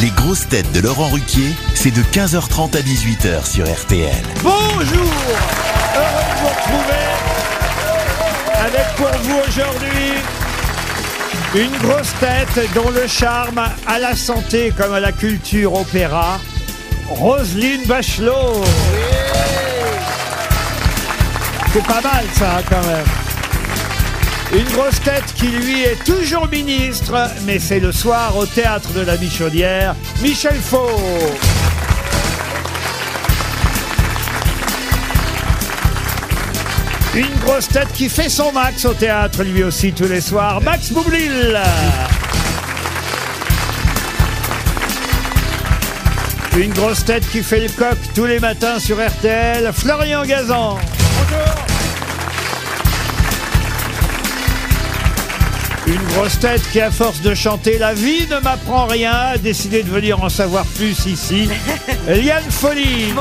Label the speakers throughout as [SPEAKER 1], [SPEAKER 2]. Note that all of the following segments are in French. [SPEAKER 1] Les grosses têtes de Laurent Ruquier, c'est de 15h30 à 18h sur RTL.
[SPEAKER 2] Bonjour Heureux de vous retrouver avec pour vous aujourd'hui une grosse tête dont le charme à la santé comme à la culture opéra, Roselyne Bachelot. C'est pas mal ça quand même. Une grosse tête qui lui est toujours ministre, mais c'est le soir au théâtre de la Michaudière, Michel Faux. Une grosse tête qui fait son max au théâtre lui aussi tous les soirs, Max Boublil. Une grosse tête qui fait le coq tous les matins sur RTL, Florian Gazan. Une grosse tête qui, à force de chanter La vie ne m'apprend rien, a décidé de venir en savoir plus ici, Liane Folie.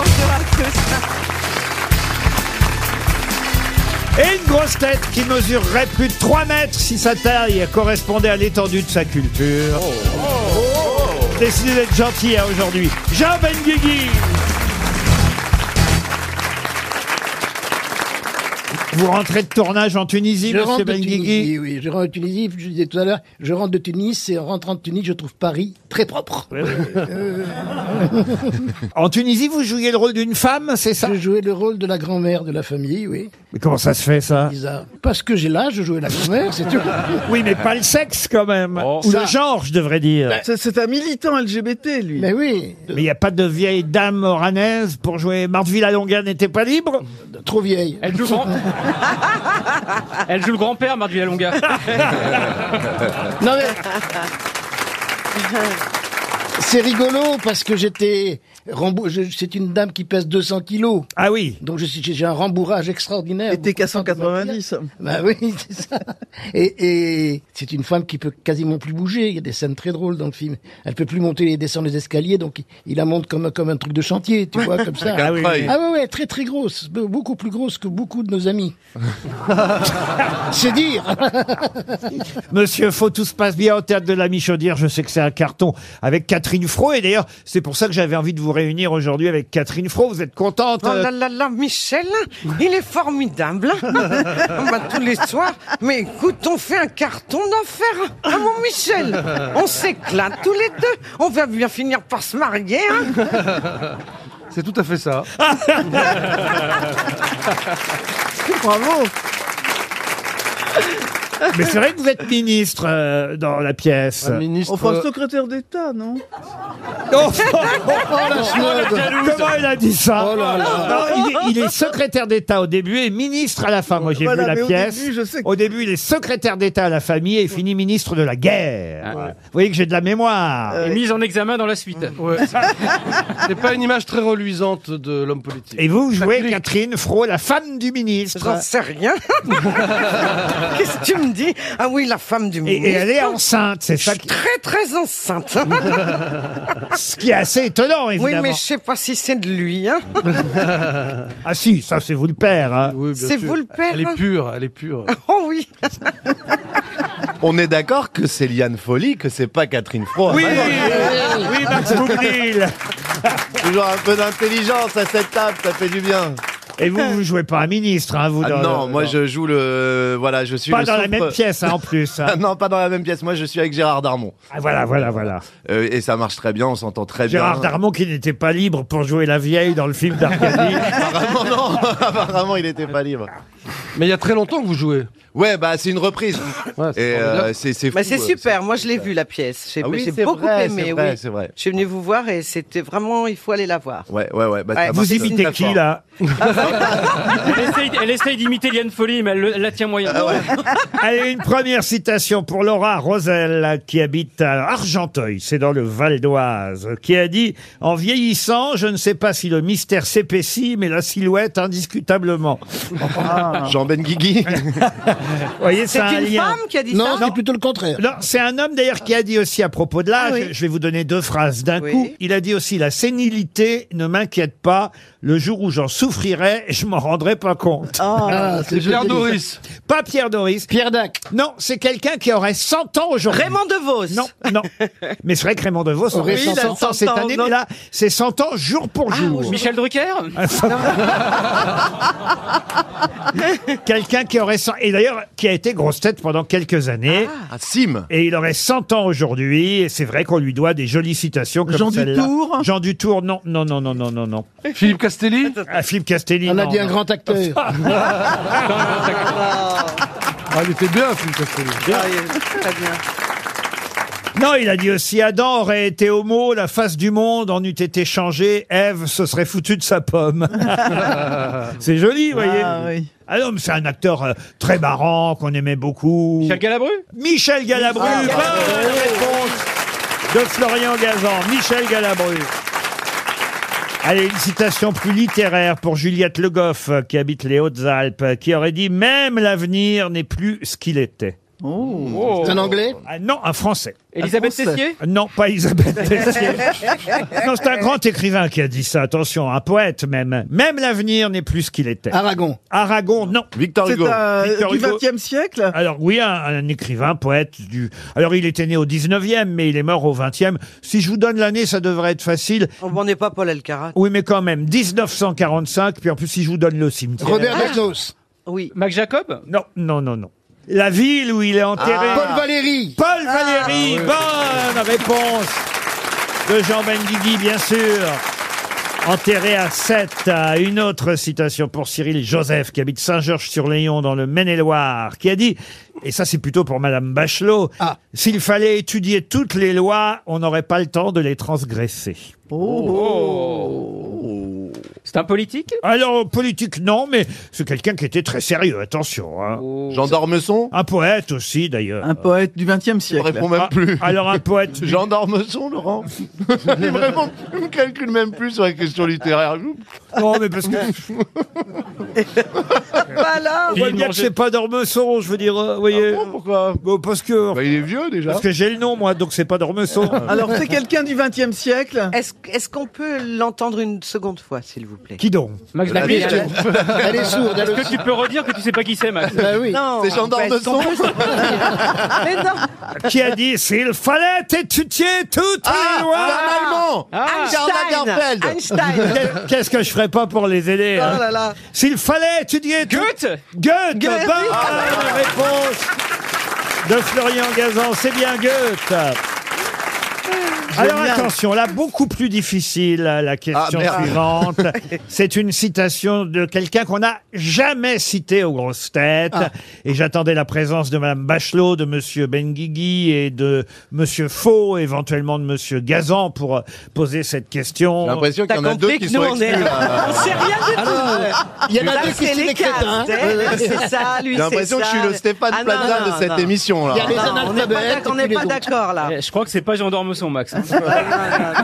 [SPEAKER 2] Et une grosse tête qui mesurerait plus de 3 mètres si sa taille correspondait à l'étendue de sa culture.
[SPEAKER 3] Oh.
[SPEAKER 2] Décidez d'être gentil hein, aujourd'hui. Jean Benguigui. Vous rentrez de tournage en Tunisie,
[SPEAKER 3] Je rentre
[SPEAKER 2] monsieur
[SPEAKER 3] de
[SPEAKER 2] Benguigui
[SPEAKER 3] Tunisie, oui, je rentre de Tunisie, je disais tout à l'heure, je rentre de Tunis et en rentrant de Tunis, je trouve Paris très propre.
[SPEAKER 2] Euh. En Tunisie, vous jouiez le rôle d'une femme, c'est ça
[SPEAKER 3] Je jouais le rôle de la grand-mère de la famille, oui,
[SPEAKER 2] Mais comment ça se fait, ça
[SPEAKER 3] bizarre. Parce que j'ai l'âge, je jouais la grand-mère, c'est tout.
[SPEAKER 2] Oui, mais pas le sexe, quand même. Ou le genre, je devrais dire.
[SPEAKER 4] Oh.
[SPEAKER 3] Ben.
[SPEAKER 4] C'est- C'est un militant LGBT, lui.
[SPEAKER 3] Mais oui,
[SPEAKER 2] Mais il n'y a pas de vieille dame oranaise pour jouer. Marthe Villalonga n'était pas libre
[SPEAKER 3] trop vieille.
[SPEAKER 5] Elle joue le grand... Elle joue le grand-père, Marc Villalonga.
[SPEAKER 3] Non mais... C'est rigolo parce que j'étais... rembou- je- C'est une dame qui pèse 200 kilos,
[SPEAKER 2] Ah oui.
[SPEAKER 3] donc je suis- j'ai un rembourrage extraordinaire.
[SPEAKER 4] C'était qu'à 190.
[SPEAKER 3] Bah oui, c'est ça. Et, et c'est une femme qui peut quasiment plus bouger. Il y a des scènes très drôles dans le film. Elle peut plus monter et descendre les escaliers, donc il, il la monte comme, un- comme un truc de chantier, tu vois, comme ça.
[SPEAKER 2] Ah oui.
[SPEAKER 3] Ah ouais, ouais, très très grosse, Be- beaucoup plus grosse que beaucoup de nos amis. c'est dire.
[SPEAKER 2] Monsieur Faux, tout se passe bien au théâtre de la Michaudière. Je sais que c'est un carton avec Catherine Fro. Et d'ailleurs, c'est pour ça que j'avais envie de vous réunir aujourd'hui avec Catherine Fro. Vous êtes contente
[SPEAKER 6] Oh
[SPEAKER 2] euh,
[SPEAKER 6] là là là, Michel, il est formidable. On va tous les soirs. Mais écoute, on fait un carton d'enfer. Ah mon Michel, on s'éclate tous les deux. On va bien finir par se marier. Hein.
[SPEAKER 7] C'est tout à fait ça.
[SPEAKER 4] Bravo.
[SPEAKER 2] Mais c'est vrai que euh, vous êtes ministre euh, dans la pièce.
[SPEAKER 7] ministre.
[SPEAKER 4] Enfin, secrétaire d'État, non
[SPEAKER 2] Oh,
[SPEAKER 3] Oh la snob.
[SPEAKER 2] comment il a dit ça
[SPEAKER 3] Oh là là.
[SPEAKER 2] Non, il, est, il est secrétaire d'État au début et ministre à la fin. Moi, j'ai
[SPEAKER 4] Voilà,
[SPEAKER 2] vu la
[SPEAKER 4] mais au
[SPEAKER 2] pièce.
[SPEAKER 4] début, je sais que-
[SPEAKER 2] Au début, il est secrétaire d'État à la famille et finit ministre de la guerre. Vous voyez que j'ai de la mémoire.
[SPEAKER 7] Euh,
[SPEAKER 5] Et mise en examen dans la suite.
[SPEAKER 7] Ouais. C'est pas une image très reluisante de l'homme politique.
[SPEAKER 2] Et vous jouez
[SPEAKER 7] clique.
[SPEAKER 2] Catherine Fro, la femme du ministre.
[SPEAKER 6] J'en sais rien. Qu'est-ce que tu me dis Ah oui, la femme du
[SPEAKER 2] Et,
[SPEAKER 6] ministre.
[SPEAKER 2] et elle est enceinte, c'est
[SPEAKER 6] Je
[SPEAKER 2] ça
[SPEAKER 6] suis
[SPEAKER 2] qui,
[SPEAKER 6] très très enceinte.
[SPEAKER 2] ce qui est assez étonnant,
[SPEAKER 6] Oui,
[SPEAKER 2] évidemment.
[SPEAKER 6] mais je sais pas si c'est de lui. Hein.
[SPEAKER 2] Ah si, ça c'est vous le père. hein.
[SPEAKER 7] Oui, bien
[SPEAKER 6] C'est
[SPEAKER 7] sûr.
[SPEAKER 6] vous le père,
[SPEAKER 7] Elle est
[SPEAKER 6] hein
[SPEAKER 7] pure, elle est pure.
[SPEAKER 6] Oh oui.
[SPEAKER 8] On est d'accord que c'est Liane Folly, que c'est pas Catherine Bah Froid.
[SPEAKER 2] Oui, oui, Max Boublil.
[SPEAKER 8] Toujours un peu d'intelligence à cette table, ça fait du bien.
[SPEAKER 2] Et vous, vous jouez pas un ministre, hein, vous
[SPEAKER 8] Ah
[SPEAKER 2] dans-
[SPEAKER 8] non, moi
[SPEAKER 2] dans-
[SPEAKER 8] je joue le. Voilà, je suis.
[SPEAKER 2] Pas
[SPEAKER 8] le
[SPEAKER 2] dans la
[SPEAKER 8] soufre-
[SPEAKER 2] même pièce, hein, en plus. hein.
[SPEAKER 8] Ah non, pas dans la même pièce. Moi, je suis avec Gérard Darmon.
[SPEAKER 2] Ah, voilà, voilà, voilà.
[SPEAKER 8] Euh, et ça marche très bien, on s'entend très
[SPEAKER 2] Gérard
[SPEAKER 8] bien.
[SPEAKER 2] Darmon qui n'était pas libre pour jouer la vieille dans le film d'Arcadie.
[SPEAKER 8] Apparemment, non. Apparemment, il était pas libre.
[SPEAKER 7] Mais il y a très longtemps que vous jouez.
[SPEAKER 8] Ouais, bah, c'est une reprise.
[SPEAKER 7] Ouais,
[SPEAKER 8] Et
[SPEAKER 7] c'est formidable.
[SPEAKER 8] euh, c'est c'est fou.
[SPEAKER 6] Bah, c'est
[SPEAKER 8] euh,
[SPEAKER 6] super, moi je l'ai vu la pièce. J'ai
[SPEAKER 8] Ah oui,
[SPEAKER 6] j'ai
[SPEAKER 8] c'est
[SPEAKER 6] beaucoup
[SPEAKER 8] vrai,
[SPEAKER 6] aimé.
[SPEAKER 8] c'est vrai,
[SPEAKER 6] oui.
[SPEAKER 8] c'est vrai.
[SPEAKER 6] Je suis venu vous voir et c'était vraiment, il faut aller la voir.
[SPEAKER 8] c'est- Ouais, ouais, ouais. bah, ça
[SPEAKER 6] Ouais,
[SPEAKER 8] marche
[SPEAKER 2] vous imitez
[SPEAKER 8] très
[SPEAKER 2] qui,
[SPEAKER 8] fort.
[SPEAKER 2] là
[SPEAKER 5] Elle essaye, elle essaye d'imiter Liane Folly, mais elle, le- elle la tient
[SPEAKER 8] Ah
[SPEAKER 5] moyen.
[SPEAKER 2] Allez, une première citation pour Laura Rosel, qui habite à Argenteuil, c'est dans le Val d'Oise, qui a dit « En vieillissant, je ne sais pas si le mystère s'épaissit, mais la silhouette indiscutablement.
[SPEAKER 8] Jean Benguigui. »
[SPEAKER 2] Vous voyez,
[SPEAKER 6] C'est
[SPEAKER 2] c'est un
[SPEAKER 6] une
[SPEAKER 2] lien.
[SPEAKER 6] femme qui a dit
[SPEAKER 3] Non,
[SPEAKER 6] ça
[SPEAKER 3] c'est plutôt le contraire.
[SPEAKER 2] Non, c'est un homme d'ailleurs qui a dit aussi à propos de l'âge,
[SPEAKER 6] Ah oui.
[SPEAKER 2] je vais vous donner deux phrases d'un
[SPEAKER 6] Oui.
[SPEAKER 2] coup, il a dit aussi « La sénilité ne m'inquiète pas, le jour où j'en souffrirai, vrai, je m'en rendrais pas
[SPEAKER 6] Oh.
[SPEAKER 2] compte.
[SPEAKER 3] Ah,
[SPEAKER 7] C'est Pierre
[SPEAKER 3] joli.
[SPEAKER 7] Doris.
[SPEAKER 2] Pas Pierre Doris.
[SPEAKER 3] Pierre Dac.
[SPEAKER 2] Non, c'est quelqu'un qui aurait 100 ans aujourd'hui.
[SPEAKER 6] Raymond DeVos.
[SPEAKER 2] Non, non. Mais c'est vrai que Raymond DeVos aurait
[SPEAKER 3] Oui, il a
[SPEAKER 2] 100 ans
[SPEAKER 4] 100
[SPEAKER 2] cette année,
[SPEAKER 4] non.
[SPEAKER 2] mais là, c'est 100 ans jour pour jour.
[SPEAKER 5] Michel Drucker
[SPEAKER 2] Quelqu'un qui aurait 100... Et d'ailleurs, qui a été grosse tête pendant quelques années.
[SPEAKER 8] Ah, Sim.
[SPEAKER 2] Et il aurait 100 ans aujourd'hui, et c'est vrai qu'on lui doit des jolies citations comme
[SPEAKER 4] Jean
[SPEAKER 2] celle-là.
[SPEAKER 4] Dutour
[SPEAKER 2] Jean Dutour, non, non, non, non, non, non, non.
[SPEAKER 7] Philippe Castelli.
[SPEAKER 2] Ah, Philippe Castelli,
[SPEAKER 3] On a
[SPEAKER 2] non,
[SPEAKER 3] dit un
[SPEAKER 2] non.
[SPEAKER 3] grand acteur.
[SPEAKER 7] Ah, il était bien, Philippe Castelli.
[SPEAKER 9] Ah,
[SPEAKER 2] Ah, Non, il a dit aussi Adam aurait été homo, la face du monde en eût été changée, Ève se serait foutue de sa pomme. c'est joli, vous voyez.
[SPEAKER 4] Ah oui.
[SPEAKER 2] Ah non, mais c'est un acteur euh, très marrant qu'on aimait beaucoup.
[SPEAKER 5] Michel Galabru
[SPEAKER 2] Michel Galabru.
[SPEAKER 10] Ah,
[SPEAKER 2] bonne réponse de Florian Gazan. Michel Galabru. Allez, une citation plus littéraire pour Juliette Le Goff, euh, qui habite les Hautes-Alpes, euh, qui aurait dit Même l'avenir n'est plus ce qu'il était.
[SPEAKER 4] Oh.
[SPEAKER 3] C'est un anglais.
[SPEAKER 2] Ah non, un Français.
[SPEAKER 5] Elisabeth
[SPEAKER 4] France.
[SPEAKER 5] Tessier
[SPEAKER 2] Non, pas Isabelle Tessier. non, c'est un grand écrivain qui a dit ça. Attention, un poète même. Même l'avenir n'est plus ce qu'il était.
[SPEAKER 3] Aragon.
[SPEAKER 2] Aragon, non.
[SPEAKER 8] Victor
[SPEAKER 4] C'est
[SPEAKER 8] Hugo.
[SPEAKER 4] euh,
[SPEAKER 2] Victor
[SPEAKER 4] du
[SPEAKER 2] Hugo.
[SPEAKER 4] XXe siècle
[SPEAKER 2] Alors oui, un, un écrivain, poète du... Alors il était né au 19e, mais il est mort au 20e. Si je vous donne l'année, ça devrait être facile.
[SPEAKER 6] Oh, bah, on n'est pas Paul Alcarat.
[SPEAKER 2] Oui, mais quand même, 1945, puis en plus si je vous donne le cimetière...
[SPEAKER 3] Robert Desnos.
[SPEAKER 6] Oui.
[SPEAKER 5] Mac Jacob
[SPEAKER 2] Non, non, non, non. La ville où il est enterré...
[SPEAKER 3] Ah. Paul Valéry. Ah,
[SPEAKER 2] Paul Valéry, bonne réponse de Jean Benguigui, bien sûr. Enterré à 7, à une autre citation pour Cyril Joseph, qui habite Saint-Georges-sur-Léon, dans le Maine-et-Loire, qui a dit, et ça c'est plutôt pour Madame Bachelot,
[SPEAKER 3] Ah.
[SPEAKER 2] s'il fallait étudier toutes les lois, on n'aurait pas le temps de les transgresser.
[SPEAKER 5] Oh. C'est un politique
[SPEAKER 2] Alors, politique, non, mais c'est quelqu'un qui était très sérieux, attention. hein.
[SPEAKER 8] Jean Dormesson
[SPEAKER 2] Un poète aussi, d'ailleurs.
[SPEAKER 4] Un poète du XXe
[SPEAKER 8] Il me
[SPEAKER 4] siècle.
[SPEAKER 8] répond même
[SPEAKER 2] Ah,
[SPEAKER 8] plus.
[SPEAKER 2] alors, un poète
[SPEAKER 8] Jean Dormesson, Laurent Il me répond, il me calcule même plus sur la question littéraire.
[SPEAKER 2] Ah, Non, mais parce que.
[SPEAKER 8] Ah,
[SPEAKER 2] On voit
[SPEAKER 5] Il
[SPEAKER 2] bien que
[SPEAKER 5] mangeait-
[SPEAKER 2] c'est pas Dormesson, je veux dire, euh, vous voyez.
[SPEAKER 8] Bon, pourquoi
[SPEAKER 2] Bon, parce que.
[SPEAKER 8] Bah, Il est vieux déjà. Ah.
[SPEAKER 2] Parce que j'ai le nom, moi, donc c'est pas Dormesson.
[SPEAKER 4] Alors c'est quelqu'un du XXe siècle
[SPEAKER 6] Est-ce est-ce qu'on peut l'entendre une seconde fois, s'il vous plaît
[SPEAKER 2] Qui donc
[SPEAKER 5] Max
[SPEAKER 8] La
[SPEAKER 5] Jacob
[SPEAKER 8] ville.
[SPEAKER 3] Elle est sourde. Elle
[SPEAKER 5] que
[SPEAKER 3] aussi.
[SPEAKER 5] tu peux redire que tu sais pas qui c'est, Max
[SPEAKER 3] Bah oui.
[SPEAKER 6] Non.
[SPEAKER 8] C'est Jean
[SPEAKER 6] est-ce qu'on
[SPEAKER 8] Dormesson
[SPEAKER 6] peut- Mais non.
[SPEAKER 2] Ah, Qui a dit s'il fallait étudier toutes
[SPEAKER 8] Ah,
[SPEAKER 2] les lois
[SPEAKER 8] un allemand Karl Lagerfeld. Ah,
[SPEAKER 6] Einstein.
[SPEAKER 2] Qu'est- Qu'est-ce que je ferais pas pour les aider hein
[SPEAKER 4] Oh là là.
[SPEAKER 2] S'il fallait étudier tout-
[SPEAKER 5] Goethe
[SPEAKER 2] Goethe,
[SPEAKER 4] Goethe.
[SPEAKER 2] bonne réponse de Florian Gazan, c'est bien Goethe. Alors
[SPEAKER 4] bien.
[SPEAKER 2] attention, là beaucoup plus difficile euh, la
[SPEAKER 8] Ah,
[SPEAKER 2] question
[SPEAKER 8] merde.
[SPEAKER 2] suivante. C'est une citation de quelqu'un qu'on n'a jamais cité aux grosses têtes.
[SPEAKER 8] Ah.
[SPEAKER 2] Et j'attendais la présence de Madame Bachelot, de Monsieur Benguigui et de Monsieur Faux, éventuellement de Monsieur Gazan pour euh, poser cette question.
[SPEAKER 8] J'ai l'impression qu'il y en
[SPEAKER 6] T'as
[SPEAKER 8] a deux
[SPEAKER 6] compris
[SPEAKER 8] qui
[SPEAKER 6] que nous
[SPEAKER 8] sont
[SPEAKER 6] on est.
[SPEAKER 8] exclus. là.
[SPEAKER 6] On sait rien du tout.
[SPEAKER 3] Il y en
[SPEAKER 6] Là,
[SPEAKER 3] a deux qui
[SPEAKER 6] c'est
[SPEAKER 3] sont
[SPEAKER 6] les
[SPEAKER 3] des crétins.
[SPEAKER 6] castes,
[SPEAKER 10] Euh,
[SPEAKER 6] hein. C'est ça, lui.
[SPEAKER 8] J'ai l'impression
[SPEAKER 6] c'est
[SPEAKER 8] que je suis
[SPEAKER 6] ça.
[SPEAKER 8] le Stéphane
[SPEAKER 6] Ah, non,
[SPEAKER 8] Plaza
[SPEAKER 6] non,
[SPEAKER 8] de cette
[SPEAKER 6] non.
[SPEAKER 8] émission
[SPEAKER 3] Il y a
[SPEAKER 8] là. Ah
[SPEAKER 6] Non,
[SPEAKER 3] les
[SPEAKER 6] on n'est pas
[SPEAKER 3] analphabètes.
[SPEAKER 6] d'accord- on n'est
[SPEAKER 3] et puis
[SPEAKER 6] pas
[SPEAKER 3] les autres.
[SPEAKER 6] d'accord là.
[SPEAKER 5] Eh, Je crois que c'est pas Jean Dormesson, Max. hein.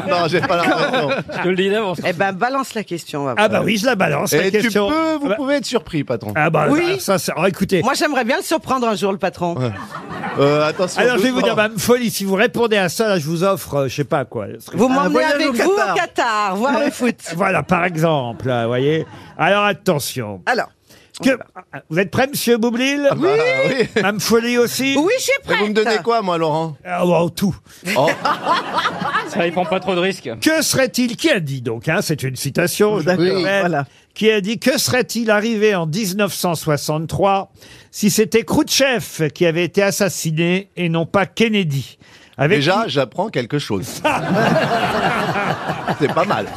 [SPEAKER 8] Non, j'ai pas l'impression.
[SPEAKER 5] Je te le dis d'avance.
[SPEAKER 6] Eh ben, balance la question. on va voir.
[SPEAKER 2] Ah bah oui, je la balance la
[SPEAKER 8] Et tu
[SPEAKER 2] question.
[SPEAKER 8] peux, vous
[SPEAKER 2] Ah bah-
[SPEAKER 8] pouvez être surpris, patron.
[SPEAKER 2] Ah bah
[SPEAKER 6] Oui.
[SPEAKER 2] ça, ça alors, écoutez.
[SPEAKER 6] Moi, j'aimerais bien le surprendre un jour, le patron.
[SPEAKER 8] Euh, attention.
[SPEAKER 2] Alors je vais vous
[SPEAKER 8] doucement.
[SPEAKER 2] dire, bah, Madame Folie, si vous répondez à ça, là, je vous offre, euh, je sais pas quoi.
[SPEAKER 6] Vous m'emmenez
[SPEAKER 4] voyage
[SPEAKER 6] avec
[SPEAKER 4] au
[SPEAKER 6] vous
[SPEAKER 4] Qatar.
[SPEAKER 6] au Qatar, voir le foot.
[SPEAKER 2] Voilà, par exemple, là, vous voyez. Alors attention.
[SPEAKER 6] Alors,
[SPEAKER 2] Que... Vous êtes prêt, Monsieur Boublil
[SPEAKER 8] Ah, oui.
[SPEAKER 2] Madame Folie aussi
[SPEAKER 6] oui, je suis
[SPEAKER 8] Et
[SPEAKER 6] prête.
[SPEAKER 8] Vous me donnez quoi, moi, Laurent
[SPEAKER 2] Ah, wow, tout.
[SPEAKER 8] Oh,
[SPEAKER 5] Ça, il prend pas trop de risques.
[SPEAKER 2] Que serait-il Qui a dit donc hein, C'est une citation. je
[SPEAKER 4] D'accord,
[SPEAKER 2] vous rappelle,
[SPEAKER 4] voilà.
[SPEAKER 2] Qui a dit que serait-il arrivé en 1963 si c'était Khrouchtchev qui avait été assassiné et non pas Kennedy Avec
[SPEAKER 8] Déjà, j'apprends quelque chose. C'est pas mal.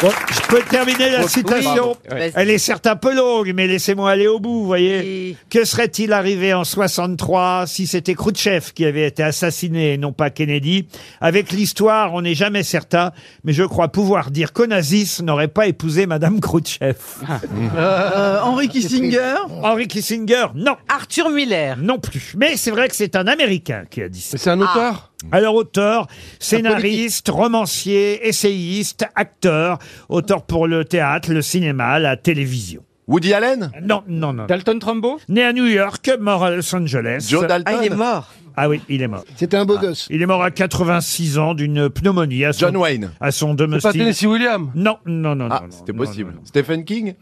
[SPEAKER 2] Bon, je peux terminer la citation.
[SPEAKER 6] Vas-y.
[SPEAKER 2] Elle est certes un peu longue, mais laissez-moi aller au bout, vous voyez.
[SPEAKER 6] Oui.
[SPEAKER 2] Que serait-il arrivé en 63 si c'était Khrouchtchev qui avait été assassiné et non pas Kennedy Avec l'histoire, on n'est jamais certain, mais je crois pouvoir dire qu'Onassis n'aurait pas épousé Madame Khrouchtchev.
[SPEAKER 4] Euh, Henry Kissinger
[SPEAKER 2] Henry Kissinger, non,
[SPEAKER 6] Arthur Miller.
[SPEAKER 2] non plus. Mais c'est vrai que c'est un Américain qui a dit ça. Ah.
[SPEAKER 7] Mais c'est un auteur
[SPEAKER 2] Alors auteur, scénariste, romancier, essayiste, acteur, auteur pour le théâtre, le cinéma, la télévision. Euh,
[SPEAKER 8] Woody Allen
[SPEAKER 2] Non, non, non.
[SPEAKER 5] Dalton Trumbo
[SPEAKER 2] Né à New York, mort à Los Angeles.
[SPEAKER 8] Joe
[SPEAKER 6] Ah, il est
[SPEAKER 8] Dalton
[SPEAKER 6] mort.
[SPEAKER 2] Ah oui, il est mort. Ah.
[SPEAKER 3] C'était un beau gosse.
[SPEAKER 2] Il est mort à 86 ans d'une pneumonie. À son,
[SPEAKER 8] John Wayne.
[SPEAKER 2] À son
[SPEAKER 7] Pas
[SPEAKER 2] domestique.
[SPEAKER 7] Tennessee William.
[SPEAKER 2] Non, non, non,
[SPEAKER 8] Ah,
[SPEAKER 2] non, non,
[SPEAKER 8] c'était
[SPEAKER 2] non,
[SPEAKER 8] possible.
[SPEAKER 2] non, non.
[SPEAKER 8] Stephen King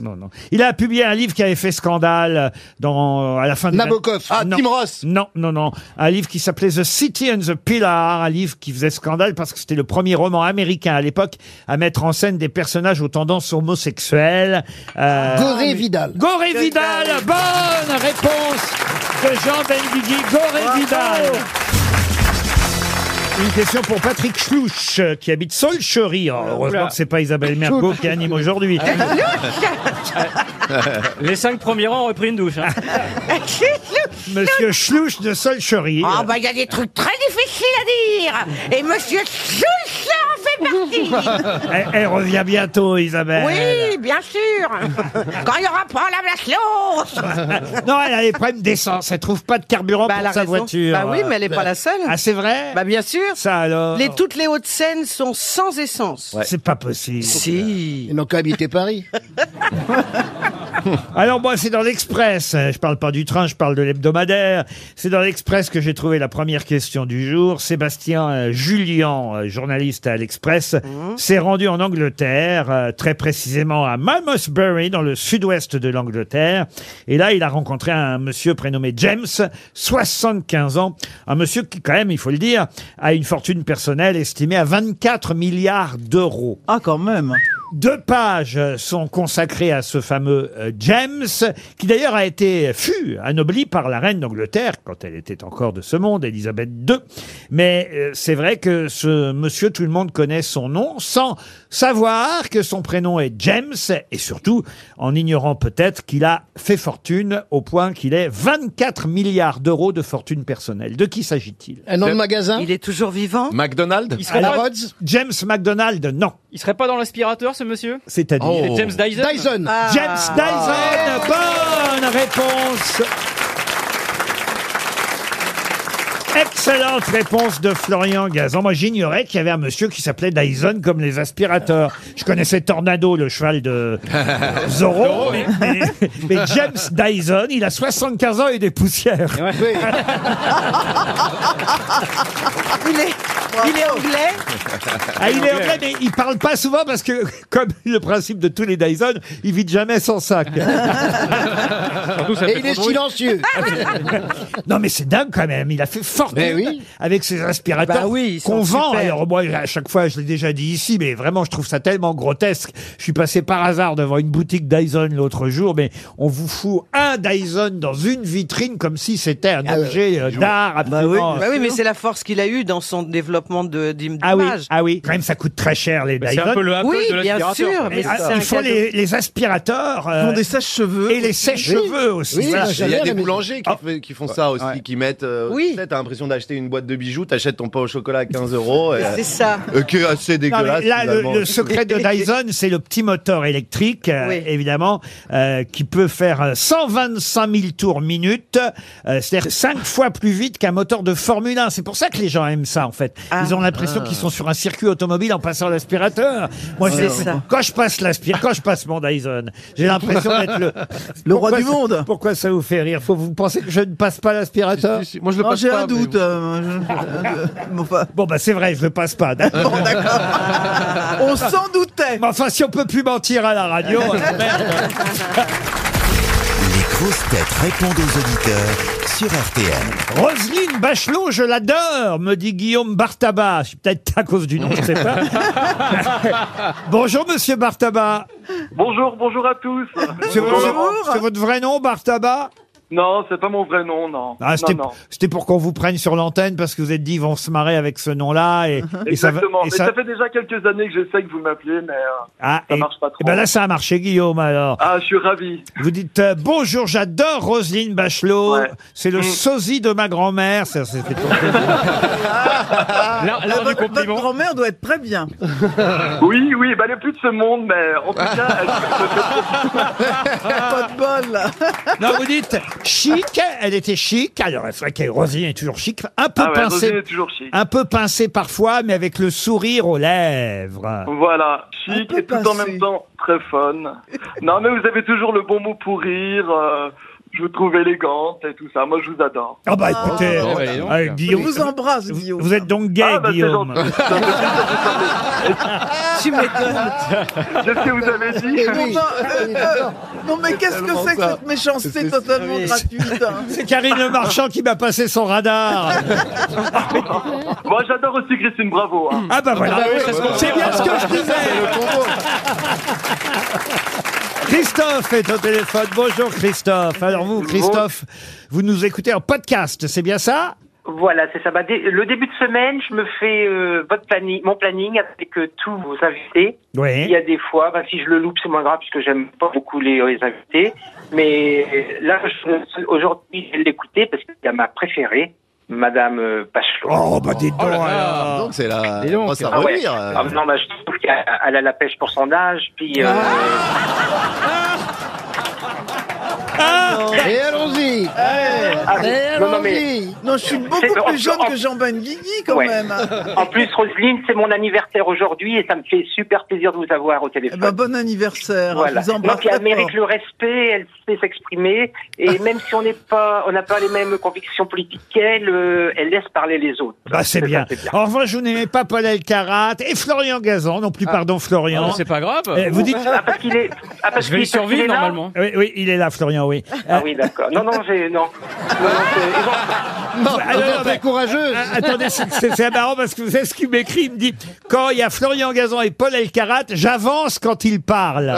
[SPEAKER 2] Non, non. Il a publié un livre qui avait fait scandale dans, à la fin de
[SPEAKER 3] Nabokov.
[SPEAKER 8] Ah,
[SPEAKER 2] Non.
[SPEAKER 8] Tim Ross
[SPEAKER 2] Non, non, non. Un livre qui s'appelait The City and the Pillar, un livre qui faisait scandale parce que c'était le premier roman américain à l'époque à mettre en scène des personnages aux tendances homosexuelles. Euh,
[SPEAKER 3] Goré Vidal.
[SPEAKER 2] Goré Vidal, bonne réponse de Jean Benguigui. Goré Vidal. Une question pour Patrick Schlouch, euh, qui habite Solcherie. Oh, heureusement
[SPEAKER 5] Oula.
[SPEAKER 2] que c'est pas Isabelle Mergo qui anime aujourd'hui.
[SPEAKER 5] Les cinq premiers rangs ont repris une douche. hein.
[SPEAKER 2] Monsieur Schlouch de Solcherie.
[SPEAKER 6] Ah bah il y a des trucs très difficiles à dire Et Monsieur Schulzer en fait partie
[SPEAKER 2] Elle, elle revient bientôt, Isabelle.
[SPEAKER 6] Oui, bien sûr Quand il n'y aura pas la black
[SPEAKER 2] Non, elle a des problèmes d'essence. Elle trouve pas de carburant
[SPEAKER 4] Bah, elle
[SPEAKER 2] pour
[SPEAKER 4] a
[SPEAKER 2] sa
[SPEAKER 4] raison.
[SPEAKER 2] voiture.
[SPEAKER 4] Bah oui, mais elle est pas la seule.
[SPEAKER 2] Ah, c'est vrai
[SPEAKER 4] Bah bien sûr.
[SPEAKER 2] Ça alors
[SPEAKER 4] Les, toutes les Hauts-de-Seine sont sans essence.
[SPEAKER 2] C'est pas possible.
[SPEAKER 4] Si.
[SPEAKER 3] Ils n'ont qu'à habiter Paris.
[SPEAKER 2] Alors moi, c'est dans l'Express. Euh, Je parle pas du train, je parle de l'hebdomadaire. C'est dans l'Express que j'ai trouvé la première question du jour. Sébastien euh, Julian, euh, journaliste à l'Express,
[SPEAKER 4] Mmh. Hein
[SPEAKER 2] s'est rendu en Angleterre, euh, très précisément à Malmesbury, dans le sud-ouest de l'Angleterre. Et là, il a rencontré un monsieur prénommé James, 75 ans, un monsieur qui, quand même, il faut le dire, a une fortune personnelle estimée à 24 milliards d'euros.
[SPEAKER 4] Ah quand même.
[SPEAKER 2] Deux pages sont consacrées à ce fameux euh, James, qui d'ailleurs a été fut anobli par la reine d'Angleterre quand elle était encore de ce monde, Elisabeth II. Mais euh, c'est vrai que ce monsieur, tout le monde connaît son nom, sans savoir que son prénom est James, et surtout en ignorant peut-être qu'il a fait fortune au point qu'il est 24 milliards d'euros de fortune personnelle. De qui s'agit-il
[SPEAKER 3] Un nom de magasin
[SPEAKER 4] Il est toujours vivant.
[SPEAKER 8] McDonald
[SPEAKER 5] Il serait,
[SPEAKER 3] À la
[SPEAKER 5] pas,
[SPEAKER 3] Rhodes
[SPEAKER 2] James McDonald, non.
[SPEAKER 5] il serait pas dans l'aspirateur, ce monsieur
[SPEAKER 2] C'est-à-dire
[SPEAKER 8] Oh.
[SPEAKER 5] C'est James Dyson
[SPEAKER 3] Dyson.
[SPEAKER 6] Ah.
[SPEAKER 2] James Dyson, bonne réponse. Excellente réponse de Florian Gazan. Moi, j'ignorais qu'il y avait un monsieur qui s'appelait Dyson comme les aspirateurs. Je connaissais Tornado, le cheval de Zorro. mais, mais- mais James Dyson, il a 75 ans et des poussières.
[SPEAKER 4] Il est, il est anglais.
[SPEAKER 2] Ah, il est anglais, mais il parle pas souvent parce que, comme le principe de tous les Dyson, il vide jamais sans sac.
[SPEAKER 5] Surtout, ça
[SPEAKER 3] Et
[SPEAKER 5] fait
[SPEAKER 3] il est
[SPEAKER 5] trop de bruit.
[SPEAKER 3] silencieux.
[SPEAKER 2] Non, mais c'est dingue quand même. Il a fait
[SPEAKER 3] Mais
[SPEAKER 2] fortune
[SPEAKER 3] oui.
[SPEAKER 2] avec ses aspirateurs
[SPEAKER 4] Bah oui, ils sont
[SPEAKER 2] qu'on vend.
[SPEAKER 4] super.
[SPEAKER 2] Alors moi, à chaque fois, je l'ai déjà dit ici, mais vraiment, je trouve ça tellement grotesque. Je suis passé par hasard devant une boutique Dyson l'autre jour, mais on vous fout un Dyson dans une vitrine comme si c'était un
[SPEAKER 4] Ah
[SPEAKER 2] objet euh, d'art absolument.
[SPEAKER 4] Bah oui, mais c'est la force qu'il a eue dans son développement de d'im-
[SPEAKER 2] Ah oui,
[SPEAKER 4] d'image.
[SPEAKER 2] ah oui. Quand même, ça coûte très cher les
[SPEAKER 5] Bah, C'est
[SPEAKER 2] Dyson.
[SPEAKER 5] un peu le Apple
[SPEAKER 4] Oui,
[SPEAKER 5] de
[SPEAKER 4] bien
[SPEAKER 5] l'aspirateur.
[SPEAKER 4] sûr,
[SPEAKER 2] Et,
[SPEAKER 4] mais
[SPEAKER 2] ah,
[SPEAKER 4] c'est un
[SPEAKER 2] Ils font
[SPEAKER 4] cadeau.
[SPEAKER 2] les, les aspirateurs euh,
[SPEAKER 4] Ils font des sèches-cheveux.
[SPEAKER 2] et les sèches-cheveux aussi. Ah.
[SPEAKER 3] Oui,
[SPEAKER 2] Voilà.
[SPEAKER 3] bah,
[SPEAKER 8] Il y
[SPEAKER 3] J'avais
[SPEAKER 8] a des
[SPEAKER 3] la maison.
[SPEAKER 8] boulangers qui, fait- qui font ça aussi, qui mettent. euh,
[SPEAKER 4] Oui.
[SPEAKER 8] Tu sais, t'as l'impression d'acheter une boîte de bijoux, t'achètes ton pain au chocolat à 15 euros. Et,
[SPEAKER 4] C'est ça.
[SPEAKER 8] euh, qui est assez
[SPEAKER 2] Non, mais
[SPEAKER 8] dégueulasse.
[SPEAKER 2] là, le,
[SPEAKER 8] finalement.
[SPEAKER 2] le secret de Dyson, c'est le petit moteur électrique, euh,
[SPEAKER 4] Oui.
[SPEAKER 2] évidemment, euh, qui peut faire euh, 125 000 tours minute, euh, c'est-à-dire 5 fois plus vite qu'un moteur de Formule 1. C'est pour ça que les gens aiment ça, en fait.
[SPEAKER 4] Ah.
[SPEAKER 2] Ils ont l'impression qu'ils sont sur un circuit automobile en passant l'aspirateur. Moi,
[SPEAKER 4] C'est
[SPEAKER 2] j'ai-
[SPEAKER 4] ça.
[SPEAKER 2] quand je passe l'aspirateur, quand je passe mon Dyson, j'ai l'impression d'être le,
[SPEAKER 4] Le roi
[SPEAKER 2] Pourquoi
[SPEAKER 4] du
[SPEAKER 2] ça-
[SPEAKER 4] monde.
[SPEAKER 2] Pourquoi ça vous fait rire Faut vous pensez que je ne passe pas l'aspirateur
[SPEAKER 7] Si, si, Moi je le
[SPEAKER 4] Non,
[SPEAKER 7] passe
[SPEAKER 4] Oh, j'ai
[SPEAKER 7] pas,
[SPEAKER 4] un
[SPEAKER 7] mais
[SPEAKER 4] doute.
[SPEAKER 7] bon.
[SPEAKER 4] euh, je- bon, enfin,
[SPEAKER 2] Bon, bah c'est vrai, je ne passe pas. d'accord.
[SPEAKER 4] bon, d'accord. Ah, On s'en doutait.
[SPEAKER 2] Mais enfin, si on peut plus mentir à la radio, euh, merde.
[SPEAKER 1] Les grosses têtes répondent aux auditeurs sur RTL.
[SPEAKER 2] Roselyne Bachelot, je l'adore, me dit Guillaume Bartaba. C'est peut-être à cause du nom, je sais pas. bonjour, monsieur Bartaba.
[SPEAKER 11] Bonjour, bonjour à tous.
[SPEAKER 2] C'est votre-
[SPEAKER 4] Bonjour.
[SPEAKER 2] c'est votre vrai nom, Bartaba
[SPEAKER 11] Non, c'est pas mon vrai nom, non.
[SPEAKER 2] Ah,
[SPEAKER 11] non,
[SPEAKER 2] C'était
[SPEAKER 11] non.
[SPEAKER 2] c'était pour qu'on vous prenne sur l'antenne parce que vous êtes dit ils vont se marrer avec ce nom-là. Et, et ça va-
[SPEAKER 11] Exactement.
[SPEAKER 2] et
[SPEAKER 11] mais
[SPEAKER 2] ça-
[SPEAKER 11] ça fait déjà quelques années que j'essaie que vous m'appeliez, mais euh,
[SPEAKER 2] Ah,
[SPEAKER 11] ça
[SPEAKER 2] et-
[SPEAKER 11] marche pas trop.
[SPEAKER 2] et ben là, ça a marché, Guillaume, alors.
[SPEAKER 11] ah, je suis ravi.
[SPEAKER 2] Vous dites euh, Bonjour, j'adore Roselyne Bachelot.
[SPEAKER 11] Ouais.
[SPEAKER 2] C'est le
[SPEAKER 11] Mm.
[SPEAKER 2] sosie de ma grand-mère. Ça, c'était pour-
[SPEAKER 5] L'art-
[SPEAKER 4] Ah,
[SPEAKER 5] L'art du
[SPEAKER 4] votre votre
[SPEAKER 5] compliment.
[SPEAKER 4] grand-mère doit être très bien.
[SPEAKER 11] Oui, oui, bah, elle est plus de ce monde, mais en tout cas, elle-
[SPEAKER 4] Pas de bol. là.
[SPEAKER 2] Non, vous dites chic, elle était chic. Alors, c'est vrai que Roselyne est toujours chic. Un peu
[SPEAKER 11] ah ouais,
[SPEAKER 2] pincée.
[SPEAKER 11] Rosine est toujours chic.
[SPEAKER 2] un peu pincée parfois, mais avec le sourire aux
[SPEAKER 11] Ah
[SPEAKER 2] lèvres.
[SPEAKER 11] Voilà,
[SPEAKER 4] Un
[SPEAKER 11] chic
[SPEAKER 4] peu
[SPEAKER 11] et tout en
[SPEAKER 4] pincée.
[SPEAKER 11] même temps très fun. non, mais vous avez toujours le bon mot pour rire. euh, Je vous trouve élégante et tout ça. Moi, je vous adore.
[SPEAKER 2] Ah bah écoutez,
[SPEAKER 7] Ah, ouais, donc.
[SPEAKER 2] euh,
[SPEAKER 4] Je
[SPEAKER 2] Guillaume,
[SPEAKER 4] vous embrasse, Guillaume.
[SPEAKER 2] vous êtes donc gay,
[SPEAKER 11] Ah, bah, c'est
[SPEAKER 2] Guillaume.
[SPEAKER 11] gentil.
[SPEAKER 4] Tu m'étonnes.
[SPEAKER 11] Je sais, vous avez dit.
[SPEAKER 3] Eh oui.
[SPEAKER 4] Non, euh, euh, non, mais qu'est-ce que
[SPEAKER 8] tellement
[SPEAKER 4] c'est que
[SPEAKER 8] ça.
[SPEAKER 4] cette méchanceté
[SPEAKER 8] C'est-
[SPEAKER 4] totalement
[SPEAKER 6] oui.
[SPEAKER 4] gratuite hein
[SPEAKER 2] C'est Karine Le Marchand qui m'a passé son radar.
[SPEAKER 11] Moi, j'adore aussi Christine Bravo. hein.
[SPEAKER 2] Ah bah voilà, c'est bien ce que je disais. Christophe est au téléphone. Bonjour Christophe. Alors vous, Christophe, vous nous écoutez en podcast, c'est bien ça
[SPEAKER 12] Voilà, c'est ça. Bah, dé- le début de semaine, je me fais euh, votre planning, mon planning avec euh, tous vos invités. Il y
[SPEAKER 2] Oui.
[SPEAKER 12] a des fois, bah, si je le loupe, c'est moins grave puisque j'aime pas beaucoup les, les invités. Mais euh, là, je- aujourd'hui, je vais l'écouter parce qu'il y a ma préférée, Madame euh, Bachelot.
[SPEAKER 2] Oh bah dites donc alors.
[SPEAKER 8] Donc c'est la. euh,
[SPEAKER 5] Dis donc.
[SPEAKER 8] Moi, ça
[SPEAKER 12] Ah ouais.
[SPEAKER 8] relire.
[SPEAKER 12] Ah, non, bah, je trouve qu'elle elle a la pêche pour son âge. Puis, euh,
[SPEAKER 3] Et allons-y
[SPEAKER 4] Eh,
[SPEAKER 12] ah,
[SPEAKER 3] Et
[SPEAKER 12] non, non, mais-
[SPEAKER 3] allons-y
[SPEAKER 4] Non, je suis
[SPEAKER 12] C'est-
[SPEAKER 4] beaucoup
[SPEAKER 12] en-
[SPEAKER 4] plus jeune
[SPEAKER 12] en-
[SPEAKER 4] que Jean-Benguigui, quand
[SPEAKER 12] Ouais.
[SPEAKER 4] même.
[SPEAKER 12] en plus, Roselyne, c'est mon anniversaire aujourd'hui et ça me fait super plaisir de vous avoir au
[SPEAKER 4] Eh
[SPEAKER 12] téléphone.
[SPEAKER 4] ben, bon anniversaire.
[SPEAKER 12] Voilà.
[SPEAKER 4] Je vous embrasse.
[SPEAKER 12] Donc elle
[SPEAKER 4] très
[SPEAKER 12] mérite
[SPEAKER 4] fort.
[SPEAKER 12] le respect, elle sait s'exprimer, et même si on n'est pas, on n'a pas les mêmes convictions politiques qu'elle, euh, elle laisse parler les autres.
[SPEAKER 2] Bah c'est
[SPEAKER 12] Ça,
[SPEAKER 2] bien.
[SPEAKER 12] c'est bien.
[SPEAKER 2] En revanche, vous n'aimez pas Paul Elkarat et Florian Gazan non plus, pardon Florian.
[SPEAKER 5] Ah, bah, C'est pas grave.
[SPEAKER 2] Eh, vous dites...
[SPEAKER 12] Ah, parce qu'il est. Ah, parce
[SPEAKER 5] Je vais y
[SPEAKER 12] qu'il- parce qu'il
[SPEAKER 5] survivre
[SPEAKER 12] est là
[SPEAKER 5] normalement.
[SPEAKER 2] Oui, oui, il est là, Florian, oui.
[SPEAKER 12] Ah oui, d'accord. Non, non, j'ai. Non. Non, non, c'est- ils ont-
[SPEAKER 2] Euh, Alors,
[SPEAKER 3] Très courageux
[SPEAKER 2] Ah, Attendez, c'est- c'est c'est marrant parce que vous savez ce qu'il m'écrit. Il me dit Quand il y a Florian Gazan et Paul Elkarat, j'avance quand il parle.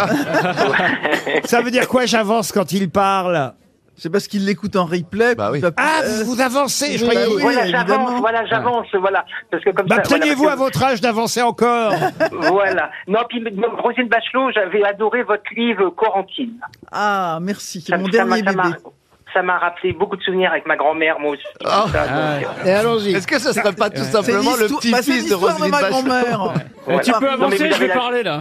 [SPEAKER 2] Ça veut dire quoi, j'avance quand il parle
[SPEAKER 4] C'est parce qu'il l'écoute en replay.
[SPEAKER 8] Bah
[SPEAKER 4] puis
[SPEAKER 8] oui.
[SPEAKER 4] il va-
[SPEAKER 2] Ah,
[SPEAKER 4] euh,
[SPEAKER 2] vous, vous avancez, je
[SPEAKER 4] oui,
[SPEAKER 2] croyais.
[SPEAKER 4] bah oui.
[SPEAKER 12] Voilà,
[SPEAKER 4] évidemment.
[SPEAKER 12] j'avance, voilà, j'avance, voilà. Parce que comme
[SPEAKER 2] Bah,
[SPEAKER 12] ça. voilà,
[SPEAKER 2] plaignez-vous à
[SPEAKER 12] parce
[SPEAKER 2] votre âge d'avancer encore.
[SPEAKER 12] que- Voilà. Non, puis non, Rosine Bachelot, j'avais adoré votre livre Corentine.
[SPEAKER 4] Ah, merci. C'est
[SPEAKER 12] Ça-
[SPEAKER 4] mon
[SPEAKER 12] ça m'a-
[SPEAKER 4] dernier
[SPEAKER 12] ça m'a-
[SPEAKER 4] bébé.
[SPEAKER 12] Ça m'a rappelé beaucoup de souvenirs avec ma grand-mère, moi aussi.
[SPEAKER 8] Ah.
[SPEAKER 12] Ça, donc, euh,
[SPEAKER 3] Et allons-y
[SPEAKER 8] Est-ce que ce serait pas tout
[SPEAKER 4] C'est
[SPEAKER 8] simplement le
[SPEAKER 4] l'histoire bah, c'est
[SPEAKER 8] petit-fils de
[SPEAKER 4] l'histoire de
[SPEAKER 8] Roselyne
[SPEAKER 4] ma
[SPEAKER 8] Bachelot
[SPEAKER 4] grand-mère.
[SPEAKER 12] voilà.
[SPEAKER 5] Tu peux
[SPEAKER 12] Non, mais vous
[SPEAKER 5] avancer, je
[SPEAKER 12] avez
[SPEAKER 5] vais
[SPEAKER 12] la-
[SPEAKER 5] parler là.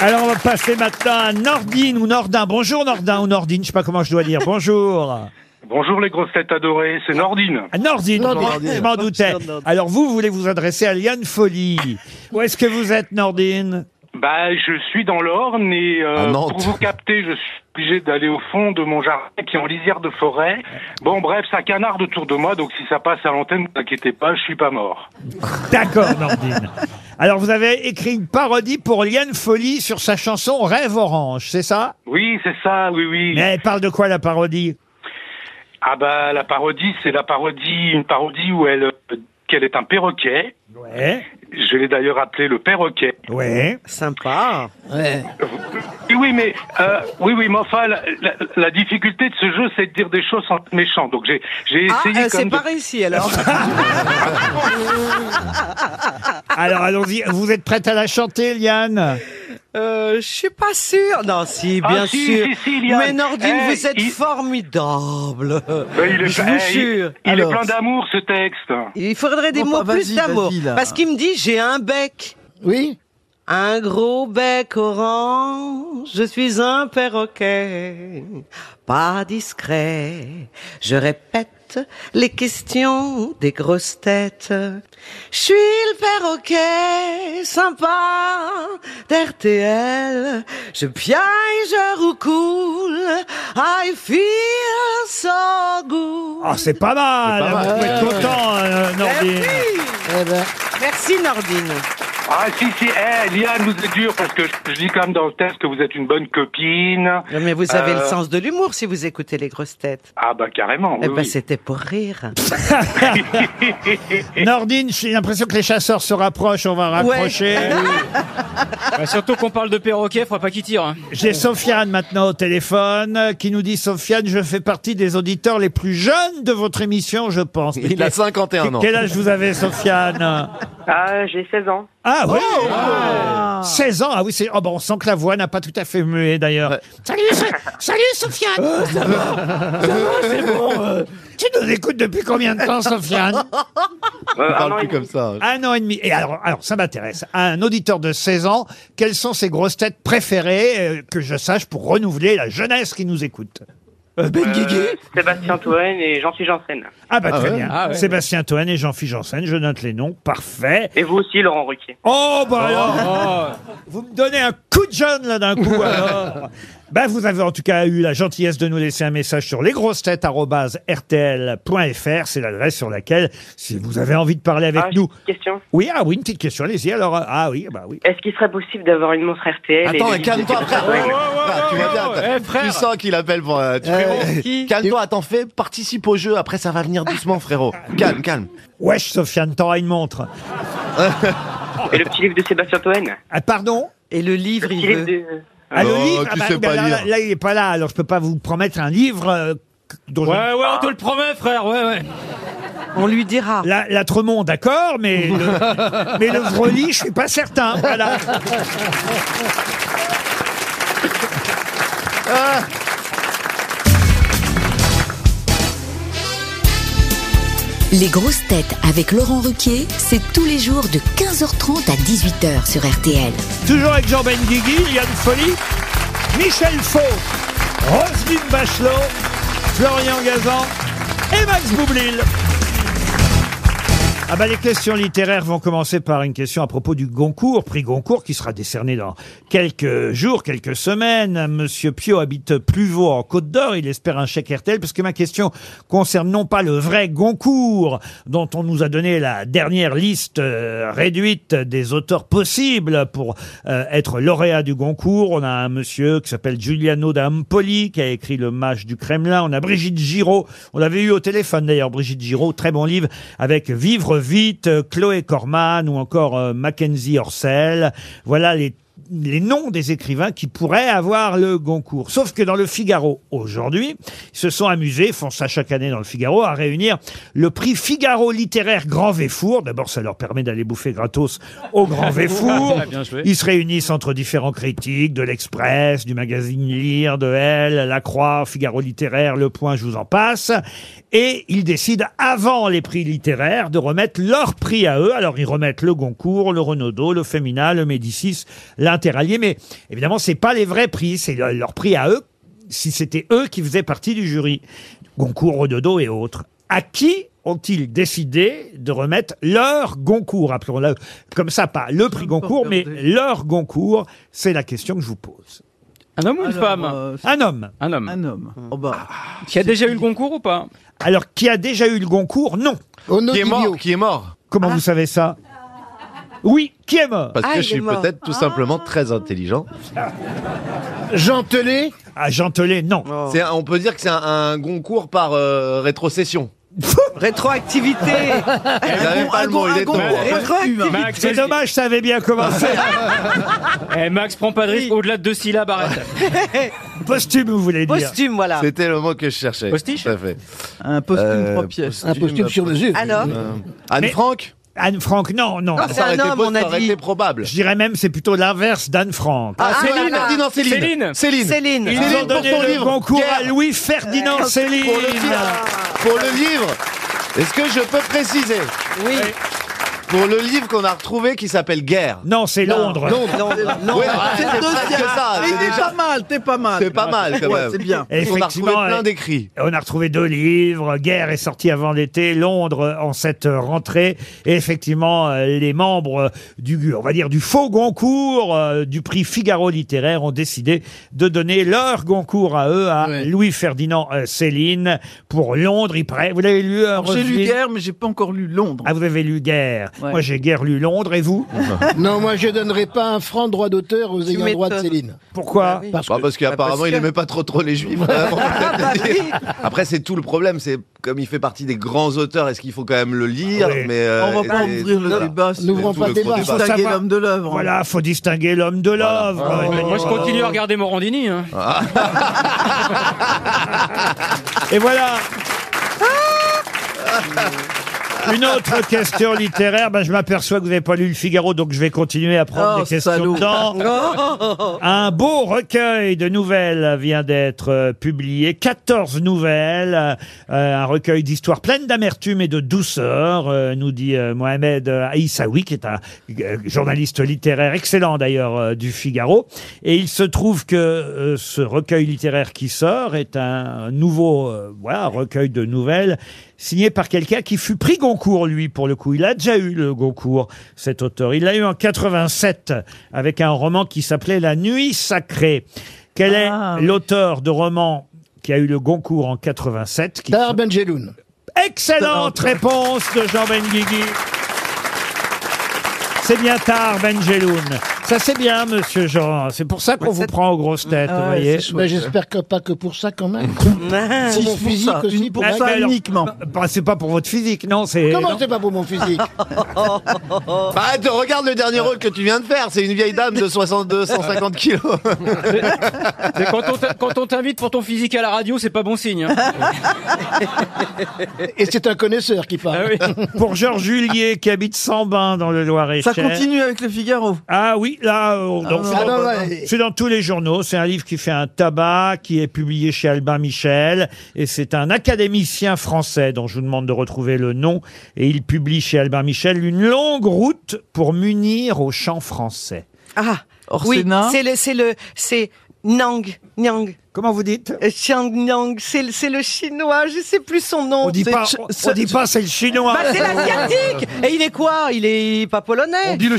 [SPEAKER 2] Alors, on va passer maintenant à Nordine ou Nordin. Bonjour, Nordin ou Nordine, je sais pas comment je dois dire. Bonjour.
[SPEAKER 11] Bonjour les grosses têtes adorées, c'est Nordine.
[SPEAKER 2] À Ah, Nordine,
[SPEAKER 8] Nordine.
[SPEAKER 2] je m'en doutais. Alors, vous, vous voulez vous adresser à Liane Folie. Où est-ce que vous êtes, Nordine
[SPEAKER 11] Bah, je suis dans l'Orne et euh,
[SPEAKER 8] À Ah, Nantes.
[SPEAKER 11] pour vous capter, je suis obligé d'aller au fond de mon jardin qui est en lisière de forêt. Bon, bref, ça canarde autour de moi, donc si ça passe à l'antenne, ne vous inquiétez pas, je suis pas mort.
[SPEAKER 2] D'accord, Nordine. Alors, vous avez écrit une parodie pour Liane Folie sur sa chanson Rêve Orange, c'est ça
[SPEAKER 11] Oui, c'est ça, oui, oui.
[SPEAKER 2] Mais elle parle de quoi, la parodie
[SPEAKER 11] Ah bah, la parodie, c'est la parodie, une parodie où elle, euh, qu'elle est un perroquet.
[SPEAKER 2] Ouais.
[SPEAKER 11] Je l'ai d'ailleurs appelé le perroquet. Oh,
[SPEAKER 2] Ouais.
[SPEAKER 6] Sympa.
[SPEAKER 3] Ouais.
[SPEAKER 11] Oui, oui, mais euh, oui, oui, mais enfin, la, la- la difficulté de ce jeu, c'est de dire des choses sans être méchant. Donc j'ai, j'ai
[SPEAKER 4] Ah,
[SPEAKER 11] essayé
[SPEAKER 4] euh,
[SPEAKER 11] comme
[SPEAKER 4] c'est
[SPEAKER 11] de-
[SPEAKER 4] pas réussi alors.
[SPEAKER 2] Alors, allons-y. Vous êtes prête à la chanter, Liane
[SPEAKER 6] Euh, je suis pas sûr. Non, si,
[SPEAKER 11] Ah,
[SPEAKER 6] bien
[SPEAKER 11] si,
[SPEAKER 6] sûr.
[SPEAKER 11] si, si, Liane.
[SPEAKER 6] Mais Nordine,
[SPEAKER 11] Eh,
[SPEAKER 6] vous êtes
[SPEAKER 11] il-
[SPEAKER 6] formidable.
[SPEAKER 11] Ben, il est,
[SPEAKER 6] je
[SPEAKER 11] eh,
[SPEAKER 6] vous
[SPEAKER 11] il-
[SPEAKER 6] jure.
[SPEAKER 11] il
[SPEAKER 6] Alors,
[SPEAKER 11] est plein d'amour ce texte.
[SPEAKER 6] il faudrait des
[SPEAKER 4] Bon,
[SPEAKER 6] mots
[SPEAKER 4] bah,
[SPEAKER 6] plus
[SPEAKER 4] vas-y,
[SPEAKER 6] d'amour.
[SPEAKER 4] vas-y, là.
[SPEAKER 6] Parce qu'il me dit, j'ai un bec.
[SPEAKER 3] Oui
[SPEAKER 6] Un gros bec orange, je suis un perroquet, pas discret. Je répète les questions des grosses têtes. Je suis le perroquet sympa d'RTL. Je piaille, je roucoule, I feel so good.
[SPEAKER 2] Ah, c'est pas mal.
[SPEAKER 8] C'est pas mal.
[SPEAKER 2] Vous êtes content, euh, Nordine.
[SPEAKER 3] Eh ben,
[SPEAKER 6] Merci Nordine.
[SPEAKER 11] Ah si si, eh, Liane, vous êtes dur parce que je, je dis quand même dans le texte que vous êtes une bonne copine.
[SPEAKER 6] Mais vous avez le
[SPEAKER 11] Euh.
[SPEAKER 6] sens de l'humour si vous écoutez les grosses têtes.
[SPEAKER 11] Ah bah carrément.
[SPEAKER 6] Eh
[SPEAKER 11] oui,
[SPEAKER 6] ben
[SPEAKER 11] oui.
[SPEAKER 6] c'était pour rire.
[SPEAKER 2] Nordine, j'ai l'impression que les chasseurs se rapprochent. On va raccrocher.
[SPEAKER 5] Bah, surtout qu'on parle de perroquet, faudra pas qu'il tire. hein.
[SPEAKER 2] J'ai Sofiane maintenant au téléphone euh, qui nous dit Sofiane, je fais partie des auditeurs les plus jeunes de votre émission, je pense. Mais
[SPEAKER 8] Il a
[SPEAKER 2] quel-
[SPEAKER 8] 51 ans.
[SPEAKER 2] Quel âge vous avez, Sofiane
[SPEAKER 12] Ah, j'ai 16 ans.
[SPEAKER 2] Ah oui
[SPEAKER 4] Oh.
[SPEAKER 2] 16 ans, ah oui, c'est. Oh, bon, on sent que la voix n'a pas tout à fait mué d'ailleurs. Salut, So- salut Sofiane Euh, Ça va Ça
[SPEAKER 5] Oh,
[SPEAKER 2] va, c'est bon euh. Tu nous écoutes depuis combien de temps,
[SPEAKER 10] Euh,
[SPEAKER 2] Sofiane
[SPEAKER 8] On
[SPEAKER 12] Ah,
[SPEAKER 8] parle plus comme ça.
[SPEAKER 2] Un an et demi. Et alors, alors ça m'intéresse. À un auditeur de 16 ans, quelles sont ses grosses têtes préférées euh, que je sache pour renouveler la jeunesse qui nous écoute
[SPEAKER 6] Ben
[SPEAKER 12] Euh, Sébastien Touraine et Jean-Philippe Janssen.
[SPEAKER 2] Ah
[SPEAKER 8] Ben,
[SPEAKER 2] bah
[SPEAKER 8] Ah
[SPEAKER 2] très
[SPEAKER 8] ouais
[SPEAKER 2] bien.
[SPEAKER 5] Ah ouais.
[SPEAKER 2] Sébastien Toen et Jean-Philippe Janssen, je note les noms. Parfait.
[SPEAKER 12] Et vous aussi, Laurent Ruquier.
[SPEAKER 2] Oh bah alors
[SPEAKER 5] Oh,
[SPEAKER 2] Vous me donnez un coup de jeune là d'un coup. alors. Ben, vous avez en tout cas eu la gentillesse de nous laisser un message sur lesgrossetêtes.rtl.fr. C'est l'adresse sur laquelle, si vous avez envie de parler avec
[SPEAKER 12] Ah, j'ai
[SPEAKER 2] nous.
[SPEAKER 12] une question.
[SPEAKER 2] Oui, ah oui, une petite question. Allez-y alors. euh, Ah oui, bah oui.
[SPEAKER 12] Est-ce qu'il serait possible d'avoir une montre RTL
[SPEAKER 8] Attends,
[SPEAKER 12] et-
[SPEAKER 8] calme-toi, frère.
[SPEAKER 12] Ouais, ouais. Eh,
[SPEAKER 8] Ah, tu vas bien, t'as- Tu sens qu'il appelle pour. euh, tu- frérot, Calme-toi, attends, fais, participe au jeu, après ça va venir doucement, frérot. Calme, calme.
[SPEAKER 2] Wesh, Sofiane, t'auras une montre.
[SPEAKER 12] Et le petit livre de Sébastien Toen
[SPEAKER 2] Ah, pardon
[SPEAKER 12] Et le livre,
[SPEAKER 2] il veut. Ah, le
[SPEAKER 8] Oh,
[SPEAKER 2] livre
[SPEAKER 8] tu
[SPEAKER 2] ah, bah,
[SPEAKER 8] sais
[SPEAKER 2] bah,
[SPEAKER 8] pas
[SPEAKER 2] là,
[SPEAKER 8] lire.
[SPEAKER 2] là, là, il est pas là, alors je peux pas vous promettre un livre. euh, dont je-
[SPEAKER 5] Ouais, ouais, on te le promet, frère, ouais, ouais.
[SPEAKER 2] On lui dira. La, la Tremont, d'accord, mais le, mais le Vroli, je suis pas certain. Voilà.
[SPEAKER 13] Les grosses têtes avec Laurent Ruquier, c'est tous les jours de 15h30 à 18h sur RTL.
[SPEAKER 2] Toujours avec Jean Benguigui, Yann Folly, Michel Faux, Roselyne Bachelot, Florian Gazan et Max Boublil. Ah bah les questions littéraires vont commencer par une question à propos du Goncourt, prix Goncourt qui sera décerné dans quelques jours, quelques semaines. Monsieur Pio habite Pluvaux en Côte d'Or, il espère un chèque RTL parce que ma question concerne non pas le vrai Goncourt dont on nous a donné la dernière liste euh, réduite des auteurs possibles pour euh, être lauréat du Goncourt. On a un monsieur qui s'appelle Giuliano d'Ampoli qui a écrit Le Mage du Kremlin. On a Brigitte Giraud, on l'avait eu au téléphone d'ailleurs, Brigitte Giraud, très bon livre avec Vivre vite, euh, Chloé Corman ou encore euh, Mackenzie Orsel. Voilà les les noms des écrivains qui pourraient avoir le Goncourt. Sauf que dans le Figaro, aujourd'hui, ils se sont amusés, font ça chaque année dans le Figaro, à réunir le prix Figaro littéraire Grand Véfour. D'abord, ça leur permet d'aller bouffer gratos au Grand Véfour.
[SPEAKER 5] Ah, bien joué.
[SPEAKER 2] Ils se réunissent entre différents critiques, de l'Express, du magazine Lire, de Elle, La Croix, Figaro littéraire, Le Point, je vous en passe. Et ils décident, avant les prix littéraires, de remettre leur prix à eux. Alors, ils remettent le Goncourt, le Renaudot, le Féminin, le Médicis, l'Interallié. Mais évidemment, c'est pas les vrais prix, c'est le- leur prix à eux, si c'était eux qui faisaient partie du jury. Goncourt, Renaudot et autres. À qui ont-ils décidé de remettre leur Goncourt, appelons-le comme ça, pas le prix Goncourt, mais leur Goncourt C'est la question que je vous pose.
[SPEAKER 5] Un homme ou une
[SPEAKER 2] Alors,
[SPEAKER 5] femme
[SPEAKER 2] euh, Un homme. Oh,
[SPEAKER 5] Un
[SPEAKER 2] bah.
[SPEAKER 5] homme. Ah,
[SPEAKER 4] Un homme.
[SPEAKER 5] Qui a déjà eu le concours ou pas
[SPEAKER 2] Alors, qui a déjà eu le Goncourt Non.
[SPEAKER 8] Qui est mort Qui est mort
[SPEAKER 2] Comment vous savez ça Oui, qui Ah, est mort
[SPEAKER 8] Parce que je suis peut-être tout simplement très intelligent.
[SPEAKER 2] Jean Telet Ah, Jean Telet, non.
[SPEAKER 8] Oh. C'est un- on peut dire que c'est un, un Goncourt par euh, rétrocession.
[SPEAKER 6] Rétroactivité
[SPEAKER 8] Il avait pas le mot, il est Bah, tombé.
[SPEAKER 5] Max,
[SPEAKER 2] C'est dommage, ça avait bien commencé.
[SPEAKER 5] Eh, Max, prends pas de risque, au-delà de deux syllabes, arrête.
[SPEAKER 2] Posthume, vous voulez
[SPEAKER 8] dire.
[SPEAKER 6] Posthume, voilà.
[SPEAKER 8] C'était le mot que je cherchais.
[SPEAKER 5] Postiche
[SPEAKER 8] Tout à fait. Euh,
[SPEAKER 4] Un posthume trois pièces.
[SPEAKER 8] Un posthume sur Euh, mesure.
[SPEAKER 6] Alors
[SPEAKER 8] Anne Frank
[SPEAKER 2] Anne Frank, non, non.
[SPEAKER 8] Ah, ça aurait été poste, ça aurait été probable.
[SPEAKER 2] Je dirais même c'est plutôt l'inverse d'Anne Frank.
[SPEAKER 8] Ah, Ah, Céline, ah, ah. dis non, Céline. Céline. Céline. Céline.
[SPEAKER 2] Ils
[SPEAKER 8] Céline
[SPEAKER 2] ont donné
[SPEAKER 8] pour ton
[SPEAKER 2] le
[SPEAKER 8] livre.
[SPEAKER 2] concours à
[SPEAKER 8] Pierre.
[SPEAKER 2] Louis Ferdinand Céline.
[SPEAKER 8] Pour le livre. Pour le livre. Est-ce que je peux préciser
[SPEAKER 6] Oui.
[SPEAKER 8] Pour le livre qu'on a retrouvé qui s'appelle Guerre.
[SPEAKER 2] Non, c'est Londres.
[SPEAKER 8] Ouais, ouais, c'est presque ça.
[SPEAKER 4] Mais
[SPEAKER 8] c'est
[SPEAKER 4] t'es
[SPEAKER 8] déjà-
[SPEAKER 4] pas mal, t'es pas mal.
[SPEAKER 8] C'est pas mal quand
[SPEAKER 4] Ah, Ouais,
[SPEAKER 8] même.
[SPEAKER 4] C'est bien.
[SPEAKER 8] On
[SPEAKER 2] Et
[SPEAKER 8] a retrouvé
[SPEAKER 2] effectivement,
[SPEAKER 8] plein
[SPEAKER 2] euh,
[SPEAKER 8] d'écrits.
[SPEAKER 2] On a retrouvé deux livres. Guerre est sorti avant l'été, Londres euh, en cette euh, rentrée. Et effectivement, euh, les membres euh, du, on va dire, du faux Goncourt, euh, du prix Figaro littéraire, ont décidé de donner leur Goncourt à eux, à Louis-Ferdinand euh, Céline, pour Londres. Il paraît. Vous l'avez lu, euh,
[SPEAKER 4] J'ai lu
[SPEAKER 2] Roselyne
[SPEAKER 4] Guerre, mais j'ai pas encore lu Londres.
[SPEAKER 2] Ah, vous avez lu Guerre.
[SPEAKER 4] Ouais.
[SPEAKER 2] Moi, j'ai guère lu Londres. Et vous
[SPEAKER 3] Non, moi je donnerai pas un franc droit d'auteur aux ayants droit de
[SPEAKER 6] m'étonnes.
[SPEAKER 3] Céline.
[SPEAKER 2] Pourquoi
[SPEAKER 8] Bah, Parce, Ah qu'apparemment, il aimait pas trop trop les juifs. vraiment, peut-être le dire. Après, c'est tout le problème. C'est comme il fait partie des grands auteurs, est-ce qu'il faut quand même le lire
[SPEAKER 2] Oui.
[SPEAKER 8] mais, euh,
[SPEAKER 4] On va pas
[SPEAKER 8] et-
[SPEAKER 4] ouvrir le
[SPEAKER 8] voilà.
[SPEAKER 4] débat.
[SPEAKER 8] C'est tout le gros débat.
[SPEAKER 4] Taguer
[SPEAKER 2] savoir-
[SPEAKER 4] l'homme de l'œuvre.
[SPEAKER 2] Voilà, faut distinguer l'homme de l'œuvre.
[SPEAKER 5] Ah, Moi, je continue à regarder Morandini. hein.
[SPEAKER 2] Et voilà.
[SPEAKER 5] Ah
[SPEAKER 2] Une autre question littéraire. Ben, je m'aperçois que vous n'avez pas lu le Figaro, donc je vais continuer à prendre
[SPEAKER 4] Oh,
[SPEAKER 2] des questions
[SPEAKER 4] salaud. Oh.
[SPEAKER 2] dedans. Un beau recueil de nouvelles vient d'être euh, publié. 14 nouvelles. euh, un recueil d'histoires pleines d'amertume et de douceur, euh, nous dit euh, Mohamed euh, Aïssaoui, qui est un euh, journaliste littéraire excellent d'ailleurs euh, du Figaro. Et il se trouve que euh, ce recueil littéraire qui sort est un nouveau euh, voilà, recueil de nouvelles signé par quelqu'un qui fut pris Goncourt, lui, pour le coup. Il a déjà eu le Goncourt, cet auteur. Il l'a eu en 87 avec un roman qui s'appelait La Nuit Sacrée. Quel est l'auteur de roman qui a eu le Goncourt en 87 qui... Dar
[SPEAKER 3] Benjeloun.
[SPEAKER 2] Excellente
[SPEAKER 3] Ben-
[SPEAKER 2] réponse de Jean Benguigui. C'est bien tard, Benjeloun. Ça, c'est bien, monsieur Jean. C'est pour ça qu'on vous prend aux grosses têtes, vous voyez.
[SPEAKER 3] Ben, J'espère que pas que pour ça quand même.
[SPEAKER 2] Si,
[SPEAKER 4] Ah,
[SPEAKER 3] Pour mon
[SPEAKER 2] pour
[SPEAKER 3] physique
[SPEAKER 2] ça,
[SPEAKER 3] aussi.
[SPEAKER 2] pour ça
[SPEAKER 3] Alors,
[SPEAKER 2] uniquement. Bah, c'est pas pour votre physique, non, c'est.
[SPEAKER 3] Comment
[SPEAKER 2] non.
[SPEAKER 3] c'est pas pour mon physique
[SPEAKER 8] Bah, attends, regarde le dernier rôle que tu viens de faire. C'est une vieille dame de 62, 150 kilos. Ah.
[SPEAKER 5] Mais quand on t'a- quand on t'invite pour ton physique à la radio, c'est pas bon signe. hein.
[SPEAKER 3] Et c'est un connaisseur qui parle.
[SPEAKER 5] Ah
[SPEAKER 2] Pour Georges Julier, qui habite Sambin dans le Loir-et-Cher.
[SPEAKER 4] Ça continue avec le Figaro.
[SPEAKER 2] Ah oui, là, euh, donc,
[SPEAKER 4] Ah
[SPEAKER 2] c'est
[SPEAKER 4] non,
[SPEAKER 2] dans-
[SPEAKER 4] ouais.
[SPEAKER 2] c'est dans tous les journaux. C'est un livre qui fait un tabac, qui est publié chez Albin Michel. Et c'est un académicien français dont je vous demande de retrouver le nom. Et il publie chez Albin Michel une longue route pour munir au chant français.
[SPEAKER 6] Ah,
[SPEAKER 2] Orsena.
[SPEAKER 6] oui, c'est le, c'est le, c'est Nang, Nyang. Euh,
[SPEAKER 2] Comment vous dites
[SPEAKER 6] Xiang Nyang, c'est le, c'est le chinois, je sais plus son nom.
[SPEAKER 2] On dit
[SPEAKER 6] C'est
[SPEAKER 2] pas,
[SPEAKER 6] ch-
[SPEAKER 2] on-
[SPEAKER 6] ce-
[SPEAKER 2] on dit pas c'est le chinois.
[SPEAKER 6] Bah, c'est l'asiatique Et il est quoi Il est pas polonais On dit le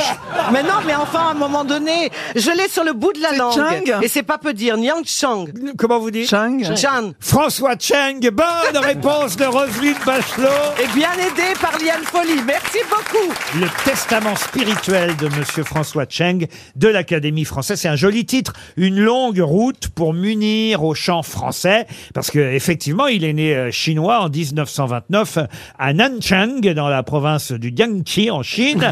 [SPEAKER 6] Mais non, mais enfin, à un moment donné, je l'ai sur le bout de la langue.
[SPEAKER 4] Chang
[SPEAKER 6] Et c'est pas peu dire, Nyang Chang.
[SPEAKER 2] Comment vous dites
[SPEAKER 4] Chang
[SPEAKER 6] Chan.
[SPEAKER 2] François Cheng, bonne réponse de Roselyne Bachelot.
[SPEAKER 6] Et bien aidé par Liane Folly, merci beaucoup
[SPEAKER 2] Le testament spirituel de Monsieur François Cheng de l'Académie française. C'est un joli titre. Une longue route pour munir au chant français. Parce que, effectivement, il est né euh, chinois en 1929 euh, à Nanchang, dans la province du Jiangxi, en Chine.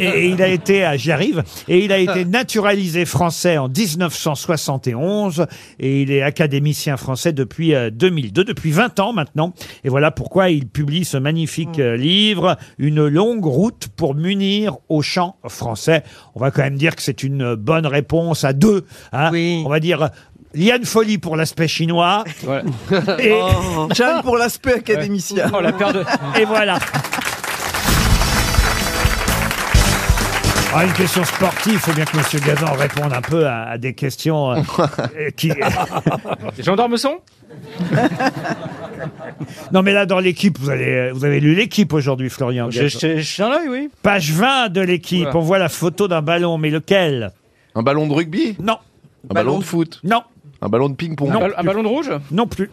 [SPEAKER 2] et il a été, à j'y arrive, et il a été naturalisé français en 1971. Et il est académicien français depuis euh, 2002, depuis 20 ans maintenant. Et voilà pourquoi il publie ce magnifique euh, livre, Une longue route pour munir au chant français. On va quand même dire que c'est une bonne réponse à deux. hein. On va dire Liane Folie pour l'aspect chinois. Et...
[SPEAKER 4] Chang pour l'aspect académicien.
[SPEAKER 5] Oh, la paire de-
[SPEAKER 2] Et voilà. Ah, une question sportive, il faut bien que M. Gazan réponde un peu à, à des questions euh, euh, qui...
[SPEAKER 5] Gendarme son
[SPEAKER 2] Non, mais là, dans l'équipe, vous, allez, vous avez lu l'équipe aujourd'hui, Florian.
[SPEAKER 5] Je
[SPEAKER 2] Gazan.
[SPEAKER 5] je- je suis dans l'œil, oui.
[SPEAKER 2] Page 20 de l'équipe,
[SPEAKER 5] Voilà.
[SPEAKER 2] on voit la photo d'un ballon, mais lequel
[SPEAKER 8] Un ballon de rugby
[SPEAKER 2] Non.
[SPEAKER 8] Un ballon de foot
[SPEAKER 2] Non.
[SPEAKER 8] Un ballon de ping-pong
[SPEAKER 5] Un, ball- un ballon de rouge
[SPEAKER 2] Non plus.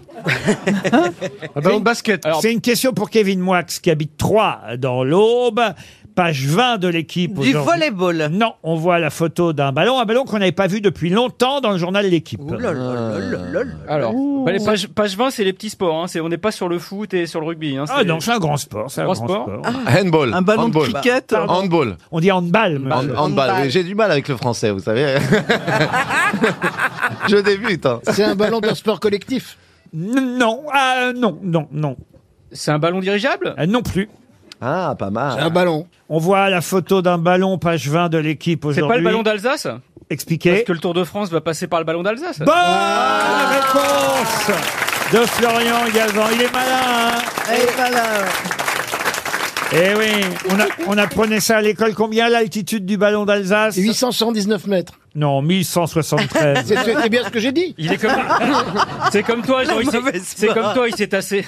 [SPEAKER 7] Un ballon de basket.
[SPEAKER 5] Alors,
[SPEAKER 2] C'est une question pour Kevin Moix, qui habite 3 dans l'Aube. Page 20 de l'équipe
[SPEAKER 6] Du
[SPEAKER 2] aujourd'hui.
[SPEAKER 6] volleyball
[SPEAKER 2] Non, on voit la photo d'un ballon, un ballon qu'on n'avait pas vu depuis longtemps dans le journal L'équipe.
[SPEAKER 6] Ouh là là là là là là.
[SPEAKER 5] Alors, bah, les pages- page 20, c'est les petits sports. hein. C'est- On n'est pas sur le foot et sur le rugby. hein.
[SPEAKER 2] Ah
[SPEAKER 5] C'est-
[SPEAKER 2] non, c'est un grand sport, c'est un
[SPEAKER 5] Grand
[SPEAKER 2] grand
[SPEAKER 5] sport.
[SPEAKER 2] sport.
[SPEAKER 8] Ah. Handball.
[SPEAKER 4] Un ballon
[SPEAKER 8] handball.
[SPEAKER 4] de cricket.
[SPEAKER 8] Handball.
[SPEAKER 2] On dit handball.
[SPEAKER 8] Hand-
[SPEAKER 2] monsieur.
[SPEAKER 8] handball. Oui, J'ai du mal avec le français, vous savez. Je débute. hein.
[SPEAKER 3] C'est un ballon d'un sport collectif.
[SPEAKER 2] N- Non, ah, non, non, non,
[SPEAKER 5] C'est un ballon dirigeable
[SPEAKER 2] Ah, non plus.
[SPEAKER 8] Ah, pas mal.
[SPEAKER 3] Un ballon.
[SPEAKER 2] On voit la photo d'un ballon, page 20 de l'équipe
[SPEAKER 5] C'est
[SPEAKER 2] aujourd'hui.
[SPEAKER 5] pas le ballon d'Alsace Parce
[SPEAKER 2] Expliquez.
[SPEAKER 5] que le Tour de France va passer par le ballon d'Alsace
[SPEAKER 2] Bonne réponse de Florian Gazan. Il est malin, hein
[SPEAKER 4] Et voilà.
[SPEAKER 2] Eh oui, on, a- on apprenait ça à l'école. Combien l'altitude du ballon d'Alsace
[SPEAKER 3] 879 mètres.
[SPEAKER 2] Non, 1173.
[SPEAKER 3] C'est c'est bien ce que j'ai dit.
[SPEAKER 5] Il est comme... c'est comme toi, Jean. il s'est-
[SPEAKER 4] mauvaise
[SPEAKER 5] C'est comme toi, il s'est tassé.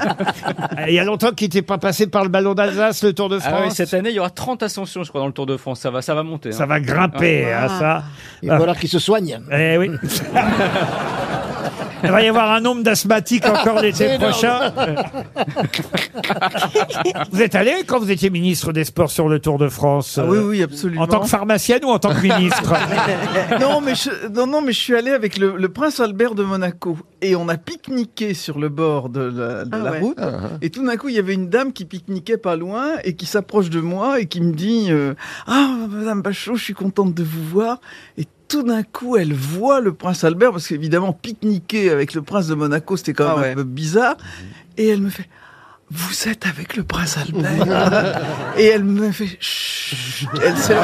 [SPEAKER 2] Il y a longtemps qu'il n'était pas passé par le ballon d'Alsace, le Tour de
[SPEAKER 5] Ah oui,
[SPEAKER 2] France.
[SPEAKER 5] cette année, il y aura 30 ascensions, je crois, dans le Tour de France. Ça va, ça va monter.
[SPEAKER 2] ça
[SPEAKER 5] hein.
[SPEAKER 2] va grimper, hein, ça.
[SPEAKER 3] Ah. Il va falloir qu'il se soigne.
[SPEAKER 2] Eh oui. Il va y avoir un nombre d'asthmatiques encore l'été
[SPEAKER 3] C'est
[SPEAKER 2] prochain. vous êtes allé quand vous étiez ministre des Sports sur le Tour de France
[SPEAKER 4] Ah oui,
[SPEAKER 2] euh,
[SPEAKER 4] oui, absolument.
[SPEAKER 2] En tant que pharmacienne ou en tant que ministre
[SPEAKER 4] non, mais je, non, non, mais je suis allé avec le, le prince Albert de Monaco et on a pique-niqué sur le bord de la, de
[SPEAKER 6] Ah
[SPEAKER 4] la
[SPEAKER 6] ouais.
[SPEAKER 4] route. Et tout d'un coup, il y avait une dame qui pique-niquait pas loin et qui s'approche de moi et qui me dit euh, Ah, madame Bachot, je suis contente de vous voir. Et tout d'un coup, elle voit le prince Albert, parce qu'évidemment, pique-niquer avec le prince de Monaco, c'était quand même
[SPEAKER 6] Ah
[SPEAKER 4] un
[SPEAKER 6] ouais.
[SPEAKER 4] peu bizarre. Et elle me fait Vous êtes avec le prince Albert Et elle me fait Chut Elle s'est-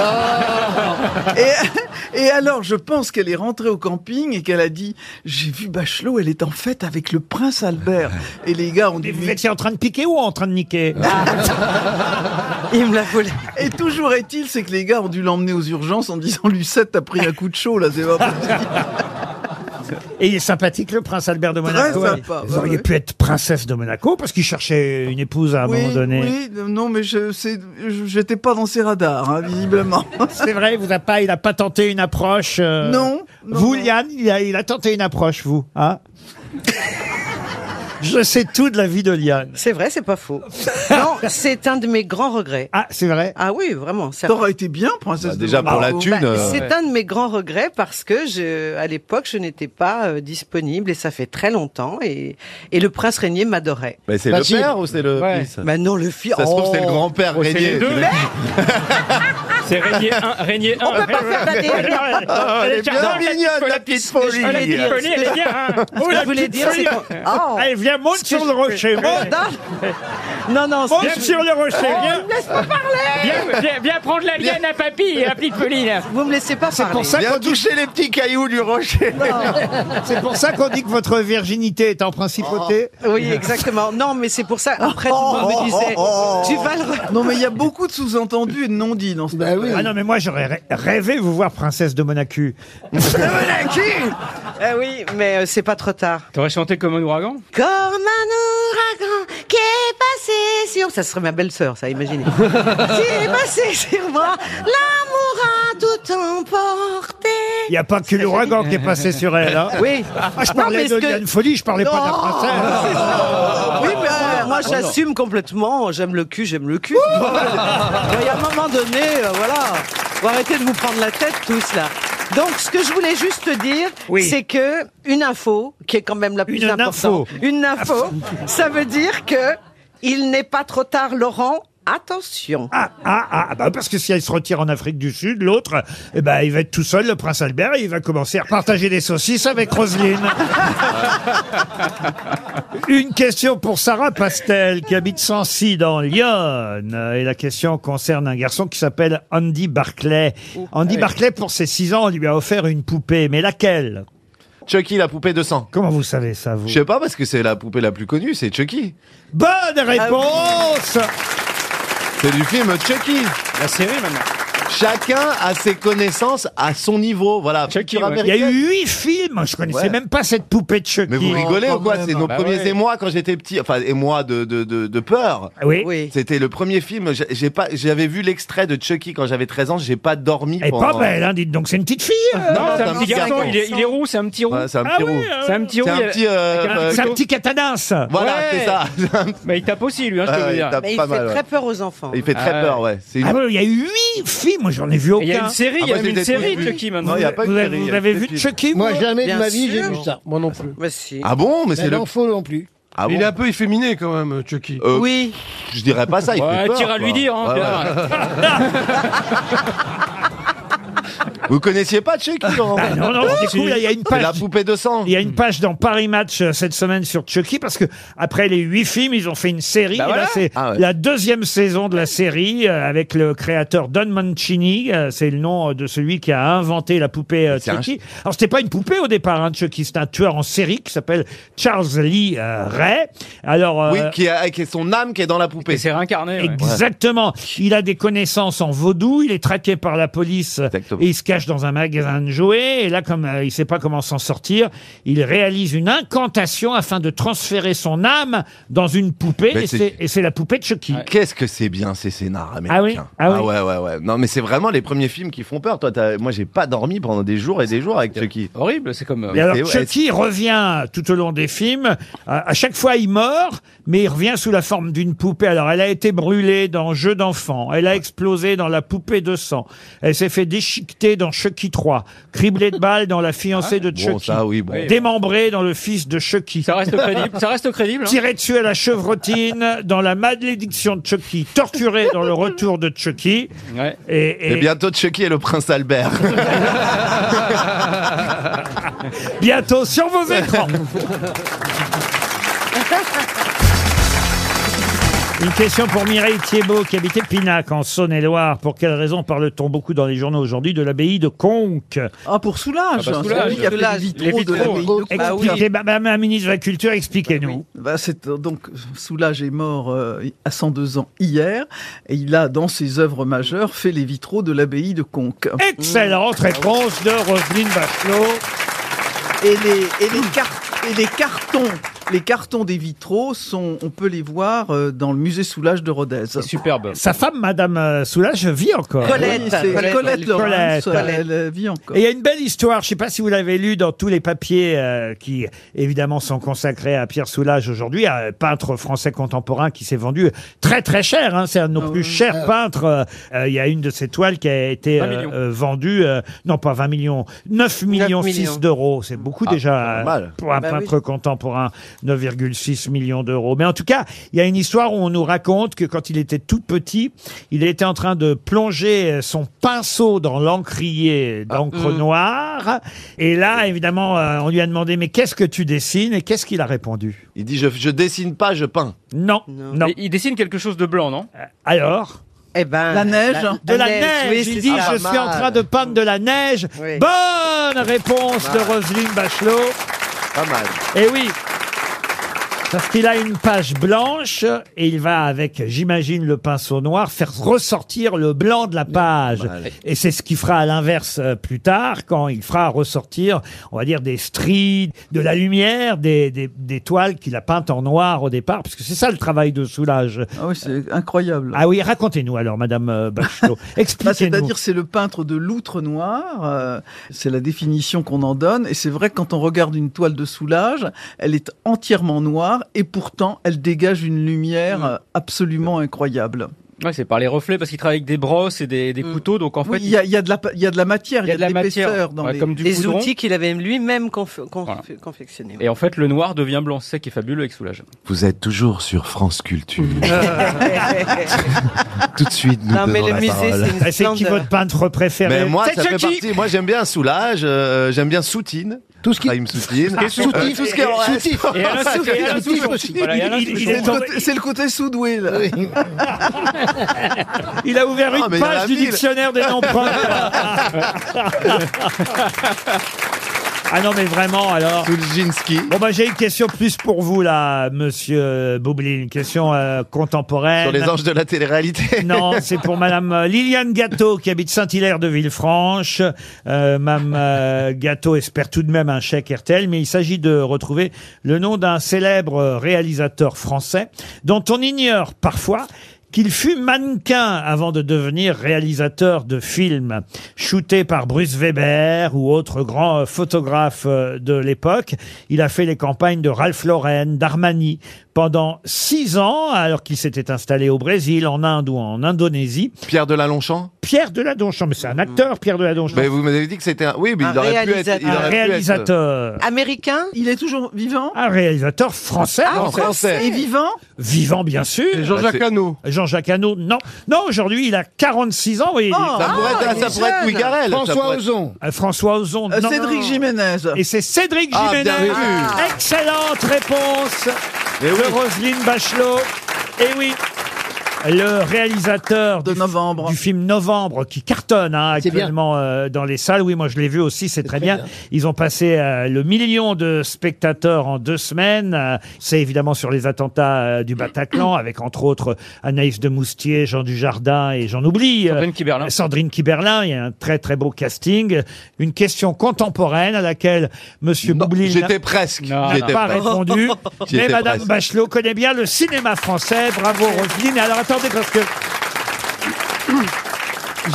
[SPEAKER 4] et, et alors, je pense qu'elle est rentrée au camping et qu'elle a dit J'ai vu Bachelot, elle est en fête avec le prince Albert. Et les gars ont dit
[SPEAKER 2] Et Vous
[SPEAKER 4] Mais-
[SPEAKER 2] étiez en train de piquer ou en train de niquer
[SPEAKER 4] Ah.
[SPEAKER 6] Il me l'a volé.
[SPEAKER 4] Et toujours est-il, c'est que les gars ont dû l'emmener aux urgences en disant Lucette, t'as pris un coup de chaud, là, c'est pas possible.
[SPEAKER 2] Et il est sympathique, le prince Albert de Monaco.
[SPEAKER 4] sympa,
[SPEAKER 2] Vous
[SPEAKER 4] ouais,
[SPEAKER 2] auriez
[SPEAKER 4] ouais.
[SPEAKER 2] pu être princesse de Monaco parce qu'il cherchait une épouse à un moment donné.
[SPEAKER 4] oui, non, mais je, c'est, je- j'étais pas dans ses radars, hein, visiblement.
[SPEAKER 2] C'est vrai, il vous a pas, il a pas tenté une approche. euh,
[SPEAKER 4] Non, non,
[SPEAKER 2] Vous,
[SPEAKER 4] non.
[SPEAKER 2] Liane, il a, il a tenté une approche, vous. Hein Je sais tout de la vie de Liane.
[SPEAKER 6] C'est vrai, c'est pas faux. Non, c'est un de mes grands regrets.
[SPEAKER 2] Ah, c'est vrai
[SPEAKER 6] Ah oui, vraiment. ça-
[SPEAKER 4] T'aurais été bien, princesse
[SPEAKER 8] Bah,
[SPEAKER 4] de
[SPEAKER 8] déjà, pour
[SPEAKER 4] Monaco.
[SPEAKER 8] la thune,
[SPEAKER 6] Bah,
[SPEAKER 8] euh,
[SPEAKER 6] c'est
[SPEAKER 8] ouais.
[SPEAKER 6] un de mes grands regrets parce que je, à l'époque, je n'étais pas euh, disponible et ça fait très longtemps et, et le prince régnier m'adorait.
[SPEAKER 8] Mais c'est le père ou c'est le fils
[SPEAKER 6] Bah non, le fils.
[SPEAKER 8] Ça se trouve, c'est le grand-père
[SPEAKER 6] Oh, c'est
[SPEAKER 8] Régnier,
[SPEAKER 6] les deux.
[SPEAKER 8] tu l'as dit.
[SPEAKER 5] C'est régnier 1, régnier 1.
[SPEAKER 6] On peut pas faire
[SPEAKER 5] Oh,
[SPEAKER 6] d'ADN.
[SPEAKER 8] Ah, elle est bien mignonne, la petite folie.
[SPEAKER 5] Elle est bien
[SPEAKER 8] Ce que
[SPEAKER 5] folie, elle est bien. hein.
[SPEAKER 6] Ce que
[SPEAKER 5] la
[SPEAKER 6] je voulais
[SPEAKER 5] petite
[SPEAKER 6] dire, c'est
[SPEAKER 5] folie. Ah. bah.
[SPEAKER 6] qu'on- Oh.
[SPEAKER 2] Ah. Allez, viens, monte sur le rocher. Monte,
[SPEAKER 6] Non, non, c'est-
[SPEAKER 2] monte sur le rocher.
[SPEAKER 6] Oh,
[SPEAKER 2] viens.
[SPEAKER 5] Viens, viens- viens prendre la liane à papy, la petite folie, là.
[SPEAKER 6] vous me laissez pas
[SPEAKER 2] C'est
[SPEAKER 6] parler.
[SPEAKER 2] pour ça qu'on
[SPEAKER 8] Viens
[SPEAKER 2] dit,
[SPEAKER 8] toucher les petits cailloux du rocher.
[SPEAKER 2] c'est pour ça qu'on dit que votre virginité est en principauté.
[SPEAKER 6] Oh, Oui, exactement. Non, mais c'est pour ça. Après, tout le
[SPEAKER 8] Oh,
[SPEAKER 6] monde me disait, tu vas le. re-
[SPEAKER 4] Oh, Non, mais il y a beaucoup de sous-entendus et de non-dits dans ce
[SPEAKER 3] Bah oui.
[SPEAKER 2] Ah non, mais moi, j'aurais rê- rêvé vous voir princesse de Monaco.
[SPEAKER 6] Ah oui, mais euh, c'est pas trop tard.
[SPEAKER 5] T'aurais chanté comme un ouragan
[SPEAKER 6] Comme un ouragan qui est passé sur... Ça serait ma belle-sœur, ça, imaginez. qui est passé sur moi, l'amour a tout emporté.
[SPEAKER 2] Il n'y a pas que l'ouragan qui est passé sur elle. hein.
[SPEAKER 6] Oui.
[SPEAKER 2] Ah, je
[SPEAKER 6] Non, mais
[SPEAKER 2] parlais
[SPEAKER 6] est-ce
[SPEAKER 2] de
[SPEAKER 6] que-
[SPEAKER 2] Liane Folie, je parlais pas de la princesse.
[SPEAKER 6] Oui, mais
[SPEAKER 8] Ah,
[SPEAKER 6] euh, moi, j'assume complètement. J'aime le cul, j'aime le cul. Il y a un moment donné, euh, voilà. Vous arrêtez de vous prendre la tête, tous, là. Donc, ce que je voulais juste dire,
[SPEAKER 2] Oui.
[SPEAKER 6] c'est que une info, qui est quand même la plus
[SPEAKER 2] Une
[SPEAKER 6] importante.
[SPEAKER 2] info.
[SPEAKER 6] Une info. ça veut dire que il n'est pas trop tard, Laurent. Attention.
[SPEAKER 2] Ah, ah, ah, ah, bah parce que si elle se retire en Afrique du Sud, l'autre, eh ben, il va être tout seul, le prince Albert, et il va commencer à partager des saucisses avec Roselyne. Une question pour Sarah Pastel, qui habite Sancy, dans l'Yonne. Et la question concerne un garçon qui s'appelle Andy Barclay. Andy Barclay, pour ses 6 ans, on lui a offert une poupée, mais laquelle
[SPEAKER 8] Chucky, la poupée de sang.
[SPEAKER 2] Comment vous savez ça, vous
[SPEAKER 8] Je sais pas, parce que c'est la poupée la plus connue, c'est Chucky.
[SPEAKER 2] Bonne réponse
[SPEAKER 8] C'est du film Chucky.
[SPEAKER 5] La série, maintenant.
[SPEAKER 8] Chacun a ses connaissances à son niveau. Voilà.
[SPEAKER 5] Chucky,
[SPEAKER 8] Culture
[SPEAKER 5] ouais.
[SPEAKER 2] Il y a
[SPEAKER 8] américaine.
[SPEAKER 2] eu huit films, je connaissais
[SPEAKER 8] Ouais.
[SPEAKER 2] même pas cette poupée de Chucky.
[SPEAKER 8] Mais vous rigolez ou quoi C'est nos
[SPEAKER 5] Bah
[SPEAKER 8] premiers
[SPEAKER 5] ouais.
[SPEAKER 8] émois quand j'étais petit. Enfin, émois de, de, de, de peur.
[SPEAKER 2] Ah Oui.
[SPEAKER 6] Oui.
[SPEAKER 8] C'était le premier film. J'ai- J'ai pas, j'avais vu l'extrait de Chucky quand j'avais 13 ans. J'ai pas dormi.
[SPEAKER 2] Elle est
[SPEAKER 8] pendant-
[SPEAKER 2] pas belle, hein, dites donc, c'est une petite fille. euh.
[SPEAKER 5] Non, c'est
[SPEAKER 8] non,
[SPEAKER 5] un petit
[SPEAKER 8] c'est un
[SPEAKER 5] garçon,
[SPEAKER 8] garçon.
[SPEAKER 5] il est, il est roux, c'est un petit roux.
[SPEAKER 8] Ouais, c'est un
[SPEAKER 2] Ah
[SPEAKER 8] petit
[SPEAKER 2] oui,
[SPEAKER 8] roux.
[SPEAKER 2] euh,
[SPEAKER 5] C'est un petit roux.
[SPEAKER 8] C'est
[SPEAKER 5] il
[SPEAKER 8] un
[SPEAKER 5] a-
[SPEAKER 8] petit. euh,
[SPEAKER 5] avec un
[SPEAKER 8] euh,
[SPEAKER 2] C'est un petit catanasse.
[SPEAKER 8] Voilà,
[SPEAKER 5] Ouais.
[SPEAKER 8] c'est ça.
[SPEAKER 5] Mais il tape aussi, lui, hein, je te
[SPEAKER 8] Ouais,
[SPEAKER 5] veux
[SPEAKER 8] il
[SPEAKER 5] dire.
[SPEAKER 8] tape.
[SPEAKER 6] Mais il
[SPEAKER 8] Ah,
[SPEAKER 6] fait
[SPEAKER 8] pas mal, ouais.
[SPEAKER 6] très peur aux enfants.
[SPEAKER 8] Il fait très
[SPEAKER 5] Ah ouais.
[SPEAKER 8] peur, ouais. C'est une-
[SPEAKER 2] Ah bon, il y a eu huit films, j'en ai vu
[SPEAKER 5] Et Il y a
[SPEAKER 2] aucun.
[SPEAKER 5] une série,
[SPEAKER 8] Ah,
[SPEAKER 5] il y
[SPEAKER 8] moi,
[SPEAKER 5] a
[SPEAKER 8] j'ai
[SPEAKER 5] même une
[SPEAKER 8] peut-être
[SPEAKER 5] série
[SPEAKER 8] vu.
[SPEAKER 5] de Chucky maintenant.
[SPEAKER 8] Non, il y a pas eu
[SPEAKER 2] Vous
[SPEAKER 8] de
[SPEAKER 2] avez,
[SPEAKER 8] série, il y
[SPEAKER 2] vous
[SPEAKER 8] a
[SPEAKER 2] avez
[SPEAKER 8] des
[SPEAKER 2] vu
[SPEAKER 8] films.
[SPEAKER 2] Chucky
[SPEAKER 3] Moi,
[SPEAKER 2] vous
[SPEAKER 3] jamais de
[SPEAKER 6] Bien
[SPEAKER 3] ma vie, j'ai
[SPEAKER 6] sûr.
[SPEAKER 3] vu ça.
[SPEAKER 7] Moi non plus.
[SPEAKER 6] Mais si.
[SPEAKER 8] Ah bon,
[SPEAKER 5] Ben
[SPEAKER 8] mais c'est
[SPEAKER 3] Mais
[SPEAKER 8] le.
[SPEAKER 3] non, faux non plus.
[SPEAKER 8] Ah bon
[SPEAKER 7] Il est un peu efféminé quand même, Chucky.
[SPEAKER 8] Euh,
[SPEAKER 6] Oui.
[SPEAKER 8] Je dirais pas ça. Il fait
[SPEAKER 5] Ouais,
[SPEAKER 8] peur,
[SPEAKER 5] tire à lui
[SPEAKER 8] quoi.
[SPEAKER 5] dire, hein,
[SPEAKER 8] Ouais, ouais.
[SPEAKER 5] Pierre.
[SPEAKER 8] Vous connaissiez pas Chucky Laurent
[SPEAKER 2] Bah Non, non, du coup, là, il y a une
[SPEAKER 8] C'est la
[SPEAKER 2] page.
[SPEAKER 8] poupée de sang. Mm.
[SPEAKER 2] Il y a une page dans Paris Match euh, cette semaine sur Chucky parce que après les huit films, ils ont fait une série.
[SPEAKER 5] Bah
[SPEAKER 2] Et là,
[SPEAKER 5] voilà.
[SPEAKER 2] c'est
[SPEAKER 8] Ah ouais.
[SPEAKER 2] la deuxième saison de la série euh, avec le créateur Don Mancini. euh, c'est le nom euh, de celui qui a inventé la poupée euh,
[SPEAKER 8] C'est un
[SPEAKER 2] Chucky. Alors c'était pas une poupée au départ, hein, Chucky. C'est un tueur en série qui s'appelle Charles Lee euh, Ray. Alors euh,
[SPEAKER 8] Oui, qui a, qui est son âme qui est dans la poupée.
[SPEAKER 5] Et c'est réincarné. ouais.
[SPEAKER 2] Exactement. Il a des connaissances en vaudou, il est traqué par la police euh,
[SPEAKER 8] Exactement.
[SPEAKER 2] et il se cache dans un magasin de jouets. Et là, comme euh, il sait pas comment s'en sortir, il réalise une incantation afin de transférer son âme dans une poupée.
[SPEAKER 8] Mais
[SPEAKER 2] Et
[SPEAKER 8] c'est-
[SPEAKER 2] c'est- et c'est la poupée de Chucky.
[SPEAKER 8] Qu'est-ce que c'est bien ces scénars américains.
[SPEAKER 2] Ah oui Ah oui.
[SPEAKER 8] ouais, ouais, ouais. Non, mais c'est vraiment les premiers films qui font peur. Toi, t'as- moi, j'ai pas dormi pendant des jours et des jours avec Chucky.
[SPEAKER 5] Horrible, c'est comme. euh,
[SPEAKER 2] Et alors
[SPEAKER 8] c'est- Ah, ouais,
[SPEAKER 2] Chucky revient tout au long des films. Euh, À chaque fois, il meurt, mais il revient sous la forme d'une poupée. Alors, elle a été brûlée dans Jeu d'enfant. Elle a explosé dans La poupée de sang. Elle s'est fait déchiqueter dans Chucky 3. Criblée de balles dans La fiancée de Chucky.
[SPEAKER 8] Ah. Bon, ça, oui, bon.
[SPEAKER 5] Oui.
[SPEAKER 2] démembré dans le fils de Chucky.
[SPEAKER 5] Ça reste crédible. Ça reste crédible. hein.
[SPEAKER 2] Tiré dessus à la chevrotine dans la malédiction de Chucky, torturé dans le retour de Chucky.
[SPEAKER 5] Ouais.
[SPEAKER 2] Et, et
[SPEAKER 8] Et bientôt Chucky et le prince Albert.
[SPEAKER 2] bientôt sur vos écrans. Une question pour Mireille Thiebaud qui habitait Pinac en Saône-et-Loire. Pour quelle raison parle-t-on beaucoup dans les journaux aujourd'hui de l'abbaye de Conques
[SPEAKER 4] Ah, pour Soulage.
[SPEAKER 5] Ah, bah,
[SPEAKER 4] hein,
[SPEAKER 5] Soulage,
[SPEAKER 4] c'est vrai, il y a fait
[SPEAKER 6] Soulage,
[SPEAKER 4] des vitraux
[SPEAKER 5] les
[SPEAKER 4] de
[SPEAKER 5] vitraux,
[SPEAKER 4] l'abbaye
[SPEAKER 6] ouais.
[SPEAKER 4] de Caux.
[SPEAKER 6] Bah oui.
[SPEAKER 2] Expliquez, madame la ministre de la Culture, expliquez-nous.
[SPEAKER 4] Bah, c'est euh, donc Soulage est mort euh, à 102 ans hier et il a dans ses œuvres majeures fait les vitraux de l'abbaye de Conques. Mmh.
[SPEAKER 2] Excellente réponse de Roselyne Bachelot.
[SPEAKER 4] Et les, et les car- et les cartons. Les cartons des vitraux sont, on peut les voir euh, dans le musée Soulage de Rodez.
[SPEAKER 2] superbe. Sa femme, Madame euh, Soulage, vit encore.
[SPEAKER 4] Colette. Oui, c'est Colette. Colette Laurence, elle, euh, vit encore.
[SPEAKER 2] Et il y a une belle histoire, je ne sais pas si vous l'avez lu dans tous les papiers euh, qui, évidemment, sont consacrés à Pierre Soulage aujourd'hui, un peintre français contemporain qui s'est vendu très très cher. hein. C'est un de
[SPEAKER 5] Ah
[SPEAKER 2] nos plus chers peintres. Euh, euh, Il y a une de ses toiles qui a été
[SPEAKER 5] 20
[SPEAKER 2] euh,
[SPEAKER 5] millions.
[SPEAKER 2] euh, vendue, euh, non pas 20 millions, 9 millions 6
[SPEAKER 5] millions.
[SPEAKER 2] d'euros. C'est beaucoup
[SPEAKER 5] Ah,
[SPEAKER 2] déjà
[SPEAKER 5] c'est
[SPEAKER 2] euh,
[SPEAKER 5] normal.
[SPEAKER 2] pour un
[SPEAKER 5] Bah
[SPEAKER 2] peintre contemporain, 9,6 millions d'euros. Mais en tout cas, il y a une histoire où on nous raconte que quand il était tout petit, il était en train de plonger euh, son pinceau dans l'encrier d'encre
[SPEAKER 5] Mm.
[SPEAKER 2] noire. Et là, évidemment, euh, on lui a demandé mais qu'est-ce que tu dessines Et qu'est-ce qu'il a répondu
[SPEAKER 8] Il dit je, je dessine pas, je peins.
[SPEAKER 2] Non, non.
[SPEAKER 5] Il dessine quelque chose de blanc, non
[SPEAKER 2] Alors
[SPEAKER 6] Eh ben,
[SPEAKER 5] La neige.
[SPEAKER 2] de la neige.
[SPEAKER 5] oui, c'est
[SPEAKER 2] il dit
[SPEAKER 5] ça.
[SPEAKER 2] je
[SPEAKER 8] Ah,
[SPEAKER 5] Pas
[SPEAKER 2] suis en
[SPEAKER 5] mal.
[SPEAKER 2] train de peindre de la neige.
[SPEAKER 5] Oui.
[SPEAKER 2] Bonne réponse
[SPEAKER 5] Pas mal.
[SPEAKER 2] de Roselyne Bachelot.
[SPEAKER 8] Pas mal.
[SPEAKER 2] Et oui. Parce qu'il a une page blanche et il va avec, j'imagine, le pinceau noir faire ressortir le blanc de la page. Et c'est ce qu'il fera à l'inverse euh, plus tard quand il fera ressortir, on va dire, des stries, de la lumière, des, des- des toiles qu'il a peintes en noir au départ, parce que c'est ça le travail de Soulage.
[SPEAKER 4] Ah oui, c'est incroyable.
[SPEAKER 2] Ah oui, racontez-nous alors, Madame euh, Bachelot.
[SPEAKER 4] Bah,
[SPEAKER 2] Expliquez-nous.
[SPEAKER 4] C'est-à-dire c'est le peintre de l'outre noir, euh, c'est la définition qu'on en donne, et c'est vrai que quand on regarde une toile de soulage, elle est entièrement noire, et pourtant elle dégage une lumière euh, absolument incroyable.
[SPEAKER 5] Ouais, c'est par les reflets parce qu'il travaille avec des brosses et des, des couteaux, donc en fait.
[SPEAKER 4] Oui, il y a, il y a de la, il y a de la matière, il y a de l'épaisseur dans
[SPEAKER 5] ouais,
[SPEAKER 4] les...
[SPEAKER 5] comme du
[SPEAKER 6] les
[SPEAKER 5] goudron.
[SPEAKER 6] outils qu'il avait lui-même conf- conf-
[SPEAKER 5] Voilà.
[SPEAKER 6] confectionnés.
[SPEAKER 5] Et en fait, le noir devient blanc. C'est ça qui est fabuleux avec Soulage.
[SPEAKER 8] Vous êtes toujours sur France Culture.
[SPEAKER 2] Euh.
[SPEAKER 8] Tout de suite, nous
[SPEAKER 5] Non, mais
[SPEAKER 8] donnons
[SPEAKER 5] le
[SPEAKER 8] la
[SPEAKER 5] musée,
[SPEAKER 8] parole.
[SPEAKER 5] c'est une
[SPEAKER 2] Eh, Bah, C'est qui votre peintre préféré
[SPEAKER 8] Mais moi, ça
[SPEAKER 2] C'est
[SPEAKER 8] fait
[SPEAKER 2] Chucky.
[SPEAKER 8] partie. Moi, j'aime bien Soulage, euh, j'aime bien Soutine.
[SPEAKER 3] Tout ce qui.
[SPEAKER 8] Raïm Soutine.
[SPEAKER 3] Et Soutif.
[SPEAKER 8] Euh, tout ce qui est en reste.
[SPEAKER 3] Soutif.
[SPEAKER 5] Et Alain Souchon- et Alain Souchon aussi. Voilà, et Alain
[SPEAKER 2] Il- il- il
[SPEAKER 5] Souchon.
[SPEAKER 2] est tombé-
[SPEAKER 4] C'est le côté soudoué, là.
[SPEAKER 2] Il a ouvert
[SPEAKER 8] Ah,
[SPEAKER 2] une
[SPEAKER 8] mais il y en a
[SPEAKER 2] page du
[SPEAKER 8] mille.
[SPEAKER 2] dictionnaire des noms propres. Ah non, mais vraiment, alors. Bon, bah, j'ai une question plus pour vous, là, monsieur Boublil. Une question euh, contemporaine.
[SPEAKER 8] Sur les anges de la télé-réalité.
[SPEAKER 2] Non, c'est pour madame euh, Liliane Gâteau qui habite Saint-Hilaire de Villefranche. Euh, madame euh, Gâteau espère tout de même un chèque RTL, mais il s'agit de retrouver le nom d'un célèbre euh, réalisateur français dont on ignore parfois qu'il fut mannequin avant de devenir réalisateur de films, shooté par Bruce Weber ou autre grand euh, photographe euh, de l'époque. Il a fait les campagnes de Ralph Lauren, d'Armani pendant six ans, alors qu'il s'était installé au Brésil, en Inde ou en Indonésie.
[SPEAKER 8] Pierre de la Longchamp
[SPEAKER 2] Pierre de la Donchamp, mais c'est un acteur, Pierre de la Donchamp.
[SPEAKER 8] Mais vous m'avez dit que c'était un. Oui, mais
[SPEAKER 6] Un
[SPEAKER 8] il aurait pu
[SPEAKER 6] réalisateur.
[SPEAKER 8] être. il
[SPEAKER 2] un
[SPEAKER 8] aurait pu être- euh,
[SPEAKER 2] réalisateur.
[SPEAKER 6] Américain
[SPEAKER 4] Il est toujours vivant
[SPEAKER 2] Un Ah, réalisateur français.
[SPEAKER 8] Ah,
[SPEAKER 2] français.
[SPEAKER 8] français.
[SPEAKER 4] Et vivant
[SPEAKER 2] Vivant, bien sûr.
[SPEAKER 7] Jean-Jacques
[SPEAKER 8] Bah,
[SPEAKER 7] Hano.
[SPEAKER 2] Jean-Jacques Hano, non. Non, aujourd'hui, il a 46 ans.
[SPEAKER 4] Oh,
[SPEAKER 2] Oui,
[SPEAKER 8] Ça
[SPEAKER 4] ah,
[SPEAKER 8] pourrait être, ça pourrait être Louis Garrel. ça
[SPEAKER 3] François
[SPEAKER 8] pourrait être-
[SPEAKER 3] Ozon.
[SPEAKER 2] Euh, François Ozon,
[SPEAKER 4] Euh,
[SPEAKER 2] non.
[SPEAKER 4] Cédric Jiménez.
[SPEAKER 2] Et c'est Cédric
[SPEAKER 8] Ah,
[SPEAKER 2] Jiménez.
[SPEAKER 8] bien vu.
[SPEAKER 2] Excellente réponse
[SPEAKER 8] Eh
[SPEAKER 2] de
[SPEAKER 8] oui.
[SPEAKER 2] Roselyne Bachelot. Et oui. Le réalisateur
[SPEAKER 4] De
[SPEAKER 2] du-
[SPEAKER 4] novembre.
[SPEAKER 2] du film Novembre qui cartonne hein,
[SPEAKER 3] C'est bien.
[SPEAKER 2] actuellement euh, dans les salles. Oui, moi je l'ai vu aussi, c'est très,
[SPEAKER 3] très
[SPEAKER 2] bien.
[SPEAKER 3] bien.
[SPEAKER 2] Ils ont passé euh, le million de spectateurs en deux semaines. Euh, c'est évidemment sur les attentats euh, du Bataclan, avec entre autres Anaïs de Moustier, Jean Dujardin et j'en oublie. euh,
[SPEAKER 5] Sandrine Kiberlin.
[SPEAKER 2] Sandrine Kiberlin, il y a un très très beau casting. Une question contemporaine à laquelle Monsieur
[SPEAKER 8] Non,
[SPEAKER 2] Boublil n'a
[SPEAKER 8] J'étais presque.
[SPEAKER 5] Non,
[SPEAKER 8] J'étais
[SPEAKER 2] pas
[SPEAKER 8] presque.
[SPEAKER 2] répondu.
[SPEAKER 8] J'y
[SPEAKER 2] Mais
[SPEAKER 8] étais
[SPEAKER 2] Madame
[SPEAKER 8] presque.
[SPEAKER 2] Bachelot connaît bien le cinéma français. Bravo Roselyne. Alors attendez parce que.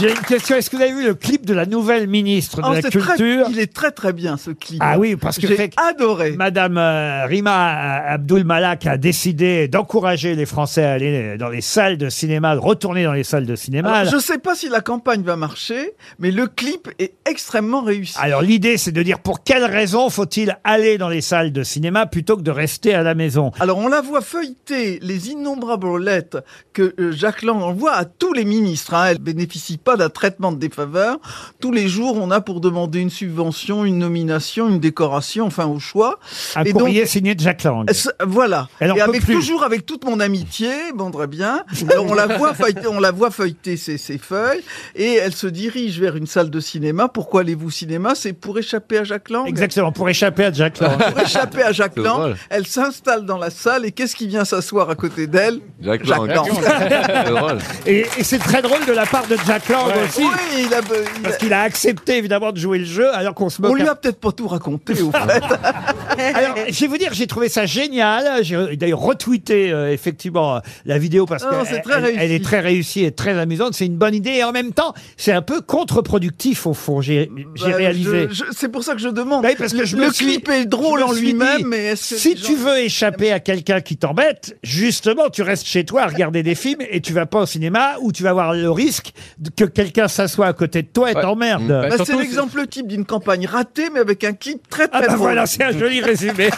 [SPEAKER 2] J'ai une question. Est-ce que vous avez vu le clip de la nouvelle ministre de
[SPEAKER 4] Oh,
[SPEAKER 2] la
[SPEAKER 4] c'est très-
[SPEAKER 2] Culture
[SPEAKER 4] il est très très bien ce clip.
[SPEAKER 2] Ah oui, parce que
[SPEAKER 4] j'ai
[SPEAKER 2] c'est-
[SPEAKER 4] adoré.
[SPEAKER 2] Madame euh, Rima euh, Abdul Malak a décidé d'encourager les Français à aller dans les salles de cinéma, de retourner dans les salles de cinéma.
[SPEAKER 4] Alors, je ne sais pas si la campagne va marcher, mais le clip est extrêmement réussi.
[SPEAKER 2] Alors l'idée, c'est de dire pour quelles raisons faut-il aller dans les salles de cinéma plutôt que de rester à la maison.
[SPEAKER 4] Alors on la voit feuilleter les innombrables lettres que euh, Jacques Lang envoie à tous les ministres. hein. Elle bénéficie pas d'un traitement de défaveur. Tous les jours, on a pour demander une subvention, une nomination, une décoration, enfin au choix.
[SPEAKER 2] Un
[SPEAKER 4] Et donc,
[SPEAKER 2] courrier signé de Jacques Lang.
[SPEAKER 4] Ce- Voilà.
[SPEAKER 2] Elle en
[SPEAKER 4] et
[SPEAKER 2] peut
[SPEAKER 4] avec
[SPEAKER 2] plus.
[SPEAKER 4] toujours avec toute mon amitié, bon très bien. Alors on la voit feuilleter, on la voit feuilleter ses, ses feuilles et elle se dirige vers une salle de cinéma. Pourquoi allez-vous au cinéma C'est pour échapper à Jacques Lang.
[SPEAKER 2] Exactement, pour échapper à Jacques Lang.
[SPEAKER 4] Pour échapper à Jacques
[SPEAKER 8] C'est
[SPEAKER 4] Lang,
[SPEAKER 8] drôle.
[SPEAKER 4] elle s'installe dans la salle et qu'est-ce qui vient s'asseoir à côté d'elle
[SPEAKER 8] Jacques
[SPEAKER 4] Jacques
[SPEAKER 8] Lang.
[SPEAKER 4] Lang.
[SPEAKER 8] C'est drôle.
[SPEAKER 2] Et, et c'est très drôle de la part de Jack Hollande
[SPEAKER 4] Ouais.
[SPEAKER 2] aussi.
[SPEAKER 4] Oui, il a- il a-
[SPEAKER 2] Parce qu'il a accepté évidemment de jouer le jeu alors qu'on se moque.
[SPEAKER 4] On lui
[SPEAKER 2] un
[SPEAKER 4] a peut-être pas tout raconté, au fait.
[SPEAKER 2] Alors, je vais vous dire, j'ai trouvé ça génial. J'ai d'ailleurs retweeté euh, effectivement euh, la vidéo parce
[SPEAKER 4] Non,
[SPEAKER 2] que
[SPEAKER 4] Oh, c'est
[SPEAKER 2] elle,
[SPEAKER 4] très
[SPEAKER 2] elle-
[SPEAKER 4] réussi.
[SPEAKER 2] elle est très réussie et très amusante. C'est une bonne idée et en même temps, c'est un peu contre-productif au fond. J'ai j'ai
[SPEAKER 4] Bah,
[SPEAKER 2] réalisé.
[SPEAKER 4] je- je- C'est pour ça que je demande.
[SPEAKER 2] Oui, parce que je
[SPEAKER 4] le
[SPEAKER 2] me suis-
[SPEAKER 4] clip est drôle
[SPEAKER 2] je me
[SPEAKER 4] en
[SPEAKER 2] suis dit,
[SPEAKER 4] lui-même, mais est-ce que
[SPEAKER 2] si
[SPEAKER 4] les
[SPEAKER 2] tu veux échapper à quelqu'un qui t'embête, justement, tu restes chez toi à regarder des films et tu vas pas au cinéma où tu vas avoir le risque de- que quelqu'un s'assoie à côté de toi et t'emmerde.
[SPEAKER 4] Bah, c'est l'exemple type d'une campagne ratée, mais avec un clip très très
[SPEAKER 2] Ah bah
[SPEAKER 4] drôle.
[SPEAKER 2] voilà, c'est un joli résumé.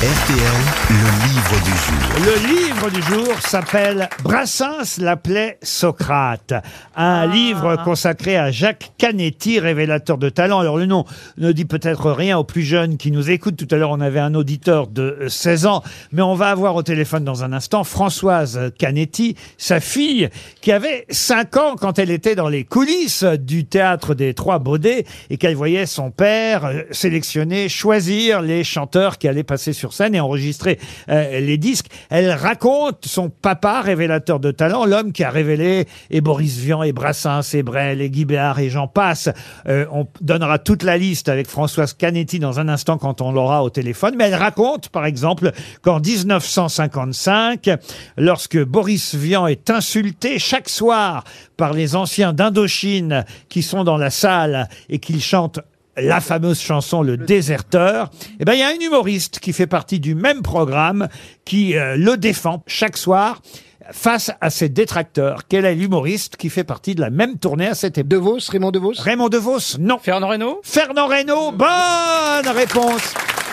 [SPEAKER 1] RTL, le livre du jour.
[SPEAKER 2] Le livre du jour s'appelle Brassens l'appelait Socrate. Un livre consacré à Jacques Canetti, révélateur de talent. Alors le nom ne dit peut-être rien aux plus jeunes qui nous écoutent. Tout à l'heure, on avait un auditeur de euh, 16 ans, mais on va avoir au téléphone dans un instant Françoise Canetti, sa fille, qui avait 5 ans quand elle était dans les coulisses du théâtre des Trois Baudets et qu'elle voyait son père euh, sélectionner, choisir les chanteurs qui allaient passer sur scène et enregistrer euh, les disques. Elle raconte son papa, révélateur de talent, l'homme qui a révélé et Boris Vian, et Brassens, et Brel, et Guy Béard, et j'en passe. Euh, on donnera toute la liste avec Françoise Canetti dans un instant quand on l'aura au téléphone. Mais elle raconte, par exemple, qu'en 1955, lorsque Boris Vian est insulté chaque soir par les anciens d'Indochine qui sont dans la salle et qu'ils chantent la fameuse chanson Le Déserteur, eh ben, il y a un humoriste qui fait partie du même programme qui euh, le défend chaque soir face à ses détracteurs. Quel est l'humoriste qui fait partie de la même tournée à cette époque DeVos, Raymond DeVos Raymond DeVos, non. Fernand Reynaud Fernand Reynaud, bonne réponse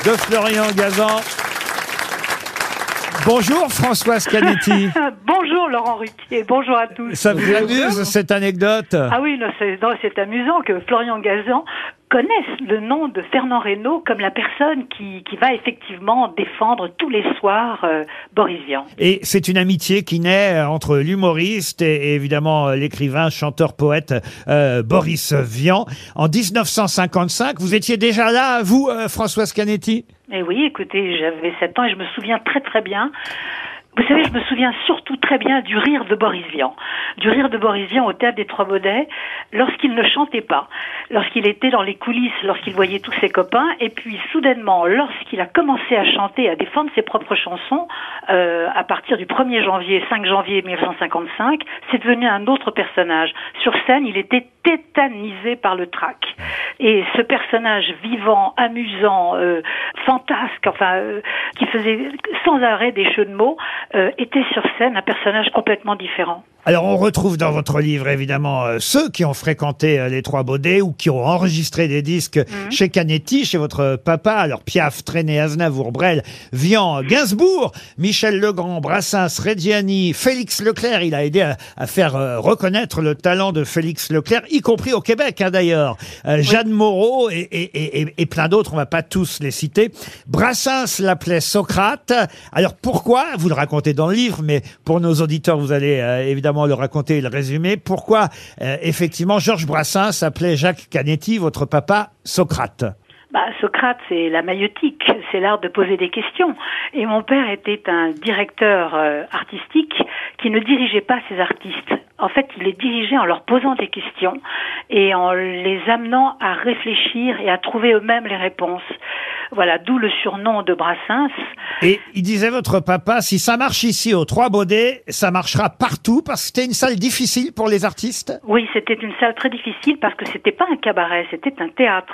[SPEAKER 2] de Florian Gazan. Bonjour Françoise Canetti.
[SPEAKER 14] bonjour Laurent Ruquier, bonjour à tous.
[SPEAKER 2] Ça vous amuse cette anecdote
[SPEAKER 14] Ah oui, non, c'est non, c'est amusant que Florian Gazan connaisse le nom de Fernand Reynaud comme la personne qui, qui va effectivement défendre tous les soirs euh, Boris Vian.
[SPEAKER 2] Et c'est une amitié qui naît euh, entre l'humoriste et, et évidemment euh, l'écrivain, chanteur, poète euh, Boris Vian. En 1955, vous étiez déjà là, vous, euh, Françoise Canetti
[SPEAKER 14] Mais oui, écoutez, j'avais 7 ans et je me souviens très très bien. Vous savez, je me souviens surtout très bien du rire de Boris Vian, du rire de Boris Vian au théâtre des Trois Baudets, lorsqu'il ne chantait pas, lorsqu'il était dans les coulisses, lorsqu'il voyait tous ses copains, et puis soudainement, lorsqu'il a commencé à chanter, à défendre ses propres chansons, euh, à partir du 1er janvier, 5 janvier 1955, c'est devenu un autre personnage. Sur scène, il était tétanisé par le trac. Et ce personnage vivant, amusant, euh, fantasque, enfin, euh, qui faisait sans arrêt des jeux de mots, euh, était sur scène un personnage complètement différent.
[SPEAKER 2] Alors on retrouve dans votre livre évidemment euh, ceux qui ont fréquenté euh, les Trois Baudets ou qui ont enregistré des disques chez Canetti, chez votre euh, papa. Alors Piaf, Trenet, Aznavour, Brel, Vian, Gainsbourg, Michel Legrand, Brassens, Reggiani, Félix Leclerc. Il a aidé à, à faire euh, reconnaître le talent de Félix Leclerc, y compris au Québec hein, d'ailleurs. Euh, Jeanne Moreau et, et- et- et- et plein d'autres, on va pas tous les citer. Brassens l'appelait Socrate. Alors pourquoi Vous le racontez dans le livre, mais pour nos auditeurs, vous allez euh, évidemment le raconter et le résumer. Pourquoi euh, effectivement Georges Brassens appelait Jacques Canetti, votre papa, Socrate
[SPEAKER 14] Bah, Socrate, c'est la maïotique, c'est l'art de poser des questions. Et mon père était un directeur euh, artistique qui ne dirigeait pas ses artistes. En fait, il les dirigeait en leur posant des questions et en les amenant à réfléchir et à trouver eux-mêmes les réponses. Voilà, d'où le surnom de Brassens.
[SPEAKER 2] Et il disait votre papa, si ça marche ici aux Trois Baudets, ça marchera partout parce que c'était une salle difficile pour les artistes.
[SPEAKER 14] Oui, c'était une salle très difficile parce que c'était pas un cabaret, c'était un théâtre.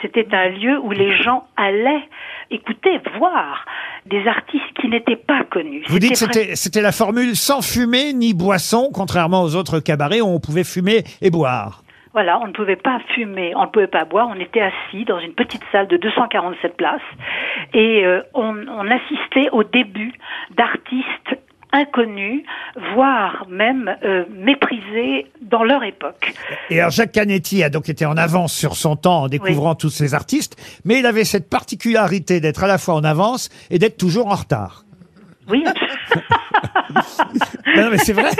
[SPEAKER 14] C'était un lieu où les gens allaient écouter, voir des artistes qui n'étaient pas connus.
[SPEAKER 2] Vous dites que
[SPEAKER 14] vrai-
[SPEAKER 2] c'était- c'était la formule sans fumée ni boisson, contrairement aux autres cabarets où on pouvait fumer et boire.
[SPEAKER 14] Voilà, on ne pouvait pas fumer, on ne pouvait pas boire, on était assis dans une petite salle de 247 places et euh, on, on assistait au début d'artistes inconnus, voire même euh, méprisés dans leur époque.
[SPEAKER 2] Et alors Jacques Canetti a donc été en avance sur son temps en découvrant tous ces artistes, mais il avait cette particularité d'être à la fois en avance et d'être toujours en retard.
[SPEAKER 14] Oui,
[SPEAKER 2] Non, mais c'est vrai.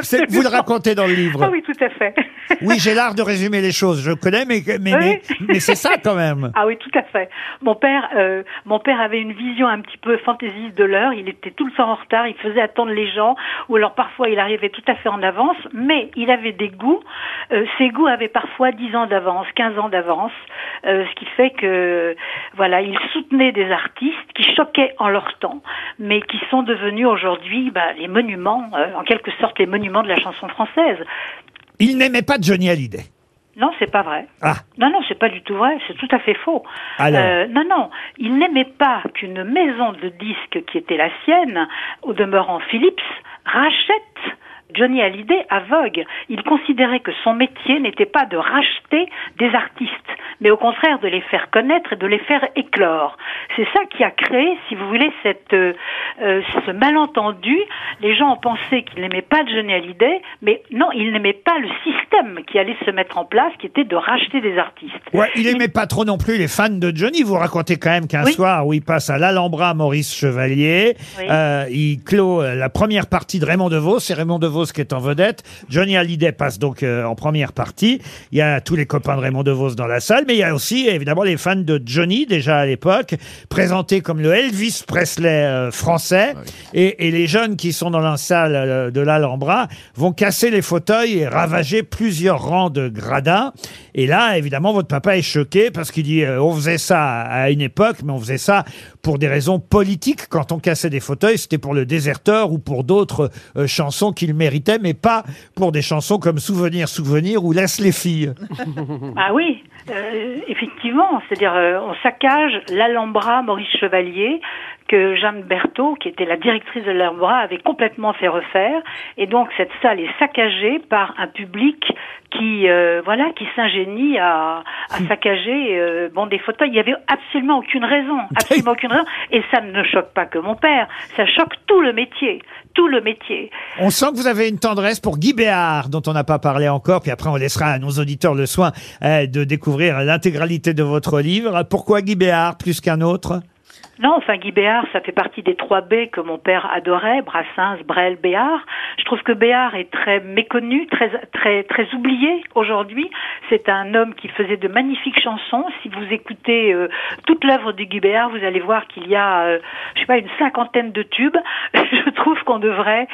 [SPEAKER 2] C'est- vous le racontez dans le livre.
[SPEAKER 14] Ah oui, tout à fait.
[SPEAKER 2] Oui, j'ai l'art de résumer les choses, je connais, mais, mais,
[SPEAKER 14] Oui.
[SPEAKER 2] mais, mais c'est ça quand même.
[SPEAKER 14] Ah oui, tout à fait. Mon père, euh, mon père avait une vision un petit peu fantaisiste de l'heure. Il était tout le temps en retard. Il faisait attendre les gens, ou alors parfois il arrivait tout à fait en avance. Mais il avait des goûts. Euh, ses goûts avaient parfois 10 ans d'avance, 15 ans d'avance, euh, ce qui fait que voilà, il soutenait des artistes qui choquaient en leur temps, mais qui sont devenus aujourd'hui bah, les monuments, euh, en quelque sorte les monuments de la chanson française.
[SPEAKER 2] Il n'aimait pas Johnny Hallyday.
[SPEAKER 14] Non, c'est pas vrai.
[SPEAKER 2] Ah.
[SPEAKER 14] Non, non, c'est pas du tout vrai, c'est tout à fait faux.
[SPEAKER 2] Alors
[SPEAKER 14] Euh, non, non, il n'aimait pas qu'une maison de disques qui était la sienne, au demeurant Philips, rachète Johnny Hallyday à Vogue. Il considérait que son métier n'était pas de racheter des artistes, mais au contraire de les faire connaître et de les faire éclore. C'est ça qui a créé, si vous voulez, cette, euh, euh, ce malentendu. Les gens ont pensé qu'il n'aimait pas Johnny Hallyday, mais non, il n'aimait pas le système qui allait se mettre en place, qui était de racheter des artistes.
[SPEAKER 2] Ouais, il aimait pas trop non plus les fans de Johnny. Vous racontez quand même qu'un soir où il passe à l'Alhambra Maurice Chevalier,
[SPEAKER 14] Oui.
[SPEAKER 2] euh, il clôt euh, la première partie de Raymond DeVos. C'est Raymond DeVos qui est en vedette. Johnny Hallyday passe donc euh, en première partie. Il y a tous les copains de Raymond DeVos dans la salle, mais il y a aussi évidemment les fans de Johnny déjà à l'époque, présenté comme le Elvis Presley euh, français. Et, et les jeunes qui sont dans la salle euh, de l'Alhambra vont casser les fauteuils et ravager plusieurs rangs de gradins. Et là, évidemment, votre papa est choqué parce qu'il dit euh, on faisait ça à une époque, mais on faisait ça pour des raisons politiques. Quand on cassait des fauteuils, c'était pour le déserteur ou pour d'autres euh, chansons qu'il méritait, mais pas pour des chansons comme Souvenir, Souvenir ou Laisse les filles.
[SPEAKER 14] Ah oui, euh, effectivement. C'est-à-dire, euh, on saccage l'Alhambra Maurice Chevalier, que Jeanne Berthaud, qui était la directrice de l'Alhambra, avait complètement fait refaire. Et donc, cette salle est saccagée par un public qui, euh, voilà, qui s'ingénie à, à saccager euh, bon, des fauteuils. Il n'y avait absolument aucune raison. Absolument aucune raison. Et ça ne choque pas que mon père. Ça choque tout le métier. Tout le métier.
[SPEAKER 2] On sent que vous avez une tendresse pour Guy Béard, dont on n'a pas parlé encore, puis après on laissera à nos auditeurs le soin euh, de découvrir l'intégralité de votre livre. Pourquoi Guy Béard plus qu'un autre
[SPEAKER 14] Non, enfin Guy Béard, ça fait partie des trois B que mon père adorait, Brassens, Brel, Béard. Je trouve que Béard est très méconnu, très très très oublié aujourd'hui. C'est un homme qui faisait de magnifiques chansons. Si vous écoutez euh, toute l'œuvre de Guy Béard, vous allez voir qu'il y a, euh, je sais pas, une cinquantaine de tubes. je trouve qu'on devrait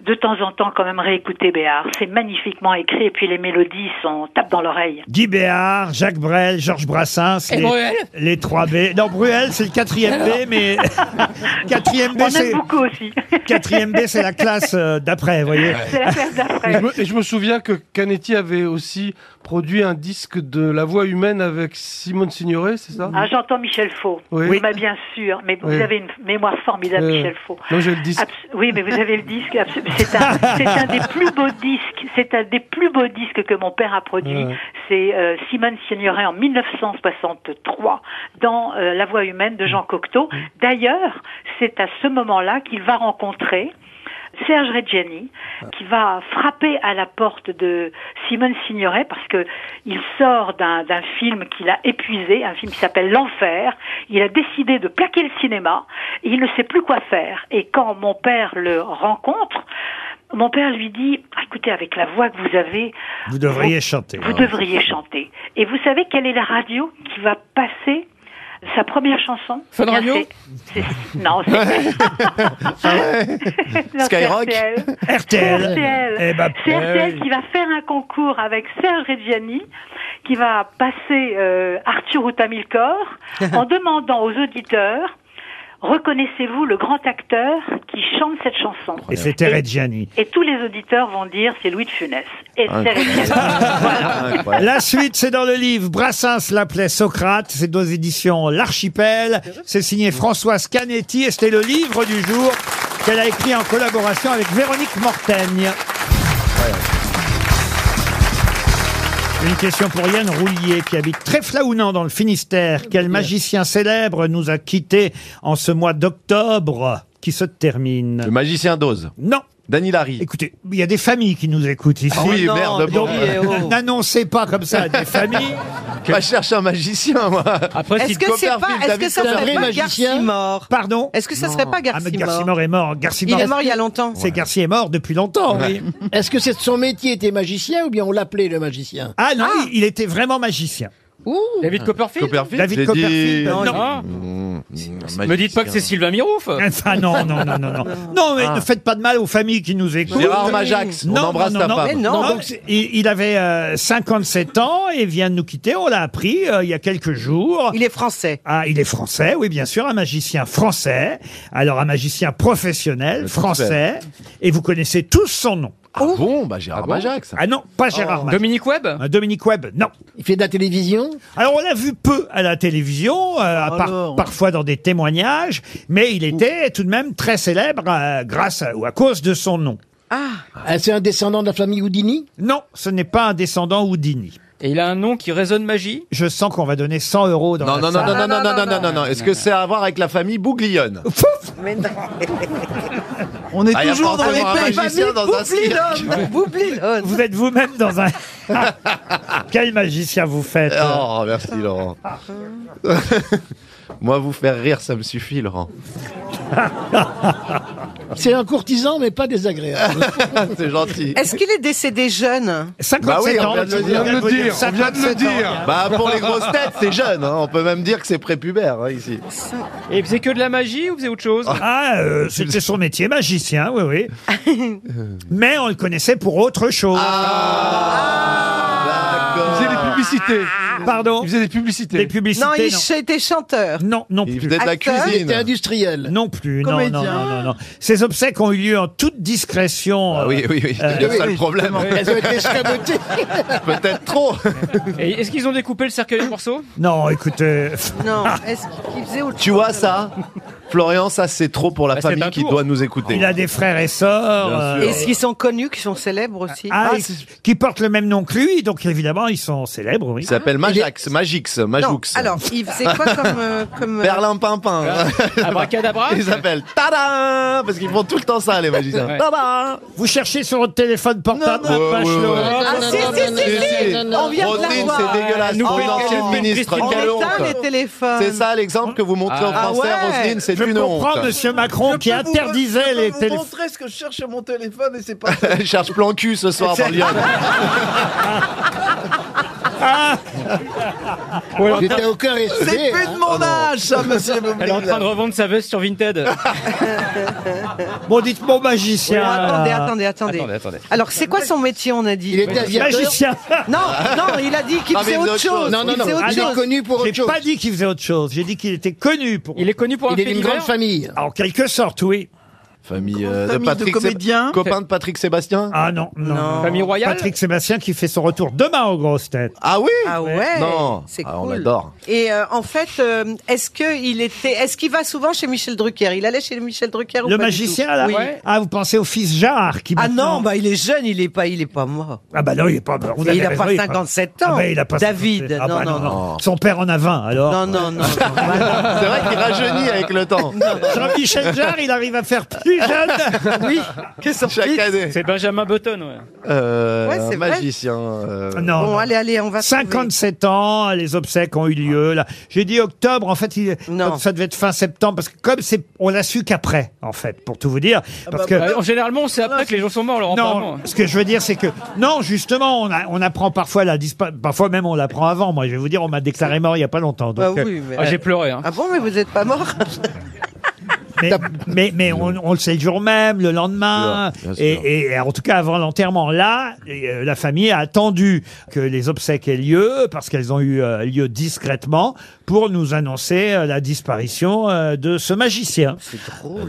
[SPEAKER 14] de temps en temps quand même réécouter Béard. C'est magnifiquement écrit et puis les mélodies sont tapent dans l'oreille.
[SPEAKER 2] Guy Béard, Jacques Brel, Georges Brassens,
[SPEAKER 14] Et
[SPEAKER 2] les,
[SPEAKER 14] Bruel
[SPEAKER 2] les trois B. Non, Bruel, c'est le quatrième B, mais quatrième B,
[SPEAKER 14] On aime
[SPEAKER 2] c'est
[SPEAKER 14] beaucoup aussi.
[SPEAKER 2] quatrième B, c'est la classe euh, d'après, vous voyez.
[SPEAKER 14] C'est la classe d'après.
[SPEAKER 7] Et je, me, et je me souviens que Canetti avait aussi produit un disque de La Voix Humaine avec Simone Signoret, c'est ça
[SPEAKER 14] Ah, j'entends Michel Faux.
[SPEAKER 7] Oui.
[SPEAKER 14] Oui, bah, bien sûr. Mais
[SPEAKER 7] Oui.
[SPEAKER 14] vous avez une mémoire formidable,
[SPEAKER 7] Euh,
[SPEAKER 14] Michel Faux.
[SPEAKER 7] non, j'ai le disque.
[SPEAKER 14] Abs- oui, mais vous avez le disque. abs- C'est un, c'est un des plus beaux disques. C'est un des plus beaux disques que mon père a produit.
[SPEAKER 15] Ouais.
[SPEAKER 14] C'est euh, Simone Signoret en 1963 dans euh, La Voix humaine de Jean Cocteau. D'ailleurs, c'est à ce moment-là qu'il va rencontrer Serge Reggiani, qui va frapper à la porte de Simone Signoret parce que il sort d'un d'un film qu'il a épuisé, un film qui s'appelle L'Enfer. Il a décidé de plaquer le cinéma. et il ne sait plus quoi faire. Et quand mon père le rencontre, mon père lui dit Ah, "Écoutez, avec la voix que vous avez,
[SPEAKER 2] Vous devriez chanter. hein.
[SPEAKER 14] vous devriez chanter." Et vous savez quelle est la radio qui va passer sa première chanson Eh
[SPEAKER 2] Fun
[SPEAKER 14] Bien,
[SPEAKER 2] Radio
[SPEAKER 14] c'est- c'est- Non, c'est
[SPEAKER 2] Ah
[SPEAKER 14] Non, c'est
[SPEAKER 2] Skyrock
[SPEAKER 14] RTL.
[SPEAKER 2] RTL.
[SPEAKER 14] C'est RTL.
[SPEAKER 2] Eh ben,
[SPEAKER 14] C'est
[SPEAKER 2] eh
[SPEAKER 14] RTL
[SPEAKER 2] oui.
[SPEAKER 14] qui va faire un concours avec Serge Reggiani, qui va passer euh, Arthur Outamilcor en demandant aux auditeurs reconnaissez-vous le grand acteur qui chante cette chanson
[SPEAKER 2] Et c'était Reggiani.
[SPEAKER 14] Et tous les auditeurs vont dire c'est Louis de Funès. Et c'est
[SPEAKER 2] Incroyable.
[SPEAKER 14] Reggiani.
[SPEAKER 2] La suite, c'est dans le livre Brassens l'appelait Socrate. C'est deux éditions L'Archipel. C'est signé Françoise Canetti et c'était le livre du jour qu'elle a écrit en collaboration avec Véronique Mortaigne. Une question pour Yann Roulier qui habite très flaounant dans le Finistère. Quel magicien célèbre nous a quittés en ce mois d'octobre qui se termine
[SPEAKER 8] Le magicien d'Oz.
[SPEAKER 2] Non.
[SPEAKER 8] Dany Larry.
[SPEAKER 2] Écoutez, il y a des familles qui nous écoutent ici.
[SPEAKER 8] Ah oui, Ah non, merde, bon.
[SPEAKER 2] Donc,
[SPEAKER 8] Didier, oh.
[SPEAKER 2] N'annoncez pas comme ça à des familles.
[SPEAKER 8] Va chercher un magicien, moi. Après,
[SPEAKER 6] Est-ce que c'est pas, est-ce que ça serait pas Garcimore
[SPEAKER 2] Pardon
[SPEAKER 6] Est-ce que ça serait pas
[SPEAKER 2] Ah,
[SPEAKER 6] Garcimore
[SPEAKER 2] mais Garcimore est mort. Garcimore-
[SPEAKER 6] Il est mort il y a longtemps.
[SPEAKER 2] C'est Garcia est mort depuis longtemps. oui.
[SPEAKER 3] Est-ce que c'est son métier était magicien ou bien on l'appelait le magicien
[SPEAKER 2] Ah non, il- il était vraiment magicien.
[SPEAKER 5] David Copperfield
[SPEAKER 2] David Copperfield. Non,
[SPEAKER 5] Non.
[SPEAKER 8] Mm,
[SPEAKER 5] Me dites pas que c'est Sylvain Mirouf.
[SPEAKER 2] Ah non, non, non, non, non. Non, mais
[SPEAKER 5] Ah.
[SPEAKER 2] ne faites pas de mal aux familles qui nous écoutent.
[SPEAKER 8] Gérard Majax, on embrasse ta femme. Mais non.
[SPEAKER 2] donc c'est- il, il avait euh, 57 ans et vient de nous quitter. On l'a appris euh, il y a quelques jours.
[SPEAKER 6] Il est français.
[SPEAKER 2] Ah, il est français, oui, bien sûr. Un magicien français. Alors, un magicien professionnel,
[SPEAKER 8] tout
[SPEAKER 2] français. Et vous connaissez tous son nom.
[SPEAKER 8] Ah bon, bah Gérard Majax.
[SPEAKER 2] Ah non, pas Gérard Majax.
[SPEAKER 5] Oh. Dominique Webb
[SPEAKER 2] Un Dominique Webb, non.
[SPEAKER 3] Il fait de la télévision Oh
[SPEAKER 2] Alors on l'a vu peu à la télévision, euh, à part- parfois dans des témoignages, mais il était tout de même très célèbre euh, grâce à- ou à cause de son nom.
[SPEAKER 3] Ah, C'est un descendant de la famille Houdini
[SPEAKER 2] Non, ce n'est pas un descendant Houdini.
[SPEAKER 5] Et il a un nom qui résonne magie
[SPEAKER 2] Je sens qu'on va donner 100 euros dans
[SPEAKER 8] Non,
[SPEAKER 2] la
[SPEAKER 8] non, non,
[SPEAKER 2] salle.
[SPEAKER 8] non, non, non, non, non, non, non, non. Est-ce que c'est à voir avec la famille Bouglione
[SPEAKER 6] Mais non.
[SPEAKER 4] On est
[SPEAKER 8] Ah, il y a
[SPEAKER 4] toujours dans les
[SPEAKER 8] forcément un magicien dans un cirque.
[SPEAKER 2] Vous êtes vous-même dans un... Quel magicien vous faites
[SPEAKER 8] Oh, merci Laurent. Moi, vous faire rire, ça me suffit, Laurent.
[SPEAKER 3] C'est un courtisan, mais pas désagréable.
[SPEAKER 8] c'est gentil.
[SPEAKER 6] Est-ce qu'il est décédé jeune
[SPEAKER 2] 57
[SPEAKER 8] Bah oui, on
[SPEAKER 2] ans,
[SPEAKER 8] vient de le
[SPEAKER 2] on
[SPEAKER 8] dire.
[SPEAKER 2] vient de le dire, on vient de le 57 ans. dire.
[SPEAKER 8] Bah, pour les grosses têtes, c'est jeune. hein. On peut même dire que c'est prépubère hein, ici.
[SPEAKER 5] Et il faisait que de la magie ou faisait autre chose
[SPEAKER 2] Ah, euh, c'était son métier, magicien, oui, oui. Mais on le connaissait pour autre chose.
[SPEAKER 7] Ah.
[SPEAKER 8] Ah.
[SPEAKER 7] Il faisait des publicités.
[SPEAKER 2] Pardon
[SPEAKER 7] Il faisait des publicités.
[SPEAKER 2] Des publicités,
[SPEAKER 6] Non, il
[SPEAKER 2] non.
[SPEAKER 6] ch- était chanteur.
[SPEAKER 2] Non, non plus.
[SPEAKER 6] Acteur Ah,
[SPEAKER 3] Il était industriel.
[SPEAKER 2] Non plus, non, non,
[SPEAKER 6] Comédien.
[SPEAKER 2] non, non, non. Ces obsèques ont eu lieu en toute discrétion.
[SPEAKER 8] Ah
[SPEAKER 2] euh,
[SPEAKER 8] oui, oui, oui, c'est bien ça le problème.
[SPEAKER 3] Elles ont été escamotées.
[SPEAKER 8] Peut-être trop.
[SPEAKER 5] Et Est-ce qu'ils ont découpé le cercueil en morceaux
[SPEAKER 2] Non, écoutez,
[SPEAKER 6] Non, est-ce qu'il faisait autre
[SPEAKER 8] Tu vois ça Florian, ça c'est trop pour la famille qui doit nous écouter.
[SPEAKER 2] il a des frères et sœurs. euh,
[SPEAKER 6] Est-ce qu'ils sont connus, qu'ils sont célèbres aussi
[SPEAKER 2] ah, et- qui portent le même nom que lui, donc évidemment, ils sont célèbres, oui.
[SPEAKER 8] Il s'appelle Majax, Magix,
[SPEAKER 6] Non,
[SPEAKER 8] Majoux.
[SPEAKER 6] alors, il faisait quoi comme... euh, comme euh,
[SPEAKER 8] Berlin Pimpin.
[SPEAKER 5] Abracadabra
[SPEAKER 8] Ils s'appellent Tada Parce qu'ils font tout le temps ça, les magiciens.
[SPEAKER 5] Ouais.
[SPEAKER 8] Tada
[SPEAKER 2] Vous cherchez sur votre téléphone portable
[SPEAKER 8] Non, non.
[SPEAKER 2] Madame
[SPEAKER 8] Ouais, ouais,
[SPEAKER 2] Bachelot.
[SPEAKER 8] ouais.
[SPEAKER 6] Ah, si, si, si, si,
[SPEAKER 8] Si, si.
[SPEAKER 6] On vient de
[SPEAKER 8] Roselyne,
[SPEAKER 6] l'avoir.
[SPEAKER 8] c'est dégueulasse.
[SPEAKER 5] Nous
[SPEAKER 8] Oh,
[SPEAKER 5] fait
[SPEAKER 8] l'ancienne
[SPEAKER 5] quelle
[SPEAKER 8] ministre,
[SPEAKER 5] Christine
[SPEAKER 8] quelle
[SPEAKER 5] Gallo.
[SPEAKER 8] honte.
[SPEAKER 6] Éteins les téléphones.
[SPEAKER 8] C'est ça l'exemple que vous montrez aux
[SPEAKER 5] Ah
[SPEAKER 8] Français,
[SPEAKER 6] ouais.
[SPEAKER 8] Roselyne, c'est
[SPEAKER 2] Je
[SPEAKER 8] une honte.
[SPEAKER 2] comprends Monsieur Macron qui
[SPEAKER 4] Je peux vous- je
[SPEAKER 2] interdisait
[SPEAKER 4] peux
[SPEAKER 2] les
[SPEAKER 4] vous
[SPEAKER 2] téléphones.
[SPEAKER 4] montrer ce que je cherche sur mon téléphone et c'est pas.
[SPEAKER 8] Elle cherche plan cul ce soir dans Lyon.
[SPEAKER 3] J'étais au cœur et
[SPEAKER 4] C'est
[SPEAKER 3] soudé,
[SPEAKER 4] plus
[SPEAKER 3] hein.
[SPEAKER 4] de
[SPEAKER 8] Oh
[SPEAKER 4] mon âge, ça, monsieur.
[SPEAKER 5] Elle est en train de revendre sa veste sur Vinted.
[SPEAKER 2] Bon, dites mon magicien.
[SPEAKER 6] Non, attendez, attendez, attendez.
[SPEAKER 5] attendez.
[SPEAKER 6] Alors, c'est quoi son métier, on a dit
[SPEAKER 3] Il était aviateur.
[SPEAKER 2] Magicien.
[SPEAKER 6] Non, non, il a dit qu'il
[SPEAKER 8] Ah, mais
[SPEAKER 6] faisait autre chose.
[SPEAKER 3] Non, non,
[SPEAKER 6] Il
[SPEAKER 3] non.
[SPEAKER 6] faisait autre
[SPEAKER 3] Ah, Il est
[SPEAKER 6] chose.
[SPEAKER 3] connu pour
[SPEAKER 2] J'ai
[SPEAKER 3] autre chose.
[SPEAKER 2] pas dit qu'il faisait autre chose. J'ai dit qu'il était connu pour.
[SPEAKER 5] Il est connu pour un
[SPEAKER 3] Il est
[SPEAKER 5] fait
[SPEAKER 3] d'une
[SPEAKER 5] divers
[SPEAKER 3] grande famille.
[SPEAKER 2] En quelque sorte, oui.
[SPEAKER 8] Famille, euh,
[SPEAKER 4] famille de
[SPEAKER 8] de Patrick Séb-
[SPEAKER 4] comédiens.
[SPEAKER 8] Copain de Patrick Sébastien
[SPEAKER 2] Ah non, non. non.
[SPEAKER 5] Famille royale
[SPEAKER 2] Patrick Sébastien qui fait son retour demain aux grosses têtes.
[SPEAKER 8] Ah oui
[SPEAKER 6] Ah ouais
[SPEAKER 8] Non.
[SPEAKER 6] C'est cool.
[SPEAKER 8] Ah, on adore.
[SPEAKER 6] Et euh, en fait, euh, est-ce que il était, est-ce qu'il va souvent chez Michel Drucker Il allait chez Michel Drucker ou
[SPEAKER 2] Le
[SPEAKER 6] pas du
[SPEAKER 2] magicien,
[SPEAKER 6] tout
[SPEAKER 2] là
[SPEAKER 6] Oui.
[SPEAKER 2] Ah, vous pensez au fils Jarre qui
[SPEAKER 6] Ah
[SPEAKER 2] maintenant-
[SPEAKER 6] non, bah il est jeune, il est pas, il est pas mort.
[SPEAKER 2] Ah bah non, il est pas mort. Vous
[SPEAKER 6] Et
[SPEAKER 2] avez
[SPEAKER 6] il a
[SPEAKER 2] raison,
[SPEAKER 6] pas
[SPEAKER 2] est
[SPEAKER 6] 57
[SPEAKER 2] Ah
[SPEAKER 6] ans.
[SPEAKER 2] bah, il a pas
[SPEAKER 6] David,
[SPEAKER 2] 57. Ah
[SPEAKER 6] non,
[SPEAKER 2] bah
[SPEAKER 6] non,
[SPEAKER 2] Son père en a 20, alors.
[SPEAKER 6] Non, non, non. non.
[SPEAKER 8] C'est vrai qu'il rajeunit avec le temps.
[SPEAKER 2] Jean-Michel Jarre, il arrive à faire plus jeune.
[SPEAKER 6] oui. Qu'est-ce
[SPEAKER 8] Chaque année.
[SPEAKER 5] C'est Benjamin Button, ouais.
[SPEAKER 8] Euh,
[SPEAKER 6] Ouais,
[SPEAKER 8] un
[SPEAKER 6] c'est vrai.
[SPEAKER 8] magicien. euh,
[SPEAKER 2] Non.
[SPEAKER 6] Bon,
[SPEAKER 2] non.
[SPEAKER 6] allez, allez, on va. trouver.
[SPEAKER 2] 57 ans, les obsèques ont eu lieu. Là, j'ai dit octobre. En fait, il-
[SPEAKER 6] Non.
[SPEAKER 2] ça devait être fin septembre parce que comme c'est, on l'a su qu'après, en fait, pour tout vous dire, parce que.
[SPEAKER 5] Bah, en généralement, on sait après que les gens sont morts, Laurent. pas
[SPEAKER 2] Non,
[SPEAKER 5] avant.
[SPEAKER 2] ce que je veux dire, c'est que non, justement, on, a- on apprend parfois la dispa- parfois même on l'apprend avant. Moi, je vais vous dire, on m'a déclaré mort il y a pas longtemps.
[SPEAKER 6] Bah
[SPEAKER 2] Donc, euh,
[SPEAKER 6] oui, mais-
[SPEAKER 5] Ah, J'ai pleuré. Hein.
[SPEAKER 6] Ah bon, mais vous êtes pas mort
[SPEAKER 2] Mais, mais, mais on, on le sait le jour même, le lendemain,
[SPEAKER 8] Bien sûr, bien
[SPEAKER 2] et,
[SPEAKER 8] sûr.
[SPEAKER 2] et- et en tout cas avant l'enterrement. Là, et, euh, la famille a attendu que les obsèques aient lieu, parce qu'elles ont eu euh, lieu discrètement, pour nous annoncer euh, la disparition euh, de ce magicien.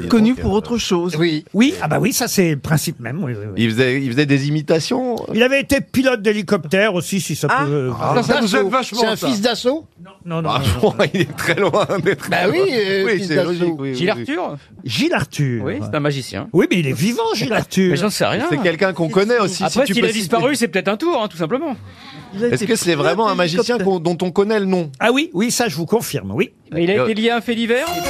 [SPEAKER 4] Connu pour autre chose.
[SPEAKER 3] Oui.
[SPEAKER 2] Oui, ah bah oui, ça c'est le principe même. oui, oui, oui.
[SPEAKER 8] Il faisait, il faisait des imitations
[SPEAKER 2] Il avait été pilote d'hélicoptère aussi, si ça
[SPEAKER 6] Ah.
[SPEAKER 2] peut.
[SPEAKER 7] Ça, ça nous aide
[SPEAKER 3] D'assaut.
[SPEAKER 7] vachement.
[SPEAKER 3] C'est un
[SPEAKER 7] ça.
[SPEAKER 3] fils d'assaut
[SPEAKER 2] Non, non.
[SPEAKER 8] Ah,
[SPEAKER 2] non.
[SPEAKER 8] bon, il est très loin d'être.
[SPEAKER 3] Bah oui, euh,
[SPEAKER 8] oui
[SPEAKER 3] fils
[SPEAKER 8] c'est
[SPEAKER 3] d'assaut.
[SPEAKER 8] logique. oui, oui,
[SPEAKER 5] Gilles
[SPEAKER 8] oui.
[SPEAKER 5] Arthur
[SPEAKER 2] Gilles Arthur.
[SPEAKER 5] Oui, c'est un magicien.
[SPEAKER 2] Oui, mais il est vivant, Gilles
[SPEAKER 5] Mais
[SPEAKER 2] Arthur.
[SPEAKER 5] j'en sais rien.
[SPEAKER 8] C'est quelqu'un qu'on connaît aussi. si
[SPEAKER 5] Après,
[SPEAKER 8] tu
[SPEAKER 5] s'il
[SPEAKER 8] peux
[SPEAKER 5] a
[SPEAKER 8] citer-
[SPEAKER 5] disparu, c'est peut-être un tour, hein, tout simplement.
[SPEAKER 8] Est-ce que c'est vraiment un magicien qu'on- dont on connaît le nom
[SPEAKER 2] Ah oui, oui, ça je vous confirme, oui.
[SPEAKER 5] Il a
[SPEAKER 8] Et-
[SPEAKER 5] été lié à un fait divers
[SPEAKER 8] Euh,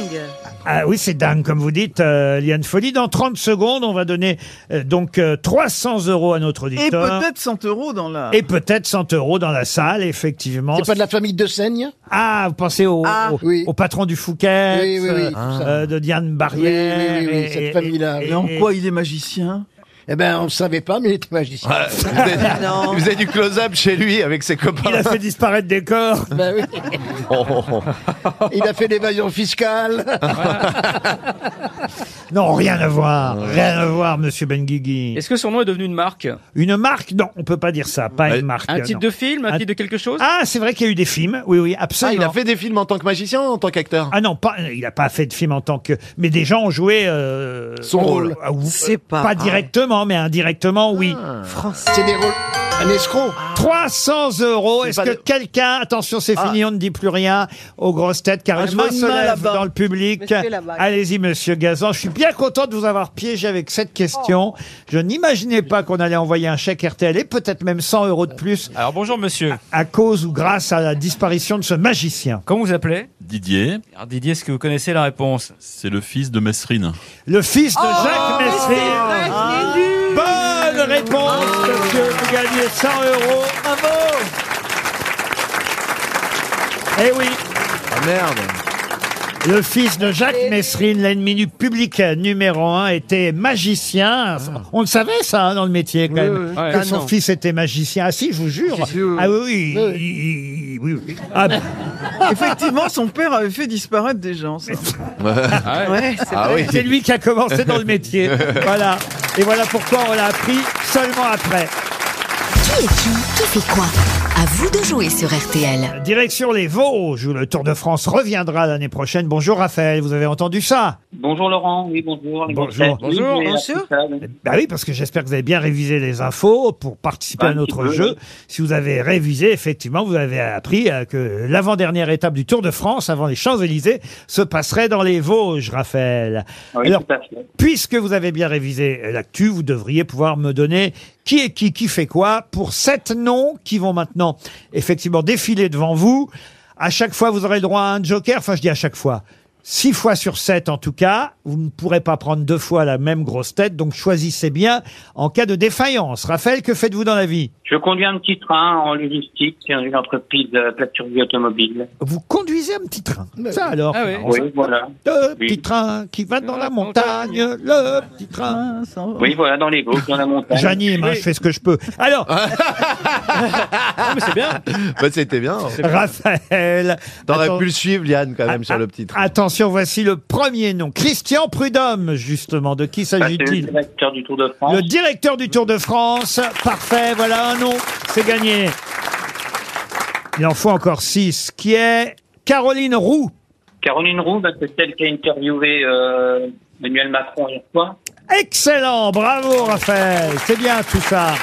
[SPEAKER 6] Dingue.
[SPEAKER 2] Ah oui, c'est dingue, comme vous dites, euh, Liane Folie. Dans 30 secondes, on va donner euh, donc euh, 300 euros à notre
[SPEAKER 4] Et
[SPEAKER 2] auditeur.
[SPEAKER 4] peut-être 100 euros dans la.
[SPEAKER 2] Et peut-être 100 euros dans la salle, effectivement.
[SPEAKER 4] C'est pas de
[SPEAKER 3] la famille de Seigne
[SPEAKER 2] Ah, vous pensez au,
[SPEAKER 3] Ah.
[SPEAKER 2] au, au patron du Fouquet,
[SPEAKER 3] Oui, oui, oui, tout ça.
[SPEAKER 2] euh, de Diane Barrière.
[SPEAKER 3] Oui, oui, oui, oui,
[SPEAKER 2] et-
[SPEAKER 3] cette
[SPEAKER 2] et-
[SPEAKER 3] famille-là.
[SPEAKER 2] et- et-
[SPEAKER 3] il est magicien Eh ben, on ne savait pas, mais il était magicien.
[SPEAKER 8] Ouais, il faisait- il faisait du close-up chez lui avec ses copains.
[SPEAKER 3] Il a fait
[SPEAKER 2] disparaître des corps.
[SPEAKER 3] Ben oui.
[SPEAKER 8] Oh, oh, oh.
[SPEAKER 3] Il a fait l'évasion fiscale.
[SPEAKER 2] Non, rien à voir, rien à voir, Monsieur Benguigui.
[SPEAKER 5] Est-ce que son nom est devenu une marque
[SPEAKER 2] Une marque Non, on peut pas dire ça, pas une marque.
[SPEAKER 5] Un titre
[SPEAKER 2] non.
[SPEAKER 5] de film, un
[SPEAKER 2] Un-
[SPEAKER 5] titre de quelque chose
[SPEAKER 2] Ah, c'est vrai qu'il y a eu des films, oui, oui, absolument.
[SPEAKER 5] Ah, il a
[SPEAKER 2] fait
[SPEAKER 8] des films en tant que magicien ou en tant qu'acteur
[SPEAKER 2] Ah non, pas, il n'a pas fait de film en tant que... Mais des gens ont joué... euh,
[SPEAKER 3] Son rôle.
[SPEAKER 2] Ah, ou-
[SPEAKER 3] C'est pas
[SPEAKER 2] Pas
[SPEAKER 3] vrai.
[SPEAKER 2] directement, mais indirectement, oui.
[SPEAKER 3] C'est des rôles. Un escroc.
[SPEAKER 2] 300 euros.
[SPEAKER 3] C'est
[SPEAKER 2] Est-ce
[SPEAKER 3] pas
[SPEAKER 2] que
[SPEAKER 3] le-
[SPEAKER 2] quelqu'un, attention, c'est
[SPEAKER 3] Ah.
[SPEAKER 2] fini, on ne dit plus rien aux grosses têtes, car
[SPEAKER 3] Ah,
[SPEAKER 2] une
[SPEAKER 3] je
[SPEAKER 2] main
[SPEAKER 3] vois une
[SPEAKER 2] se
[SPEAKER 3] main
[SPEAKER 2] lève
[SPEAKER 3] là-bas.
[SPEAKER 2] dans le public.
[SPEAKER 3] Monsieur là-bas.
[SPEAKER 2] Allez-y, monsieur Gazan. Je suis bien content de vous avoir piégé avec cette question. Je n'imaginais pas qu'on allait envoyer un chèque RTL et peut-être même 100 euros de plus
[SPEAKER 15] Alors bonjour monsieur.
[SPEAKER 2] à cause ou grâce à la disparition de ce magicien.
[SPEAKER 15] Comment vous appelez
[SPEAKER 16] Didier,
[SPEAKER 15] Alors Didier, est-ce que vous connaissez la réponse
[SPEAKER 16] c'est le fils de Mesrine.
[SPEAKER 2] Le fils de Jacques
[SPEAKER 15] mais
[SPEAKER 2] Messrine.
[SPEAKER 15] c'est vrai,
[SPEAKER 2] Bonne réponse, monsieur. Vous gagnez 100 euros. Bravo Eh oui.
[SPEAKER 10] Oh.
[SPEAKER 8] Ah merde.
[SPEAKER 2] Le fils de Jacques Messrine, l'ennemi du public euh, numéro un, était magicien. On le savait ça hein, dans le métier quand
[SPEAKER 15] Ah. Oui,
[SPEAKER 2] même.
[SPEAKER 15] oui.
[SPEAKER 2] Que
[SPEAKER 15] Ouais. Ah,
[SPEAKER 2] son
[SPEAKER 15] non.
[SPEAKER 2] fils était magicien. Ah si, je vous jure. Ah oui, oui. il- il- oui, oui. Ah, bah.
[SPEAKER 4] Effectivement, son père avait fait disparaître des gens. ça.
[SPEAKER 2] Ah,
[SPEAKER 4] Ouais, c'est vrai.
[SPEAKER 2] c'est lui qui a commencé dans le métier. voilà. Et voilà pourquoi on l'a appris seulement après.
[SPEAKER 13] Qui est qui Qui fait quoi À vous de jouer sur RTL.
[SPEAKER 2] Direction les Vosges, où le Tour de France reviendra l'année prochaine. Bonjour Raphaël, vous avez entendu ça
[SPEAKER 17] Bonjour Laurent, oui bonjour. les
[SPEAKER 2] Bonjour.
[SPEAKER 17] grosses têtes. Oui,
[SPEAKER 2] Bonjour,
[SPEAKER 17] mais
[SPEAKER 2] bien
[SPEAKER 17] la
[SPEAKER 2] sûr.
[SPEAKER 17] totale, oui.
[SPEAKER 2] Bah oui, parce que j'espère que vous avez bien révisé les infos pour participer
[SPEAKER 17] Un
[SPEAKER 2] à notre
[SPEAKER 17] petit peu,
[SPEAKER 2] jeu.
[SPEAKER 17] oui.
[SPEAKER 2] Si vous avez révisé, effectivement, vous avez appris euh, que l'avant-dernière étape du Tour de France, avant les Champs-Élysées, se passerait dans les Vosges, Raphaël.
[SPEAKER 17] Oui,
[SPEAKER 2] Alors,
[SPEAKER 17] tout à fait.
[SPEAKER 2] puisque vous avez bien révisé euh, l'actu, vous devriez pouvoir me donner qui est qui, qui fait quoi, pour sept noms qui vont maintenant, effectivement, défiler devant vous. À chaque fois, vous aurez le droit à un joker. Enfin, je dis à chaque fois. Six fois sur sept, en tout cas, vous ne pourrez pas prendre deux fois la même grosse tête, donc choisissez bien en cas de défaillance. Raphaël, que faites-vous dans la vie
[SPEAKER 17] Je conduis un petit train en logistique, c'est une entreprise de pâturerie automobile.
[SPEAKER 2] Vous conduisez un petit train. Ça alors
[SPEAKER 17] Ah oui.
[SPEAKER 2] on
[SPEAKER 17] Oui,
[SPEAKER 2] s'en-
[SPEAKER 17] voilà.
[SPEAKER 2] Le
[SPEAKER 17] Oui.
[SPEAKER 2] petit train qui va dans la montagne, le petit train.
[SPEAKER 17] Oui, voilà, dans les Vosges, dans la montagne.
[SPEAKER 2] J'anime, hein, je fais ce que je peux. Alors,
[SPEAKER 8] Ah,
[SPEAKER 3] Ah,
[SPEAKER 8] mais c'est bien. Bah, c'était bien.
[SPEAKER 2] Raphaël.
[SPEAKER 8] T'aurais
[SPEAKER 2] attends- Ah,
[SPEAKER 8] pu le suivre, Liane, quand même, sur le petit train.
[SPEAKER 2] Attention, voici le premier nom. Christian Prudhomme, justement. De qui
[SPEAKER 17] Bah, c'est le
[SPEAKER 2] s'agit-il
[SPEAKER 17] directeur du Tour de France.
[SPEAKER 2] Le directeur du Tour de France. Parfait, voilà un nom. C'est gagné. Il en faut encore six. Qui est Caroline Roux.
[SPEAKER 17] Caroline Roux, bah, c'est celle qui a interviewé euh, Emmanuel Macron hier soir.
[SPEAKER 2] Excellent, bravo Raphaël, c'est bien tout ça.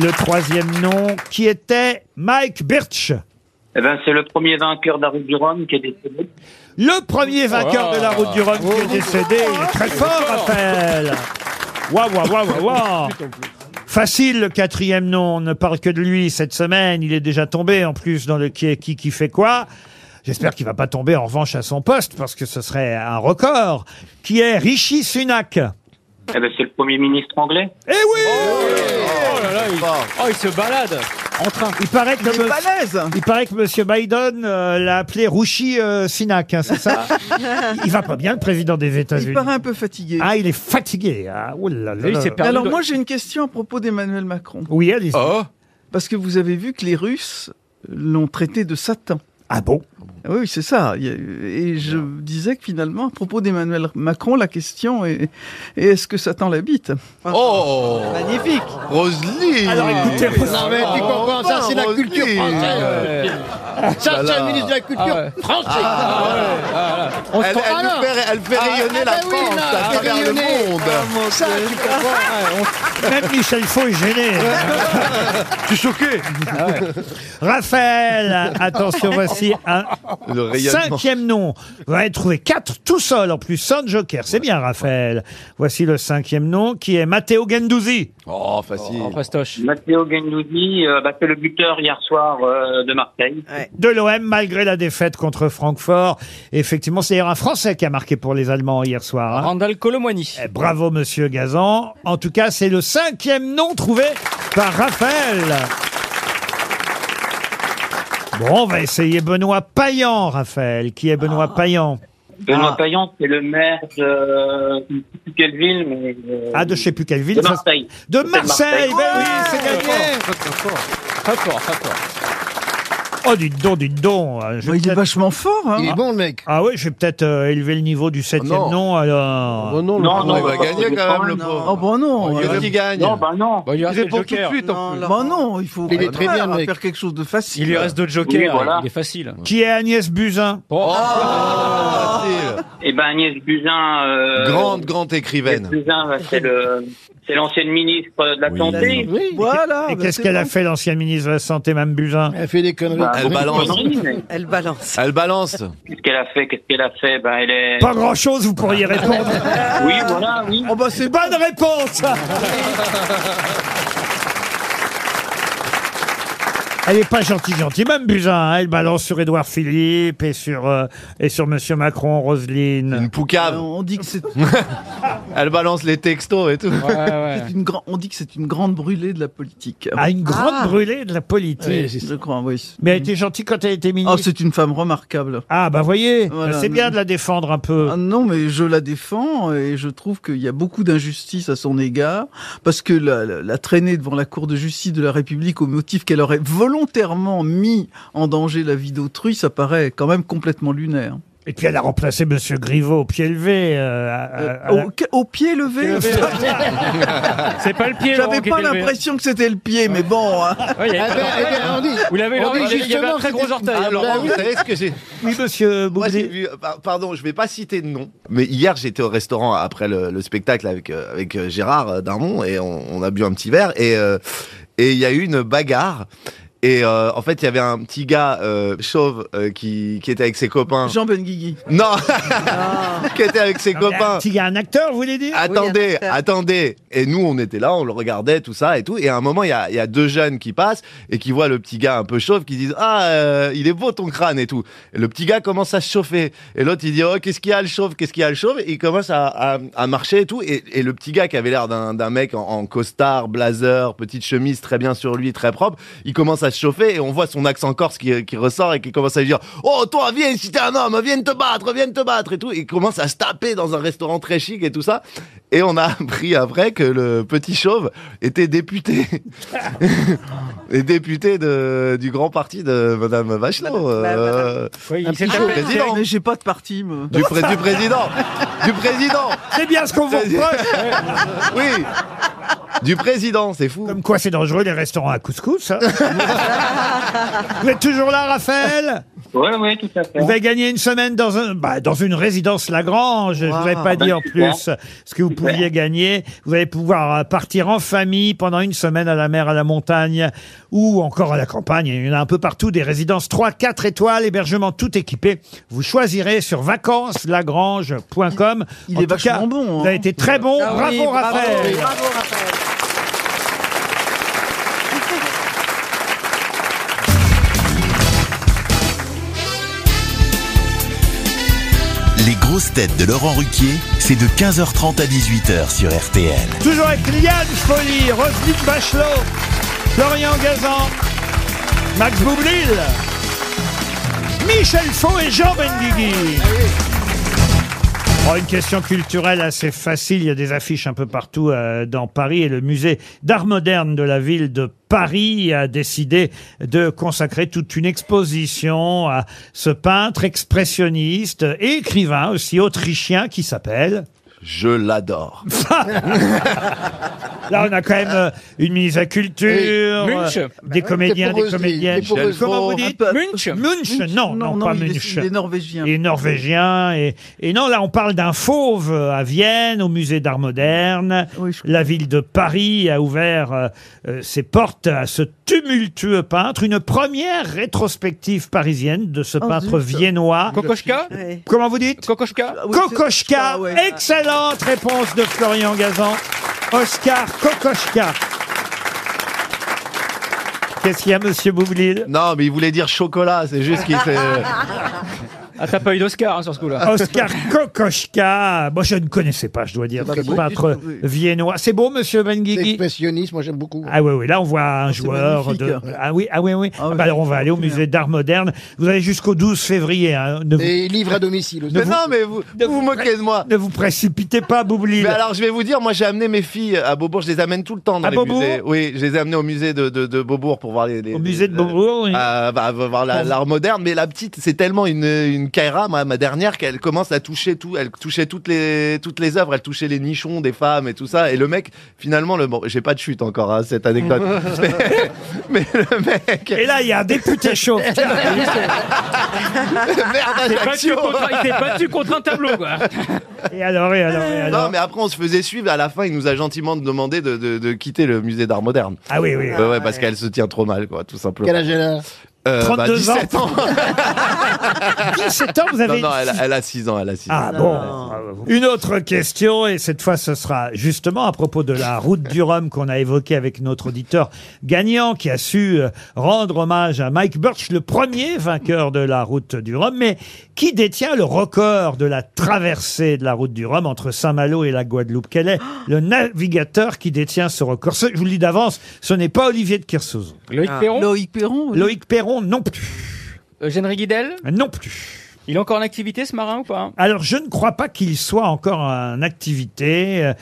[SPEAKER 2] Le troisième nom qui était Mike Birch,
[SPEAKER 17] Eh ben, c'est le premier vainqueur de la route du Rhum qui est décédé.
[SPEAKER 2] le premier vainqueur de la route du Rhum qui est décédé. Il est très fort Raphaël. Waouh,
[SPEAKER 10] Ah,
[SPEAKER 2] waouh, waouh, waouh. Facile le quatrième nom, on ne parle que de lui cette semaine, il est déjà tombé en plus dans le qui est qui qui fait quoi. J'espère qu'il va pas tomber en revanche à son poste parce que ce serait un record. Qui est Rishi Sunak
[SPEAKER 17] Eh ben, c'est le premier ministre anglais.
[SPEAKER 2] Eh oui
[SPEAKER 5] Oh là là, il, oh, il se balade en train.
[SPEAKER 2] Il paraît que me- Il paraît que Monsieur Biden euh, l'a appelé Rouchi Sinac, hein, c'est ça Il va pas bien, le président des États-Unis.
[SPEAKER 4] Ah. Il paraît un peu fatigué.
[SPEAKER 2] Ah, il est fatigué. Ah, oh là là là.
[SPEAKER 4] Alors moi j'ai une question à propos d'Emmanuel Macron.
[SPEAKER 2] Oui, allez-y.
[SPEAKER 8] Oh.
[SPEAKER 4] Parce que vous avez vu que les Russes l'ont traité de Satan.
[SPEAKER 2] Ah bon
[SPEAKER 4] Oui, oui, c'est ça. Il y a- Et je disais que finalement, à propos d'Emmanuel Macron, la question est, est est-ce que Satan l'habite
[SPEAKER 8] Oh
[SPEAKER 4] Magnifique
[SPEAKER 8] Roselyne
[SPEAKER 4] Alors, écoutez,
[SPEAKER 3] Non, mais tu comprends, ça, c'est la culture française. Ça, c'est le ministre de la culture française.
[SPEAKER 8] On se Ah Elle- prend- elle nous fait- elle
[SPEAKER 2] Ah,
[SPEAKER 8] fait rayonner
[SPEAKER 2] ben
[SPEAKER 8] la France à travers le monde.
[SPEAKER 3] Ça, tu
[SPEAKER 2] Ah,
[SPEAKER 3] comprends.
[SPEAKER 2] Même Michel Faux est gêné. Je suis choqué. Raphaël, attention, voici un
[SPEAKER 8] Le rayonnement.
[SPEAKER 2] Cinquième nom. Vous allez trouver quatre tout seul en plus, sans joker. C'est bien, Raphaël. Voici le cinquième nom qui est Matteo Gendouzi.
[SPEAKER 8] Oh, facile.
[SPEAKER 17] Matteo Gendouzi, euh, bah, c'est le buteur hier soir euh, de Marseille.
[SPEAKER 2] De l'OM, malgré la défaite contre Francfort. Effectivement, c'est d'ailleurs un Français qui a marqué pour les Allemands hier soir. Randall Colomwani. Bravo, monsieur Gazan. En tout cas, c'est le cinquième nom trouvé par Raphaël. Bon, on va essayer Benoît Payan, Raphaël. Qui est Benoît
[SPEAKER 4] Ah.
[SPEAKER 2] Payan Ah.
[SPEAKER 17] Benoît Payan, c'est le maire de euh, je ne sais plus quelle ville, mais euh,
[SPEAKER 2] Ah, de je sais plus quelle ville.
[SPEAKER 17] de
[SPEAKER 2] ça-
[SPEAKER 17] Marseille.
[SPEAKER 2] De
[SPEAKER 17] C'est
[SPEAKER 2] Marseille, ben oui,
[SPEAKER 17] Ouais.
[SPEAKER 2] c'est gagné.
[SPEAKER 16] Très fort, très fort.
[SPEAKER 2] Oh, dites donc, dites donc. euh, je vais
[SPEAKER 4] il est
[SPEAKER 2] peut-être-
[SPEAKER 4] vachement fort. Hein.
[SPEAKER 2] Il est bon, le mec. Ah oui, je vais peut-être euh, élever le niveau du septième
[SPEAKER 4] Ah non.
[SPEAKER 2] nom, alors.
[SPEAKER 4] Oh non, le Non, pauvre. non, il va gagner quand même, le pauvre. Oh, bah non. Il veut qu'il gagne. Non, bah
[SPEAKER 17] non.
[SPEAKER 4] Bah, il lui reste
[SPEAKER 7] répond
[SPEAKER 4] le
[SPEAKER 7] tout de
[SPEAKER 4] joker.
[SPEAKER 7] suite, en plus.
[SPEAKER 4] Bah non, il faut
[SPEAKER 7] Il est
[SPEAKER 4] au
[SPEAKER 7] très
[SPEAKER 4] contraire,
[SPEAKER 7] bien, le mec.
[SPEAKER 4] faire quelque chose de facile.
[SPEAKER 7] Il lui reste deux jokers, Oui, voilà. il est
[SPEAKER 17] facile.
[SPEAKER 2] Qui est Agnès Buzyn Oh.
[SPEAKER 12] Ah.
[SPEAKER 17] Et ben Agnès Buzyn. euh,
[SPEAKER 8] Grande, grande écrivaine.
[SPEAKER 17] Agnès Buzyn, bah, c'est le, c'est l'ancienne ministre de la santé.
[SPEAKER 2] Et
[SPEAKER 4] bah,
[SPEAKER 2] qu'est-ce qu'elle a fait, l'ancienne ministre de la Santé, Mme Buzyn Elle fait des conneries.
[SPEAKER 17] Bah, Elle balance.
[SPEAKER 6] Elle balance.
[SPEAKER 8] Elle balance.
[SPEAKER 17] Qu'est-ce qu'elle a fait Qu'est-ce qu'elle a fait Ben elle est.
[SPEAKER 2] Pas grand-chose, vous pourriez répondre.
[SPEAKER 17] Oui, voilà, oui.
[SPEAKER 2] Oh, bah, c'est bonne réponse Elle n'est pas gentille, gentille, même Buzyn. hein. Elle balance sur Édouard Philippe et sur, euh, et sur Monsieur Macron, Roselyne. Une
[SPEAKER 8] poucave.
[SPEAKER 4] On dit que c'est
[SPEAKER 8] Elle balance les textos et tout.
[SPEAKER 4] c'est une grand- on dit que c'est une grande brûlée de la politique.
[SPEAKER 2] Ah, une grande brûlée de la politique.
[SPEAKER 4] Oui, je crois, oui.
[SPEAKER 2] Mais elle était gentille quand elle était ministre.
[SPEAKER 4] Oh, c'est une femme remarquable.
[SPEAKER 2] Ah, bah voyez,
[SPEAKER 4] Voilà.
[SPEAKER 2] c'est bien de la défendre un peu.
[SPEAKER 4] Ah non, mais je la défends et je trouve qu'il y a beaucoup d'injustice à son égard parce que la, la- la traînée devant la Cour de justice de la République au motif qu'elle aurait volontairement mis en danger la vie d'autrui, ça paraît quand même complètement lunaire.
[SPEAKER 2] Et puis elle a remplacé Monsieur Griveaux au pied levé. euh, à- à- à la-
[SPEAKER 4] Au, au pied levé.
[SPEAKER 2] Au pied levé. C'est pas le pied, Laurent,
[SPEAKER 4] J'avais
[SPEAKER 2] qui
[SPEAKER 4] pas
[SPEAKER 2] était levé.
[SPEAKER 4] l'impression que c'était le pied, mais bon. hein.
[SPEAKER 2] Ouais, il y avait Ah pas- ben, eh bien, on dit- Vous l'avez, on Laurent, dit il y avait- il y avait un justement, très gros c'était- orteil.
[SPEAKER 8] Ah, Laurant,
[SPEAKER 2] Ah, oui.
[SPEAKER 8] vous savez ce que j'ai
[SPEAKER 2] Oui, monsieur
[SPEAKER 8] Moi, j'ai vu, euh, par- pardon, je vais pas citer de nom, mais hier, j'étais au restaurant après le, le spectacle avec, euh, avec euh, Gérard euh, Darmon et on, on a bu un petit verre et euh, et il y a eu une bagarre. Et euh, en fait, il y avait un petit gars euh, chauve euh, qui, qui était avec ses copains.
[SPEAKER 4] Jean Benguigui.
[SPEAKER 8] Non Qui était avec
[SPEAKER 2] Ah,
[SPEAKER 8] ses copains.
[SPEAKER 2] Un petit gars, un acteur, vous voulez dire
[SPEAKER 8] Attendez, attendez. Et nous, on était là, on le regardait, tout ça et tout. Et à un moment, il y a, il y a deux jeunes qui passent et qui voient le petit gars un peu chauve, qui disent Ah, euh, il est beau ton crâne et tout. Et le petit gars commence à se chauffer. Et l'autre, il dit Oh, qu'est-ce qu'il y a le chauve Qu'est-ce qu'il y a le chauve Et il commence à, à- à marcher et tout. Et, et le petit gars qui avait l'air d'un d'un mec en, en costard, blazer, petite chemise très bien sur lui, très propre, il commence à se chauffer et on voit son accent corse qui, qui ressort et qui commence à lui dire Oh, toi, viens, si t'es un homme, viens te battre, viens te battre et tout. Il commence à se taper dans un restaurant très chic et tout ça. Et on a appris après que le petit chauve était député. et député de, du grand parti de Madame Bachelot. euh,
[SPEAKER 4] Un
[SPEAKER 8] du
[SPEAKER 4] petit chauve.
[SPEAKER 8] président.
[SPEAKER 4] Mais j'ai pas de parti, moi.
[SPEAKER 8] Du, pré- du président. Du président.
[SPEAKER 2] C'est bien ce qu'on vous reproche.
[SPEAKER 8] Oui. Du président, c'est fou.
[SPEAKER 2] Comme quoi, c'est dangereux les restaurants à couscous. hein. vous êtes toujours là, Raphaël
[SPEAKER 17] Oui, oui, tout à fait.
[SPEAKER 2] Vous avez gagné une semaine dans, un, bah, dans une résidence Lagrange. Je ne vous avais pas
[SPEAKER 17] Bah,
[SPEAKER 2] dit en
[SPEAKER 17] super.
[SPEAKER 2] plus ce que vous pouviez gagner. Vous allez pouvoir euh, partir en famille pendant une semaine à la mer, à la montagne ou encore à la campagne. Il y en a un peu partout des résidences 3, 4 étoiles, hébergement tout équipé. Vous choisirez sur vacanceslagrange.com.
[SPEAKER 4] Il
[SPEAKER 2] En
[SPEAKER 4] est
[SPEAKER 2] tout cas,
[SPEAKER 4] vachement bon. hein.
[SPEAKER 2] Vous avez été très bon.
[SPEAKER 17] Ah
[SPEAKER 8] Ah
[SPEAKER 2] bravo, Raphaël.
[SPEAKER 1] Les grosses têtes de Laurent Ruquier, c'est de 15h30 à 18h sur RTL.
[SPEAKER 2] Toujours avec Liane Folly, Roselyne Bachelot, Florian Gazan, Max Boublil, Michel Faux et Jean Benguigui. Oh, une question culturelle assez facile. Il y a des affiches un peu partout euh, dans Paris et le musée d'art moderne de la ville de Paris a décidé de consacrer toute une exposition à ce peintre expressionniste et écrivain aussi autrichien qui s'appelle
[SPEAKER 8] Je l'adore.
[SPEAKER 2] Là, on a quand même euh, une mise à culture,
[SPEAKER 16] Oui.
[SPEAKER 2] euh,
[SPEAKER 16] Munch.
[SPEAKER 2] des comédiens, des comédiennes. Comment vous dites
[SPEAKER 4] Munch
[SPEAKER 2] Munch, non, non, pas
[SPEAKER 4] il est-
[SPEAKER 2] Munch.
[SPEAKER 4] Il est norvégien.
[SPEAKER 2] Et norvégien. Et, et non, là, on parle d'un fauve euh, à Vienne, au musée d'art moderne. La ville de Paris a ouvert euh, euh, ses portes à ce tumultueux peintre, une première rétrospective parisienne de ce
[SPEAKER 18] Oh,
[SPEAKER 2] peintre
[SPEAKER 18] zut.
[SPEAKER 2] viennois.
[SPEAKER 18] Kokoschka
[SPEAKER 2] Comment vous dites
[SPEAKER 18] Kokoschka
[SPEAKER 2] Kokoschka, excellente réponse de Florian Gazan. Oscar Kokoschka. Qu'est-ce qu'il y a, monsieur Boublil
[SPEAKER 8] Non, mais il voulait dire chocolat, c'est juste qu'il s'est. euh,
[SPEAKER 16] Ah, t'as pas eu d'Oscar hein, sur ce coup-là.
[SPEAKER 2] Oscar Kokoschka. Moi, je ne connaissais pas, je dois dire,
[SPEAKER 16] C'est
[SPEAKER 2] ce
[SPEAKER 16] pas beau
[SPEAKER 2] peintre
[SPEAKER 16] du tout, oui.
[SPEAKER 2] viennois. C'est beau, monsieur Benguigui
[SPEAKER 3] Expressionniste, moi j'aime beaucoup.
[SPEAKER 2] Ah oui, oui, là on voit un
[SPEAKER 3] c'est
[SPEAKER 2] joueur
[SPEAKER 3] magnifique,
[SPEAKER 2] de...
[SPEAKER 3] hein.
[SPEAKER 2] Ah oui, ah oui, oui. Ah bah, alors on va aller au musée d'art moderne. Vous allez jusqu'au 12 février. hein. Ne vous-
[SPEAKER 3] Et livre à domicile aussi.
[SPEAKER 2] Ne vous-
[SPEAKER 8] vous
[SPEAKER 2] ne vous
[SPEAKER 8] moquez de moi.
[SPEAKER 2] Ne vous précipitez pas, Boublil.
[SPEAKER 8] Mais alors, je vais vous dire, moi, j'ai amené mes filles à Beaubourg. Je les amène tout le temps dans
[SPEAKER 2] À
[SPEAKER 8] les
[SPEAKER 2] Beaubourg
[SPEAKER 8] musées. Oui, je les ai amenées au musée de, de, de Beaubourg pour voir les. les-
[SPEAKER 2] Au musée de Beaubourg, oui.
[SPEAKER 8] Ah, bah, va voir la-
[SPEAKER 2] Bon.
[SPEAKER 8] l'art moderne. Mais la petite, c'est tellement une une caïra, ma, ma dernière, qu'elle commence à toucher tout. Elle touchait toutes les toutes les œuvres. Elle touchait les nichons des femmes et tout ça. Et le mec, finalement, le bon, j'ai pas de chute encore hein, cette anecdote. mais, mais le mec.
[SPEAKER 2] Et là, il y a un député chaud.
[SPEAKER 8] Merde,
[SPEAKER 16] Il s'est battu
[SPEAKER 8] Ajaccio.
[SPEAKER 16] contre- il s'est battu contre un tableau, quoi.
[SPEAKER 2] Et alors, et alors, et alors
[SPEAKER 8] Non, mais après, on se faisait suivre. À la fin, il nous a gentiment demandé de, de- de quitter le musée d'art moderne.
[SPEAKER 2] Ah oui, oui.
[SPEAKER 8] Ouais, ouais, parce qu'elle se tient trop mal, quoi, tout simplement.
[SPEAKER 3] Quel âge elle a
[SPEAKER 8] Euh, bah,
[SPEAKER 3] 32 ans.
[SPEAKER 8] 17 ans.
[SPEAKER 2] 17 ans, vous avez
[SPEAKER 8] Non, non, elle, a- elle a 6 ans, elle a 6
[SPEAKER 2] Ah
[SPEAKER 8] ans.
[SPEAKER 2] bon Une autre question, et cette fois ce sera justement à propos de la route du Rhum qu'on a évoquée avec notre auditeur gagnant qui a su euh, rendre hommage à Mike Birch, le premier vainqueur de la route du Rhum, mais qui détient le record de la traversée de la route du Rhum entre Saint-Malo et la Guadeloupe. Quel est le navigateur qui détient ce record Ce- Je vous le dis d'avance, ce n'est pas Olivier de Kersauzon.
[SPEAKER 16] Loïc Ah. Perron Loïc Perron, oui.
[SPEAKER 2] Loïc Perron, non plus.
[SPEAKER 16] Eugène Guidel
[SPEAKER 2] Non plus.
[SPEAKER 16] Il est encore en activité ce marin ou pas
[SPEAKER 5] hein
[SPEAKER 2] Alors, je ne crois pas qu'il soit encore en activité. Euh,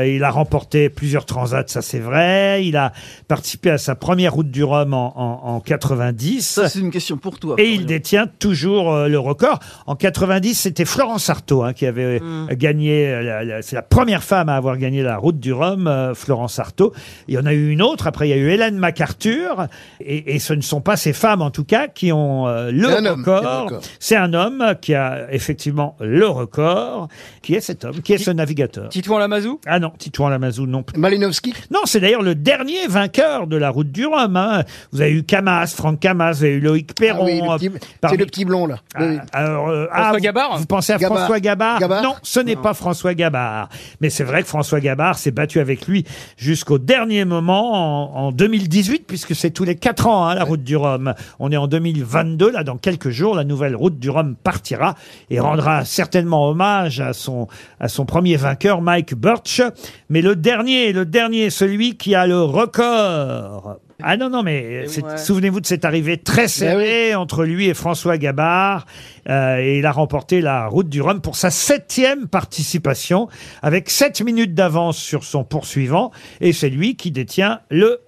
[SPEAKER 2] euh, il a remporté plusieurs transats, ça c'est vrai. Il a participé à sa première route du Rhum en, en, en 90.
[SPEAKER 4] c'est une question pour toi.
[SPEAKER 2] Et il détient toujours euh, le record. En 90, c'était Florence Artaud hein, qui avait euh, gagné. euh, la- la- C'est la première femme à avoir gagné la route du Rhum, euh, Florence Artaud. Il y en a eu une autre. Après, il y a eu Hélène MacArthur. Et, et ce ne sont pas ces femmes, en tout cas, qui ont euh, le
[SPEAKER 3] C'est un homme qui a le
[SPEAKER 2] record.
[SPEAKER 3] record.
[SPEAKER 2] C'est un homme qui a effectivement le record. Qui est cet homme Qui est ce navigateur
[SPEAKER 16] Titouan Lamazou
[SPEAKER 2] Ah non, Titouan Lamazou non plus.
[SPEAKER 3] Malinowski
[SPEAKER 2] Non, c'est d'ailleurs le dernier vainqueur de la route du Rhum. hein. Vous avez eu Camas, Franck Camas, vous avez eu Loïc Perron.
[SPEAKER 3] Ah oui, le
[SPEAKER 2] euh,
[SPEAKER 3] petit-
[SPEAKER 2] parmi-
[SPEAKER 3] c'est le petit blond là.
[SPEAKER 2] Ah, alors, euh,
[SPEAKER 16] François
[SPEAKER 2] ah, vous-
[SPEAKER 16] Gabard
[SPEAKER 2] Vous pensez à
[SPEAKER 16] Gabard.
[SPEAKER 2] François Gabard,
[SPEAKER 16] Gabard
[SPEAKER 2] Non, ce n'est pas François Gabard. Mais c'est vrai que François Gabard s'est battu avec lui jusqu'au dernier moment en, en 2018, puisque c'est tous les quatre ans hein, la route du Rhum. On est en 2022, là dans quelques jours, la nouvelle route du Rhum partira et rendra certainement hommage à son, à son premier vainqueur, Mike Birch. Mais le dernier, le dernier, celui qui a le record. Ah non, non, mais c'est-
[SPEAKER 3] ouais.
[SPEAKER 2] souvenez-vous de cette arrivée
[SPEAKER 7] Ben
[SPEAKER 2] très serrée entre lui et François Gabard. Euh, et il a remporté la route du Rhum pour sa septième participation, avec sept minutes d'avance sur son poursuivant. Et c'est lui qui détient le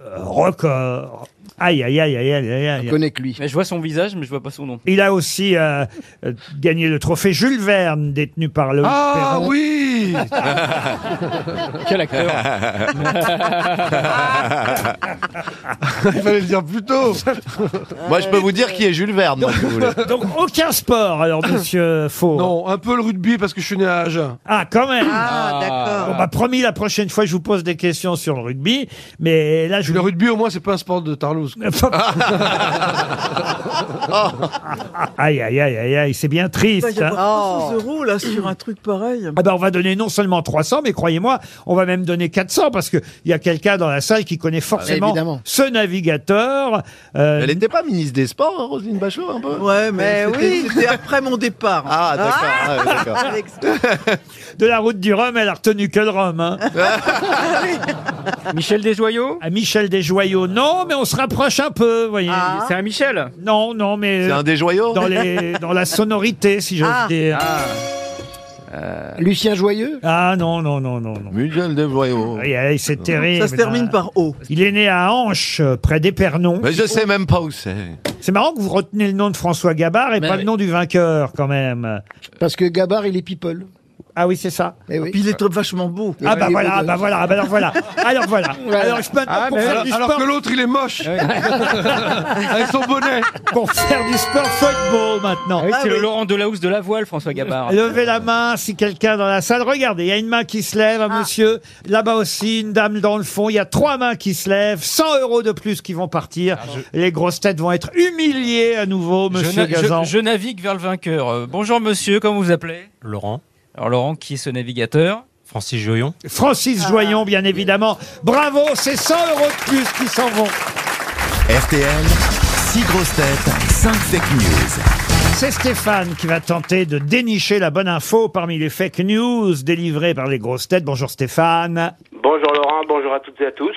[SPEAKER 2] record. Aïe, aïe, aïe, aïe, aïe, aïe, aïe.
[SPEAKER 3] que lui.
[SPEAKER 16] Mais je vois son visage, mais je vois pas son nom.
[SPEAKER 2] Il a aussi euh, euh, gagné le trophée Jules Verne, détenu par le
[SPEAKER 7] Ah
[SPEAKER 2] Perron.
[SPEAKER 7] oui
[SPEAKER 2] Euh.
[SPEAKER 16] Quel acteur
[SPEAKER 2] Ah,
[SPEAKER 7] Il fallait le dire plus tôt
[SPEAKER 8] Moi, je peux vous dire qui est Jules Verne, moi, si vous voulez.
[SPEAKER 2] Donc aucun sport, alors monsieur Faux.
[SPEAKER 7] Non, un peu le rugby parce que je suis né à Agen.
[SPEAKER 2] Ah, quand même
[SPEAKER 7] Ah, d'accord.
[SPEAKER 2] Bon, bah, promis, la prochaine fois, je vous pose des questions sur le rugby, mais là, je...
[SPEAKER 7] Le rugby, au moins, c'est pas un sport de Tarlouse.
[SPEAKER 2] Aïe, aïe, aïe, aïe, aïe, c'est bien
[SPEAKER 4] Il va
[SPEAKER 2] triste.
[SPEAKER 4] y
[SPEAKER 2] hein.
[SPEAKER 4] avoir 300 euros là sur un truc pareil.
[SPEAKER 2] Ah ben on va donner non seulement 300, mais croyez-moi, on va même donner 400 parce que il y a quelqu'un dans la salle qui
[SPEAKER 4] Ah,
[SPEAKER 2] connaît forcément
[SPEAKER 3] évidemment.
[SPEAKER 2] ce navigateur. Euh,
[SPEAKER 8] Elle n'était pas ministre des Sports, hein, Roselyne Bachelot, un peu
[SPEAKER 4] Ouais, mais,
[SPEAKER 8] Mais
[SPEAKER 4] c'était-
[SPEAKER 8] oui.
[SPEAKER 4] c'était après mon départ.
[SPEAKER 8] Ah, d'accord. Ah, ouais, d'accord.
[SPEAKER 2] de la route du Rhum, elle a retenu que le Rhum. hein.
[SPEAKER 16] Michel Desjoyaux
[SPEAKER 2] À Ah, Michel Desjoyaux, non, mais on se rapproche un peu, vous voyez.
[SPEAKER 4] Ah.
[SPEAKER 16] C'est un Michel
[SPEAKER 2] Non, non, mais
[SPEAKER 8] C'est un des joyaux
[SPEAKER 2] dans, les, dans la sonorité, si j'ose
[SPEAKER 4] Ah.
[SPEAKER 2] dire. Ah.
[SPEAKER 3] Euh, Lucien Joyeux
[SPEAKER 2] non, non, non, non, Ah, non.
[SPEAKER 8] Michel des joyaux.
[SPEAKER 2] Aïe, aïe, c'est terrible.
[SPEAKER 4] Ça se termine par O.
[SPEAKER 2] Il est né à Anche, euh, près d'Épernon.
[SPEAKER 8] Mais je sais même pas où c'est.
[SPEAKER 2] C'est marrant que vous reteniez le nom de François Gabard et
[SPEAKER 16] Mais
[SPEAKER 2] pas
[SPEAKER 16] oui.
[SPEAKER 2] le nom du vainqueur, quand même.
[SPEAKER 3] Parce que Gabard, il est people. Eh
[SPEAKER 2] Ah oui, c'est ça.
[SPEAKER 4] Puis il est trop vachement beau.
[SPEAKER 2] Ah bah voilà, ah bah voilà, ah bah alors voilà. Alors voilà.
[SPEAKER 4] Voilà.
[SPEAKER 2] Alors je maintenant,
[SPEAKER 4] Ah,
[SPEAKER 2] pour
[SPEAKER 4] mais
[SPEAKER 2] faire
[SPEAKER 4] alors-
[SPEAKER 2] du
[SPEAKER 4] alors
[SPEAKER 2] sport-
[SPEAKER 4] que l'autre, il est moche. Avec son bonnet.
[SPEAKER 2] Pour faire du sport, faut être beau maintenant.
[SPEAKER 5] oui, c'est
[SPEAKER 2] Ah
[SPEAKER 5] le
[SPEAKER 2] oui.
[SPEAKER 5] Laurent Delahousse de la voile, François Gabard.
[SPEAKER 2] Levez la main si quelqu'un dans la salle. Regardez, il y a une main qui se lève, un monsieur. Là-bas aussi, une dame dans le fond. Il y a trois mains qui se lèvent. 100 euros de plus qui vont partir. Les grosses têtes vont être humiliées à nouveau,
[SPEAKER 15] je,
[SPEAKER 2] monsieur
[SPEAKER 15] na- je-
[SPEAKER 2] Gazan.
[SPEAKER 15] je navigue vers le vainqueur. Euh, bonjour monsieur, comment vous appelez Laurent. Alors Laurent, qui est ce navigateur Francis Joyon.
[SPEAKER 2] Francis Joyon, bien évidemment. Bravo, c'est 100 euros de plus qui s'en vont.
[SPEAKER 1] RTL, 6 grosses têtes, 5 fake news.
[SPEAKER 2] C'est Stéphane qui va tenter de dénicher la bonne info parmi les fake news délivrées par les grosses têtes. Bonjour Stéphane.
[SPEAKER 18] Bonjour Laurent, bonjour à toutes et à tous.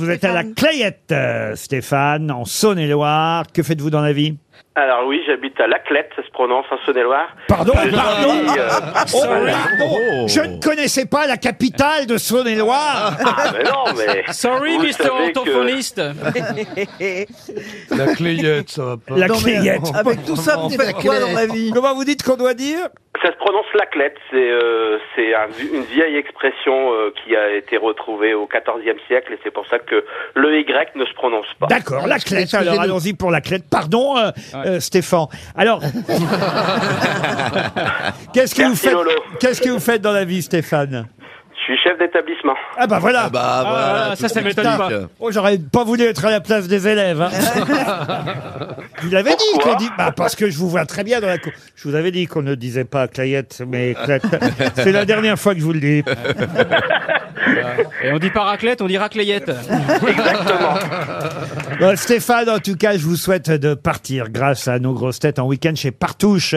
[SPEAKER 2] Vous êtes à la Clayette, euh, Stéphane, en Saône-et-Loire. Que faites-vous dans la vie
[SPEAKER 18] Alors oui, j'habite à Laclette, ça se prononce en Saône-et-Loire.
[SPEAKER 2] Pardon,
[SPEAKER 18] Je suis,
[SPEAKER 2] pardon.
[SPEAKER 18] euh,
[SPEAKER 2] Oh,
[SPEAKER 18] voilà.
[SPEAKER 2] pardon, Je ne connaissais pas la capitale de Saône-et-Loire.
[SPEAKER 18] Ah, mais non, mais...
[SPEAKER 5] Sorry,
[SPEAKER 18] vous
[SPEAKER 5] Mr.
[SPEAKER 18] savez que-
[SPEAKER 5] Orthophoniste.
[SPEAKER 7] La clayette, ça va pas.
[SPEAKER 2] La Clayette. Comment vous dites qu'on doit dire
[SPEAKER 18] Ça se prononce Laclette, c'est euh, c'est un- une vieille expression euh, qui a été retrouvée au XIVe siècle et c'est pour ça que le Y ne se prononce pas.
[SPEAKER 2] D'accord, la clette. Alors allons-y pour la clette. Pardon, euh, euh, Stéphane. Alors, qu'est-ce que vous
[SPEAKER 18] Merci,
[SPEAKER 2] faites
[SPEAKER 18] Lolo.
[SPEAKER 2] Qu'est-ce que vous faites dans la vie, Stéphane
[SPEAKER 18] Je suis chef d'établissement.
[SPEAKER 2] Ah bah voilà.
[SPEAKER 18] Ah voilà,
[SPEAKER 2] voilà,
[SPEAKER 18] tout de suite.
[SPEAKER 2] Oh, j'aurais pas voulu être à la place des élèves. hein.
[SPEAKER 10] Ah
[SPEAKER 2] vous l'avez dit,
[SPEAKER 18] Pourquoi
[SPEAKER 2] qu'on dit, bah, parce que je vous vois très bien dans la cour. Je vous avais dit qu'on ne disait pas Clayette, mais Clette. C'est la dernière fois que je vous le dis.
[SPEAKER 5] Et on dit pas raclette, on dit raclayette.
[SPEAKER 2] Bon, Stéphane, en tout cas, je vous souhaite de partir grâce à nos grosses têtes en week-end chez Partouche.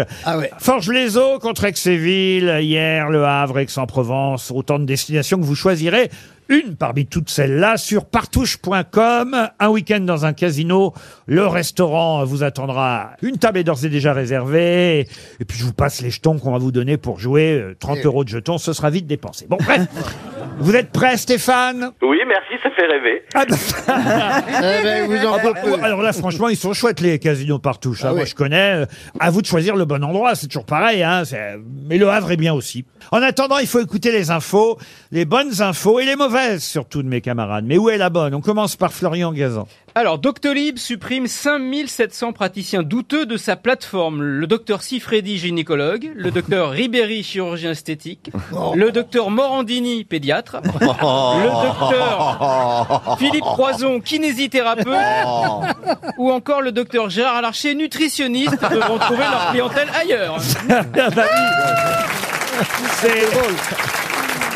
[SPEAKER 2] Forge les eaux contre Aix-et-Ville, hier, Le Havre, Aix-en-Provence, autant de destinations que vous choisirez. Une parmi toutes celles-là sur partouche.com. Un week-end dans un casino. Le restaurant vous attendra. Une table est d'ores et déjà réservée. Et puis je vous passe les jetons qu'on va vous donner pour jouer. Euh, 30 euros de jetons, ce sera vite dépensé. Bon, bref. vous êtes prêts, Stéphane
[SPEAKER 18] Oui, merci, ça fait rêver.
[SPEAKER 2] ah bah- Ah bah, ouais, Alors là, franchement, ils sont chouettes les casinos partout. ça, Moi, je connais. Euh, À vous de choisir le bon endroit. C'est toujours pareil. Hein. c'est- Mais le Havre est bien aussi. En attendant, il faut écouter les infos, les bonnes infos et les mauvaises, surtout de mes camarades. Mais où est la bonne On commence par Florian Gazan.
[SPEAKER 5] Alors, Doctolib supprime 5700 praticiens douteux de sa plateforme. Le docteur Sifredi, gynécologue. Le docteur Ribéry, chirurgien esthétique. Le docteur Morandini, pédiatre. Le docteur Philippe Croison, kinésithérapeute. Ou encore le docteur Gérard Larcher, nutritionniste, devront trouver leur clientèle ailleurs.
[SPEAKER 2] C'est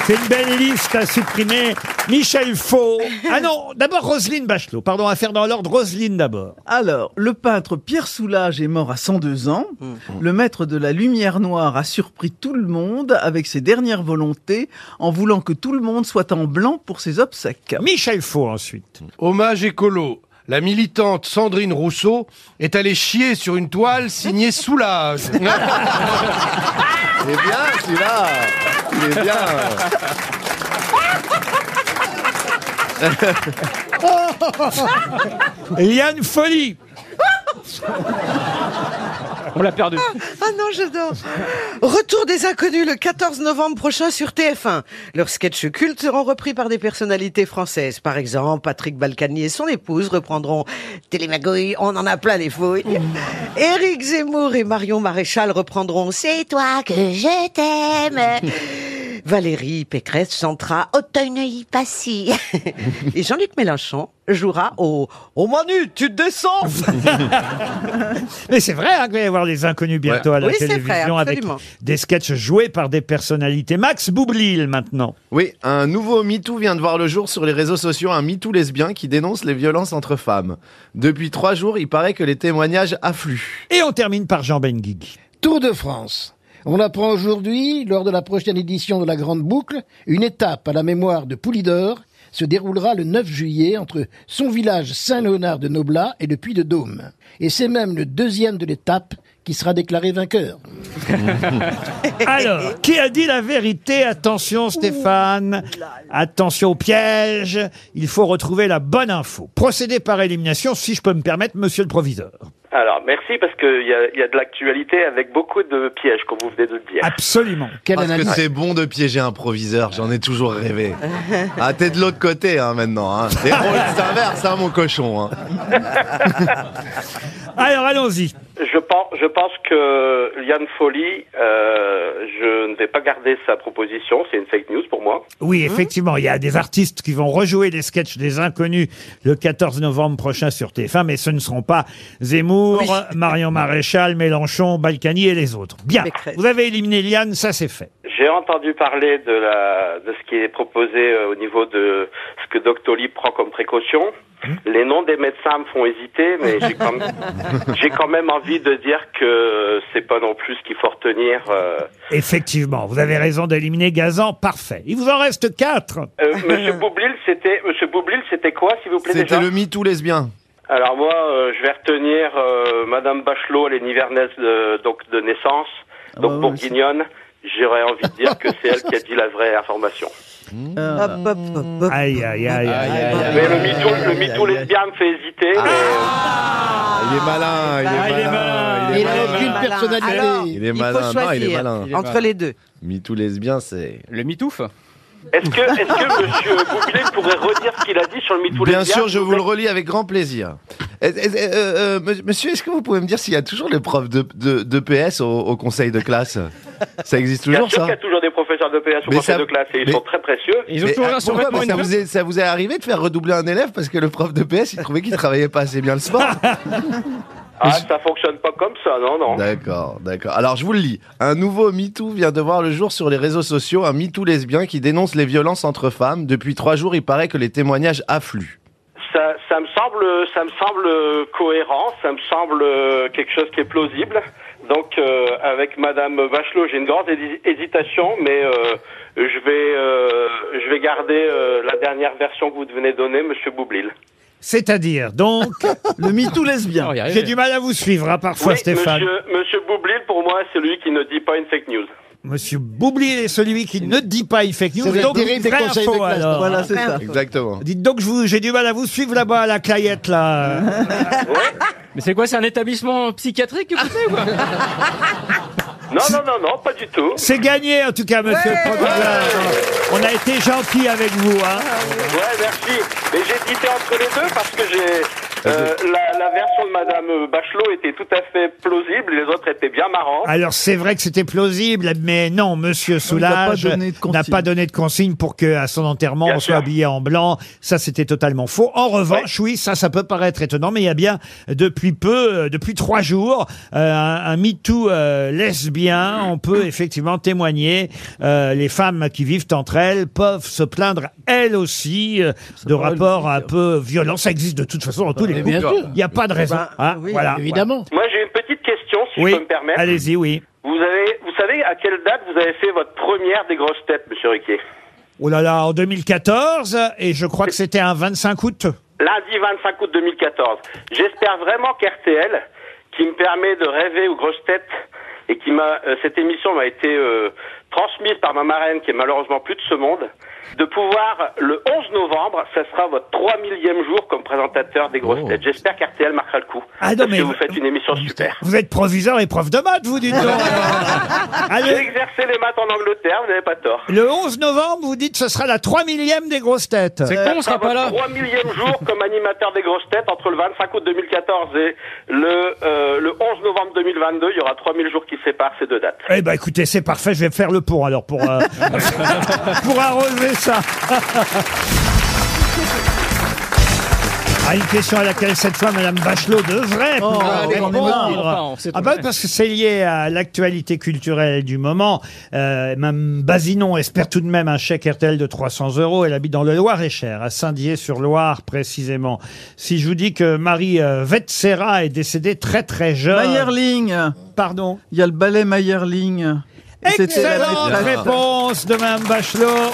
[SPEAKER 2] C'est une belle liste à supprimer. Michel Faux. Ah non, d'abord Roselyne Bachelot. Pardon, à faire dans l'ordre. Roselyne d'abord.
[SPEAKER 4] Alors, le peintre Pierre Soulages est mort à 102 ans.
[SPEAKER 2] Mmh.
[SPEAKER 4] Le maître de la lumière noire a surpris tout le monde avec ses dernières volontés en voulant que tout le monde soit en blanc pour ses obsèques.
[SPEAKER 2] Michel Faux ensuite.
[SPEAKER 7] Hommage écolo. La militante Sandrine Rousseau est allée chier sur une toile signée Soulage. C'est bien
[SPEAKER 2] Ah,
[SPEAKER 8] celui-là. Il est bien.
[SPEAKER 2] Liane Folie.
[SPEAKER 5] On l'a perdu.
[SPEAKER 6] Ah non, j'adore. Retour des inconnus le 14 novembre prochain sur TF1. Leurs sketchs cultes seront repris par des personnalités françaises. Par exemple, Patrick Balkany et son épouse reprendront Télémagouille, on en a plein les fouilles. Éric Zemmour et Marion Maréchal reprendront C'est toi que je t'aime. Valérie Pécresse chantera Auteuil Passy. Et Jean-Luc Mélenchon jouera au Oh Manu, tu te descends
[SPEAKER 2] Mais c'est vrai hein, qu'il va y avoir des inconnus bientôt
[SPEAKER 6] Ouais.
[SPEAKER 2] à la
[SPEAKER 6] Oui, c'est vrai,
[SPEAKER 2] télévision avec
[SPEAKER 6] absolument.
[SPEAKER 2] des sketchs joués par des personnalités. Max Boublil maintenant.
[SPEAKER 8] Oui, un nouveau MeToo vient de voir le jour sur les réseaux sociaux, un MeToo lesbien qui dénonce les violences entre femmes. Depuis trois jours, il paraît que les témoignages affluent.
[SPEAKER 2] Et on termine par Jean Benguigui.
[SPEAKER 3] Tour de France. On apprend aujourd'hui, lors de la prochaine édition de la Grande Boucle, une étape à la mémoire de Poulidor se déroulera le 9 juillet entre son village Saint-Léonard de Noblat et le Puy de Dôme. Et c'est même le deuxième de l'étape qui sera déclaré vainqueur.
[SPEAKER 2] Alors, qui a dit la vérité Attention Stéphane, attention au piège, il faut retrouver la bonne info. Procédé par élimination, si je peux me permettre, monsieur le proviseur.
[SPEAKER 18] Alors, merci parce qu'il y a, il y a de l'actualité avec beaucoup de pièges, comme vous venez de le dire.
[SPEAKER 2] Absolument.
[SPEAKER 8] Parce que c'est bon de piéger un proviseur, j'en ai toujours rêvé. Ah, t'es de l'autre côté hein, maintenant. Hein. Les rôles s'inversent, hein, mon cochon. hein.
[SPEAKER 2] Ah, Alors allons-y.
[SPEAKER 18] Je pense, je pense que Liane Folly, euh, je ne vais pas garder sa proposition, c'est une fake news pour moi.
[SPEAKER 2] Oui,
[SPEAKER 6] Hein
[SPEAKER 2] effectivement, il y a des artistes qui vont rejouer les sketchs des inconnus le 14 novembre prochain sur TF1, mais ce ne seront pas Zemmour, Marion Maréchal, Mélenchon, Balkany et les autres. Bien, vous avez éliminé Liane, ça c'est fait.
[SPEAKER 18] J'ai entendu parler de, la, de ce qui est proposé euh, au niveau de ce que Doctolib prend comme précaution. Les noms des médecins me font hésiter, mais j'ai quand, même- j'ai quand même envie de dire que c'est pas non plus ce qu'il faut retenir. euh.
[SPEAKER 2] Effectivement, vous avez raison d'éliminer Gazan, parfait. Il vous en reste quatre.
[SPEAKER 18] Euh, Monsieur Boublil, c'était Monsieur Boublil, c'était quoi, s'il vous plaît déjà
[SPEAKER 8] C'était le MeToo lesbien.
[SPEAKER 18] Alors moi, euh, je vais retenir euh, Madame Bachelot, elle est nivernaise de, donc de naissance, donc bourguignonne. J'aurais envie de dire que c'est elle qui a dit la vraie information.
[SPEAKER 2] Hop, hop, hop, hop. Aïe, aïe, aïe, aïe.
[SPEAKER 18] Mais le mytho, le mytho lesbien me fait hésiter. Ah,
[SPEAKER 8] il est malin, il est malin.
[SPEAKER 6] Ah,
[SPEAKER 3] Ah,
[SPEAKER 6] Il a aucune personnalité. Alors,
[SPEAKER 8] il est
[SPEAKER 6] il faut
[SPEAKER 8] malin, non, il est
[SPEAKER 6] choisir
[SPEAKER 8] malin.
[SPEAKER 6] entre les deux.
[SPEAKER 8] MeToo lesbien, c'est.
[SPEAKER 18] Le mitouf Est-ce que, est-ce que Monsieur Boublil pourrait redire ce qu'il a dit sur le mytho
[SPEAKER 8] Bien
[SPEAKER 18] lesbien
[SPEAKER 8] sûr, je vous le relis avec grand plaisir. Est- est- est- euh, euh, mon- monsieur, est-ce que vous pouvez me dire s'il y a toujours les profs de, de, de PS au, au conseil de classe Ça existe
[SPEAKER 18] Bien
[SPEAKER 8] toujours,
[SPEAKER 18] sûr
[SPEAKER 8] ça
[SPEAKER 18] qu'il y a toujours des professeurs de PS au
[SPEAKER 8] Mais
[SPEAKER 18] conseil
[SPEAKER 8] ça-
[SPEAKER 18] de classe et ils
[SPEAKER 8] mais-
[SPEAKER 18] sont très précieux.
[SPEAKER 8] Mais, ah, pourquoi Mais ça, vous est, ça vous est arrivé de faire redoubler un élève parce que le prof de PS, il trouvait qu'il travaillait pas assez bien le sport
[SPEAKER 18] Ah, ça fonctionne pas comme ça, non, non.
[SPEAKER 8] D'accord, d'accord. Alors je vous le lis. Un nouveau MeToo vient de voir le jour sur les réseaux sociaux, un MeToo lesbien qui dénonce les violences entre femmes. Depuis trois jours, il paraît que les témoignages affluent.
[SPEAKER 18] Ça, ça me semble, ça me semble euh, cohérent, ça me semble euh, quelque chose qui est plausible. Donc, euh, avec Madame Bachelot, j'ai une grande hési- hésitation, mais euh, je vais, euh, je vais garder euh, la dernière version que vous venez de donner, Monsieur Boublil.
[SPEAKER 2] C'est-à-dire, donc. le MeToo lesbien. J'ai du mal à vous suivre, hein, parfois,
[SPEAKER 18] Oui,
[SPEAKER 2] Stéphane.
[SPEAKER 18] Monsieur, Monsieur Boublil, pour moi, c'est celui qui ne dit pas une fake news.
[SPEAKER 2] Monsieur Boublier est celui qui ne dit pas il fake news.
[SPEAKER 18] C'est le
[SPEAKER 2] Donc,
[SPEAKER 18] dérive des
[SPEAKER 2] vraie
[SPEAKER 18] conseils
[SPEAKER 2] info,
[SPEAKER 18] de classe.
[SPEAKER 2] alors.
[SPEAKER 18] Voilà, c'est ça.
[SPEAKER 8] Exactement.
[SPEAKER 2] Dites donc, je vous- j'ai du mal à vous suivre là-bas à la Clayette, là.
[SPEAKER 5] Mais c'est quoi, c'est un établissement psychiatrique que vous faites ou quoi
[SPEAKER 18] Non, non, non, non, pas du tout.
[SPEAKER 2] C'est gagné, en tout cas, monsieur le procureur. On a été gentil avec vous, hein.
[SPEAKER 18] Ouais, merci. Mais j'hésitais entre les deux parce que j'ai euh, la, la version de Madame Bachelot était tout à fait plausible, les autres étaient bien marrants.
[SPEAKER 2] Alors c'est vrai que c'était plausible, mais non, Monsieur
[SPEAKER 18] Ah
[SPEAKER 2] Soulage
[SPEAKER 18] donné de
[SPEAKER 2] n'a pas donné de consigne pour que à son enterrement on soit habillé en blanc. Ça c'était totalement faux. En revanche, oui, ça ça peut paraître étonnant, mais il y a bien depuis peu, euh, depuis trois jours, euh, un, un MeToo euh, lesbien. On peut effectivement témoigner. Euh, les femmes qui vivent entre elles peuvent se plaindre elles aussi euh, de rapports un peu violents. Ça existe de toute façon dans tous les
[SPEAKER 18] hein. Bah, bien
[SPEAKER 2] couples.
[SPEAKER 18] sûr.
[SPEAKER 2] Il n'y a pas de raison.
[SPEAKER 18] Bah,
[SPEAKER 2] Hein,
[SPEAKER 18] oui,
[SPEAKER 2] voilà.
[SPEAKER 18] évidemment. Moi, j'ai une petite question, si
[SPEAKER 2] Oui.
[SPEAKER 18] je peux me permettre.
[SPEAKER 2] Allez-y, oui.
[SPEAKER 18] Vous avez, vous savez à quelle date vous avez fait votre première des grosses têtes, Monsieur Riquet
[SPEAKER 2] Oh là là, en 2014, et je crois que c'était un 25 août.
[SPEAKER 18] Lundi 25 août 2014. J'espère vraiment qu'RTL, qui me permet de rêver aux grosses têtes et qui m'a, euh, cette émission m'a été euh, transmise par ma marraine, qui est malheureusement plus de ce monde, de pouvoir le 11 novembre, ça sera votre 3000e jour comme présentateur des grosses têtes. J'espère qu'RTL marquera le coup.
[SPEAKER 2] Ah non,
[SPEAKER 18] parce
[SPEAKER 2] mais-
[SPEAKER 18] que vous faites une émission super.
[SPEAKER 2] Vous êtes proviseur et prof de maths, vous dites donc.
[SPEAKER 18] J'ai exercé les maths en Angleterre, vous n'avez pas tort.
[SPEAKER 2] Le 11 novembre, vous dites ce sera la 3 millième des grosses têtes.
[SPEAKER 18] Ah Votre 3000e jour comme animateur des grosses têtes entre le 25 août 2014 et le, euh, le 11 novembre 2022. Il y aura 3000 jours qui séparent ces deux dates.
[SPEAKER 2] Eh ben écoutez, c'est parfait, je vais faire le pont alors pour, euh, pour arroser ça. Ah, une question à laquelle cette fois Madame Bachelot devrait
[SPEAKER 16] Oh,
[SPEAKER 2] pouvoir
[SPEAKER 16] allez, on est mardi,
[SPEAKER 2] répondre.
[SPEAKER 16] enfin, c'est
[SPEAKER 2] Ah
[SPEAKER 16] vrai.
[SPEAKER 2] bah parce que c'est lié à l'actualité culturelle du moment. Euh, Mme Basinon espère tout de même un chèque RTL de 300 euros. Elle habite dans le Loir-et-Cher, à Saint-Dié-sur-Loire précisément. Si je vous dis que Marie euh, Vetsera est décédée très très jeune.
[SPEAKER 4] Meyerling.
[SPEAKER 2] Pardon.
[SPEAKER 4] Il y a le ballet Meyerling. C'était la
[SPEAKER 2] Excellente
[SPEAKER 4] maîtresse.
[SPEAKER 2] réponse de Mme Bachelot.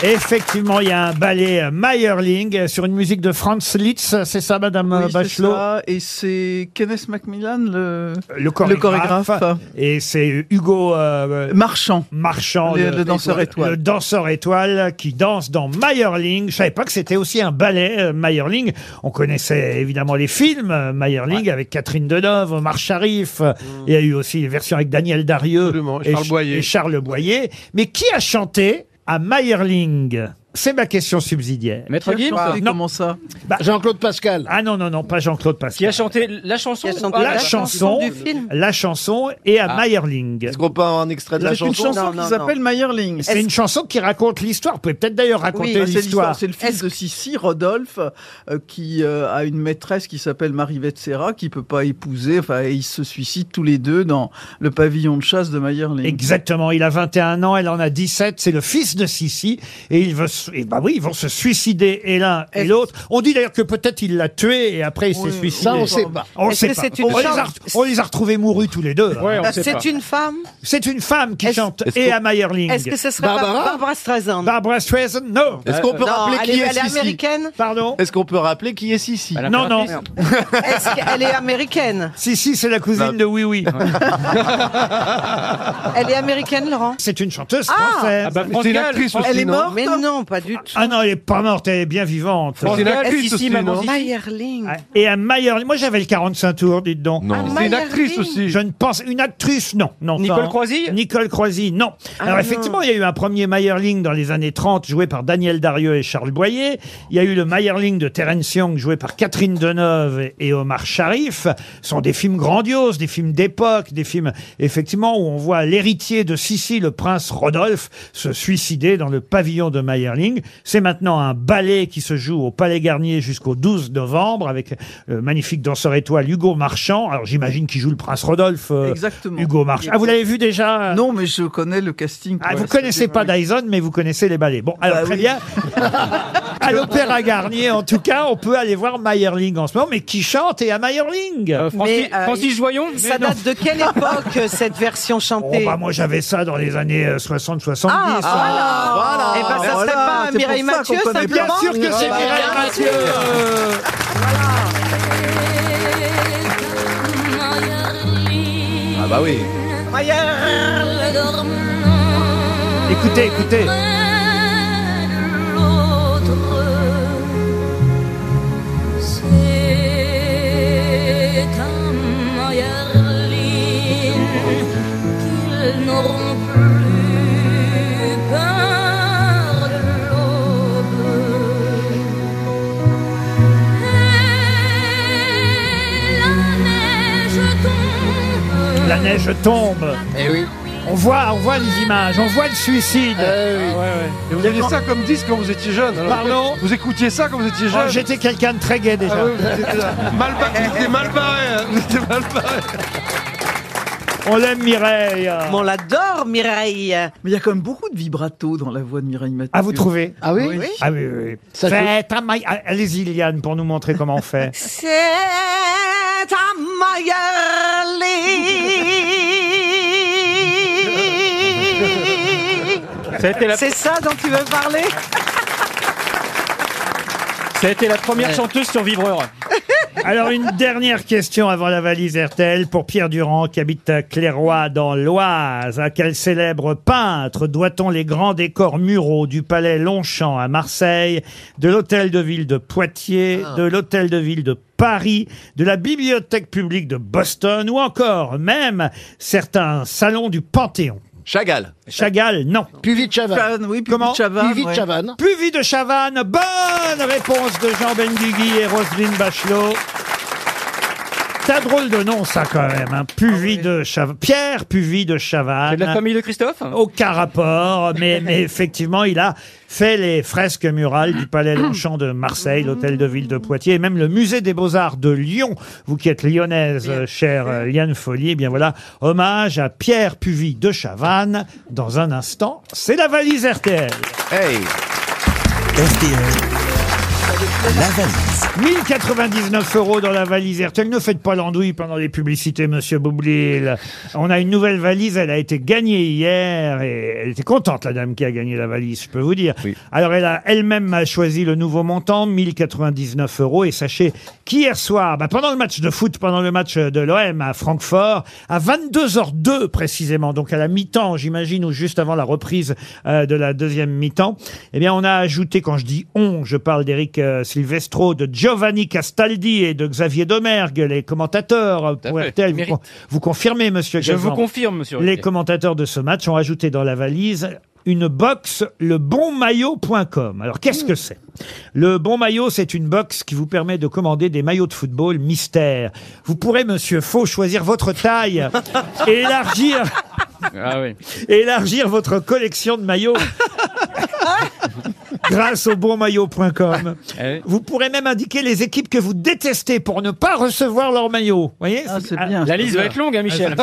[SPEAKER 2] Effectivement, il y a un ballet euh, Meyerling euh, sur une musique de Franz Liszt, c'est ça, Madame euh,
[SPEAKER 4] Oui, c'est
[SPEAKER 2] Bachelot
[SPEAKER 4] ça. Et c'est Kenneth Macmillan, le,
[SPEAKER 2] le chorégraphe. Et c'est Hugo euh,
[SPEAKER 4] Marchand.
[SPEAKER 2] Marchand,
[SPEAKER 4] Le- le danseur étoile.
[SPEAKER 2] Le danseur étoile qui danse dans Meyerling. Je savais pas que c'était aussi un ballet euh, Meyerling. On connaissait évidemment les films euh, Meyerling avec Catherine Deneuve, Omar Sharif. Il y a eu aussi les versions avec Daniel Darieux
[SPEAKER 7] Charles
[SPEAKER 2] et, Ch-
[SPEAKER 7] Boyer.
[SPEAKER 2] et Charles Boyer. Mais qui a chanté à Meyerling C'est ma question subsidiaire.
[SPEAKER 5] Maître Ah. Gims
[SPEAKER 2] Comment
[SPEAKER 4] ça
[SPEAKER 2] Jean-Claude Pascal. Ah non, non, non, pas Jean-Claude Pascal.
[SPEAKER 5] Qui a chanté la chanson
[SPEAKER 2] Qui a
[SPEAKER 5] ou
[SPEAKER 2] chanté
[SPEAKER 5] pas
[SPEAKER 2] la chanson, la chanson et à
[SPEAKER 5] Ah.
[SPEAKER 2] Meyerling. Est-ce qu'on peut avoir un extrait
[SPEAKER 4] de la C'est une chanson chanson Non, qui non, s'appelle non. Meyerling.
[SPEAKER 2] C'est
[SPEAKER 4] Est-ce-
[SPEAKER 2] une chanson qui raconte l'histoire. Vous pouvez peut-être d'ailleurs raconter
[SPEAKER 4] Ah, c'est
[SPEAKER 2] l'histoire.
[SPEAKER 4] C'est le fils de Sissi, Rodolphe, euh, qui euh, a une maîtresse qui s'appelle Marie Vetsera, qui peut pas épouser. Enfin, et ils se suicident tous les deux dans le pavillon de chasse de Mayerling.
[SPEAKER 2] Exactement. Il a 21 ans, elle en a 17. C'est le fils de Sissi. Et il veut, se- et bah oui, ils vont se suicider et l'un et l'autre. On dit d'ailleurs que peut-être il l'a tué et après il s'est
[SPEAKER 3] Oui,
[SPEAKER 2] suicidé.
[SPEAKER 3] ça, on sait pas.
[SPEAKER 2] On
[SPEAKER 3] Est-ce
[SPEAKER 2] sait
[SPEAKER 3] que
[SPEAKER 2] pas.
[SPEAKER 3] c'est une
[SPEAKER 2] On les
[SPEAKER 3] femme
[SPEAKER 2] a- on les a retrouvés mourus tous les deux.
[SPEAKER 6] Ah,
[SPEAKER 10] C'est une femme
[SPEAKER 2] C'est une femme qui chante
[SPEAKER 10] est-ce
[SPEAKER 2] et
[SPEAKER 10] qu'on-
[SPEAKER 2] à Meyerling.
[SPEAKER 10] Est-ce que ce serait pas Barbara Barbara Streisand
[SPEAKER 2] Barbara Streisand, non.
[SPEAKER 8] Est-ce
[SPEAKER 6] Euh,
[SPEAKER 8] qu'on peut
[SPEAKER 10] Non,
[SPEAKER 8] rappeler
[SPEAKER 10] elle
[SPEAKER 8] qui
[SPEAKER 10] est-
[SPEAKER 8] est
[SPEAKER 10] elle est
[SPEAKER 8] Sissi
[SPEAKER 10] américaine
[SPEAKER 2] Pardon
[SPEAKER 8] Est-ce qu'on peut rappeler qui est Sissi
[SPEAKER 2] Non, non.
[SPEAKER 10] Est-ce qu'elle est américaine
[SPEAKER 2] Si, si, c'est la
[SPEAKER 10] Bah,
[SPEAKER 2] cousine de Oui Oui.
[SPEAKER 10] Elle est américaine, Laurent
[SPEAKER 2] C'est une chanteuse française.
[SPEAKER 10] Ah bah,
[SPEAKER 2] Mais
[SPEAKER 10] Franck
[SPEAKER 2] c'est une
[SPEAKER 10] Gall,
[SPEAKER 2] actrice
[SPEAKER 10] Franck-
[SPEAKER 2] aussi,
[SPEAKER 10] Elle est
[SPEAKER 2] non
[SPEAKER 10] morte hein Mais non, pas du tout.
[SPEAKER 2] Ah non, elle est pas morte, elle est bien vivante.
[SPEAKER 10] Franck Gall, Sissi, Maman Zizi.
[SPEAKER 2] Ah, Et à Meyerling. Moi, j'avais le 45 tours, dites donc.
[SPEAKER 10] Ah, C'est une Meyerling. actrice aussi.
[SPEAKER 2] Je ne pense. Une actrice, non. non
[SPEAKER 5] Nicole
[SPEAKER 2] Croisy Nicole Croisy, non.
[SPEAKER 5] Ah,
[SPEAKER 2] Alors,
[SPEAKER 5] non.
[SPEAKER 2] effectivement, il y a eu un premier Meyerling dans les années 30, joué par Daniel Darieux et Charles Boyer. Il y a eu le Meyerling de Terence Young, joué par Catherine Deneuve et- et Omar Sharif. Ce sont des films grandioses, des films d'époque, des films, effectivement, où on voit l'héritier de Sissi, le prince Rodolphe, se suicider dans le pavillon de Meyerling. C'est maintenant un ballet qui se joue au Palais Garnier jusqu'au 12 novembre avec le magnifique danseur étoile Hugo Marchand. Alors, j'imagine qu'il joue le prince Rodolphe. euh,
[SPEAKER 4] Exactement.
[SPEAKER 2] Hugo Marchand. Ah, vous l'avez vu déjà
[SPEAKER 4] Non, mais je connais le casting.
[SPEAKER 2] ah, vous connaissez pas Dyson, mais vous connaissez les ballets. Bon, alors
[SPEAKER 4] Bah
[SPEAKER 2] très
[SPEAKER 4] oui.
[SPEAKER 2] bien. à l'Opéra Garnier, en tout cas, on peut aller voir Meyerling en ce moment. Mais qui chante et à Meyerling
[SPEAKER 10] Mais, euh, il- Ça date de quelle époque, euh, cette version
[SPEAKER 2] Oh,
[SPEAKER 10] chantée
[SPEAKER 2] bah, moi, j'avais ça dans les années euh, 60-70.
[SPEAKER 10] Ah, voilà. Eh ben, ça serait pas
[SPEAKER 4] c'est
[SPEAKER 10] Mireille
[SPEAKER 4] pour ça qu'on
[SPEAKER 10] Mathieu,
[SPEAKER 4] connaît
[SPEAKER 10] simplement
[SPEAKER 4] pas.
[SPEAKER 2] Bien sûr que c'est Mireille Mathieu.
[SPEAKER 8] Ah bah oui.
[SPEAKER 2] Écoutez, écoutez. La neige tombe.
[SPEAKER 7] Eh
[SPEAKER 2] On voit, on voit les images, on voit le suicide.
[SPEAKER 7] Euh, Et vous aviez ça comme disque quand vous étiez jeune. alors.
[SPEAKER 2] Pardon
[SPEAKER 7] Vous écoutiez ça quand vous étiez jeune.
[SPEAKER 2] Oh, J'étais quelqu'un de très gai déjà.
[SPEAKER 7] Ah oui, vous étiez là. mal barré, vous étiez mal barré. hein. Vous étiez mal barré.
[SPEAKER 2] On l'aime Mireille.
[SPEAKER 10] Mais on l'adore Mireille.
[SPEAKER 4] Mais il y a quand même beaucoup de vibrato dans la voix de Mireille Mathieu.
[SPEAKER 2] Ah, vous trouvez
[SPEAKER 4] Oui.
[SPEAKER 2] Ah oui, oui, oui. Faites un maille- Ah, Allez-y, Liane, pour nous montrer comment on fait.
[SPEAKER 10] C'est un Meyerling.
[SPEAKER 5] Ça a été la-
[SPEAKER 10] C'est ça dont tu veux parler
[SPEAKER 5] Ça a été la première chanteuse sur Vibreur.
[SPEAKER 2] Alors, une dernière question avant la valise RTL pour Pierre Durand, qui habite à Clairoy, dans l'Oise. À quel célèbre peintre doit-on les grands décors muraux du palais Longchamp à Marseille, de l'hôtel de ville de Poitiers, de l'hôtel de ville de Paris, de la bibliothèque publique de Boston, ou encore même certains salons du Panthéon
[SPEAKER 8] Chagall.
[SPEAKER 2] Chagall, non.
[SPEAKER 3] Puvis de Chavannes.
[SPEAKER 4] Oui,
[SPEAKER 3] Puvis de Chavannes, Puvis de ouais. Chavannes.
[SPEAKER 2] Puvis de Chavannes. Bonne réponse de Jean Benguigui et Roselyne Bachelot. C'est un drôle de nom, ça, quand même. Hein. Puvis de Chavannes. Pierre Puvis de Chavannes.
[SPEAKER 5] Ah C'est de la famille de Christophe
[SPEAKER 2] Aucun rapport, mais, mais effectivement, il a fait les fresques murales du Palais Longchamp de Marseille, l'Hôtel de Ville de Poitiers, et même le Musée des Beaux-Arts de Lyon. Vous qui êtes lyonnaise, euh, chère euh, Liane Follier, eh bien voilà, hommage à Pierre Puvis de Chavannes. Dans un instant, c'est la valise RTL.
[SPEAKER 8] Hey
[SPEAKER 1] RTL, la valise
[SPEAKER 2] 1099 euros dans la valise RTL. Ne faites pas l'andouille pendant les publicités, monsieur Boublil. On a une nouvelle valise, elle a été gagnée hier et elle était contente, la dame qui a gagné la valise, je peux vous dire. Alors, elle a elle-même choisi le nouveau montant, 1099 euros. Et sachez qu'hier soir, bah, pendant le match de foot, pendant le match de l'OM à Francfort, à 22h02 précisément, donc à la mi-temps, j'imagine, ou juste avant la reprise euh, de la deuxième mi-temps, eh bien, on a ajouté, quand je dis on, je parle d'Eric euh, Silvestro, de Giovanni Castaldi et de Xavier Domergue, les commentateurs euh, pour
[SPEAKER 5] fait,
[SPEAKER 2] RTL.
[SPEAKER 5] ils
[SPEAKER 2] Vous,
[SPEAKER 5] méritent.
[SPEAKER 2] con- vous confirmez, monsieur
[SPEAKER 5] Je vous
[SPEAKER 2] Gazan
[SPEAKER 5] confirme, monsieur
[SPEAKER 2] Les
[SPEAKER 5] Ruquier.
[SPEAKER 2] commentateurs de ce match ont ajouté dans la valise une box lebonmaillot.com. Alors qu'est-ce que c'est Le bon maillot, c'est une box qui vous permet de commander des maillots de football mystère. Vous pourrez monsieur Faux choisir votre taille et élargir
[SPEAKER 5] Ah oui.
[SPEAKER 2] élargir votre collection de maillots grâce au bonmaillot.com. Vous pourrez même indiquer les équipes que vous détestez pour ne pas recevoir leurs maillots. Vous voyez Ah, c'est bien.
[SPEAKER 5] La liste va être longue, hein, Michel.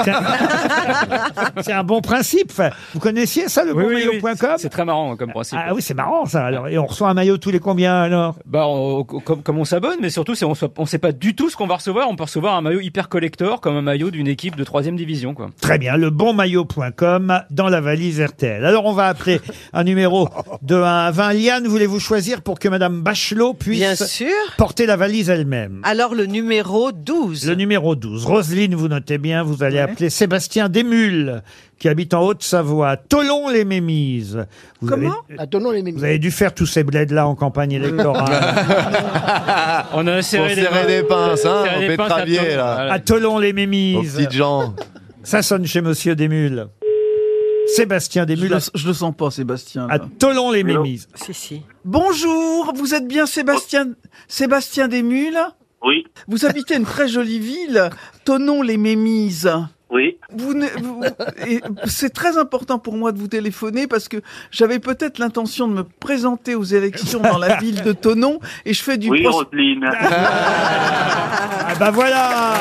[SPEAKER 2] C'est un bon principe. Enfin, Vous connaissiez ça, le bonmaillot.com
[SPEAKER 5] C'est très marrant comme principe.
[SPEAKER 2] Ah oui, c'est marrant ça. Alors, et on reçoit un maillot tous les combien alors
[SPEAKER 5] Bah, on- on- comme, comme on s'abonne, mais surtout, c'est on ne sait pas du tout ce qu'on va recevoir. On peut recevoir un maillot hyper collector, comme un maillot d'une équipe de troisième division, quoi.
[SPEAKER 2] Très bien, lebonmaillot.com dans la valise RTL. Alors on va appeler un numéro de 1 à 20. Liane, voulez-vous choisir pour que Madame Bachelot puisse
[SPEAKER 10] Bien sûr.
[SPEAKER 2] porter la valise elle-même
[SPEAKER 10] Alors le numéro 12.
[SPEAKER 2] Le numéro 12. Roselyne, vous notez bien, vous allez appeler Sébastien Desmules, qui habite en Haute-Savoie, Tolon-les-Mémises. Vous
[SPEAKER 3] Comment
[SPEAKER 2] avez-
[SPEAKER 3] À Tonon-les-Mémises.
[SPEAKER 2] Vous avez dû faire tous ces bleds-là en campagne
[SPEAKER 10] Euh.
[SPEAKER 2] électorale.
[SPEAKER 5] On a
[SPEAKER 8] serré Pour les serrer pinces. les pinces, hein, Serrer au les pinces à pétravier, Toulon. là. Voilà.
[SPEAKER 2] À Tolon-les-Mémises.
[SPEAKER 8] Aux petites gens.
[SPEAKER 2] Ça sonne chez Monsieur Desmules. Sébastien Desmules.
[SPEAKER 4] Je le, je le sens pas, Sébastien.
[SPEAKER 2] À Tolon-les-Mémises.
[SPEAKER 10] Si, si.
[SPEAKER 4] Bonjour, vous êtes bien Sébastien, Sébastien Desmules
[SPEAKER 19] Oui,
[SPEAKER 4] Vous habitez une très jolie ville, Tonon-les-Mémises.
[SPEAKER 19] oui.
[SPEAKER 4] Vous ne- vous- et c'est très important pour moi de vous téléphoner parce que j'avais peut-être l'intention de me présenter aux élections dans la ville de Tonon et je fais du
[SPEAKER 19] Oui,
[SPEAKER 4] pros-
[SPEAKER 19] Roselyne.
[SPEAKER 2] Ah bah voilà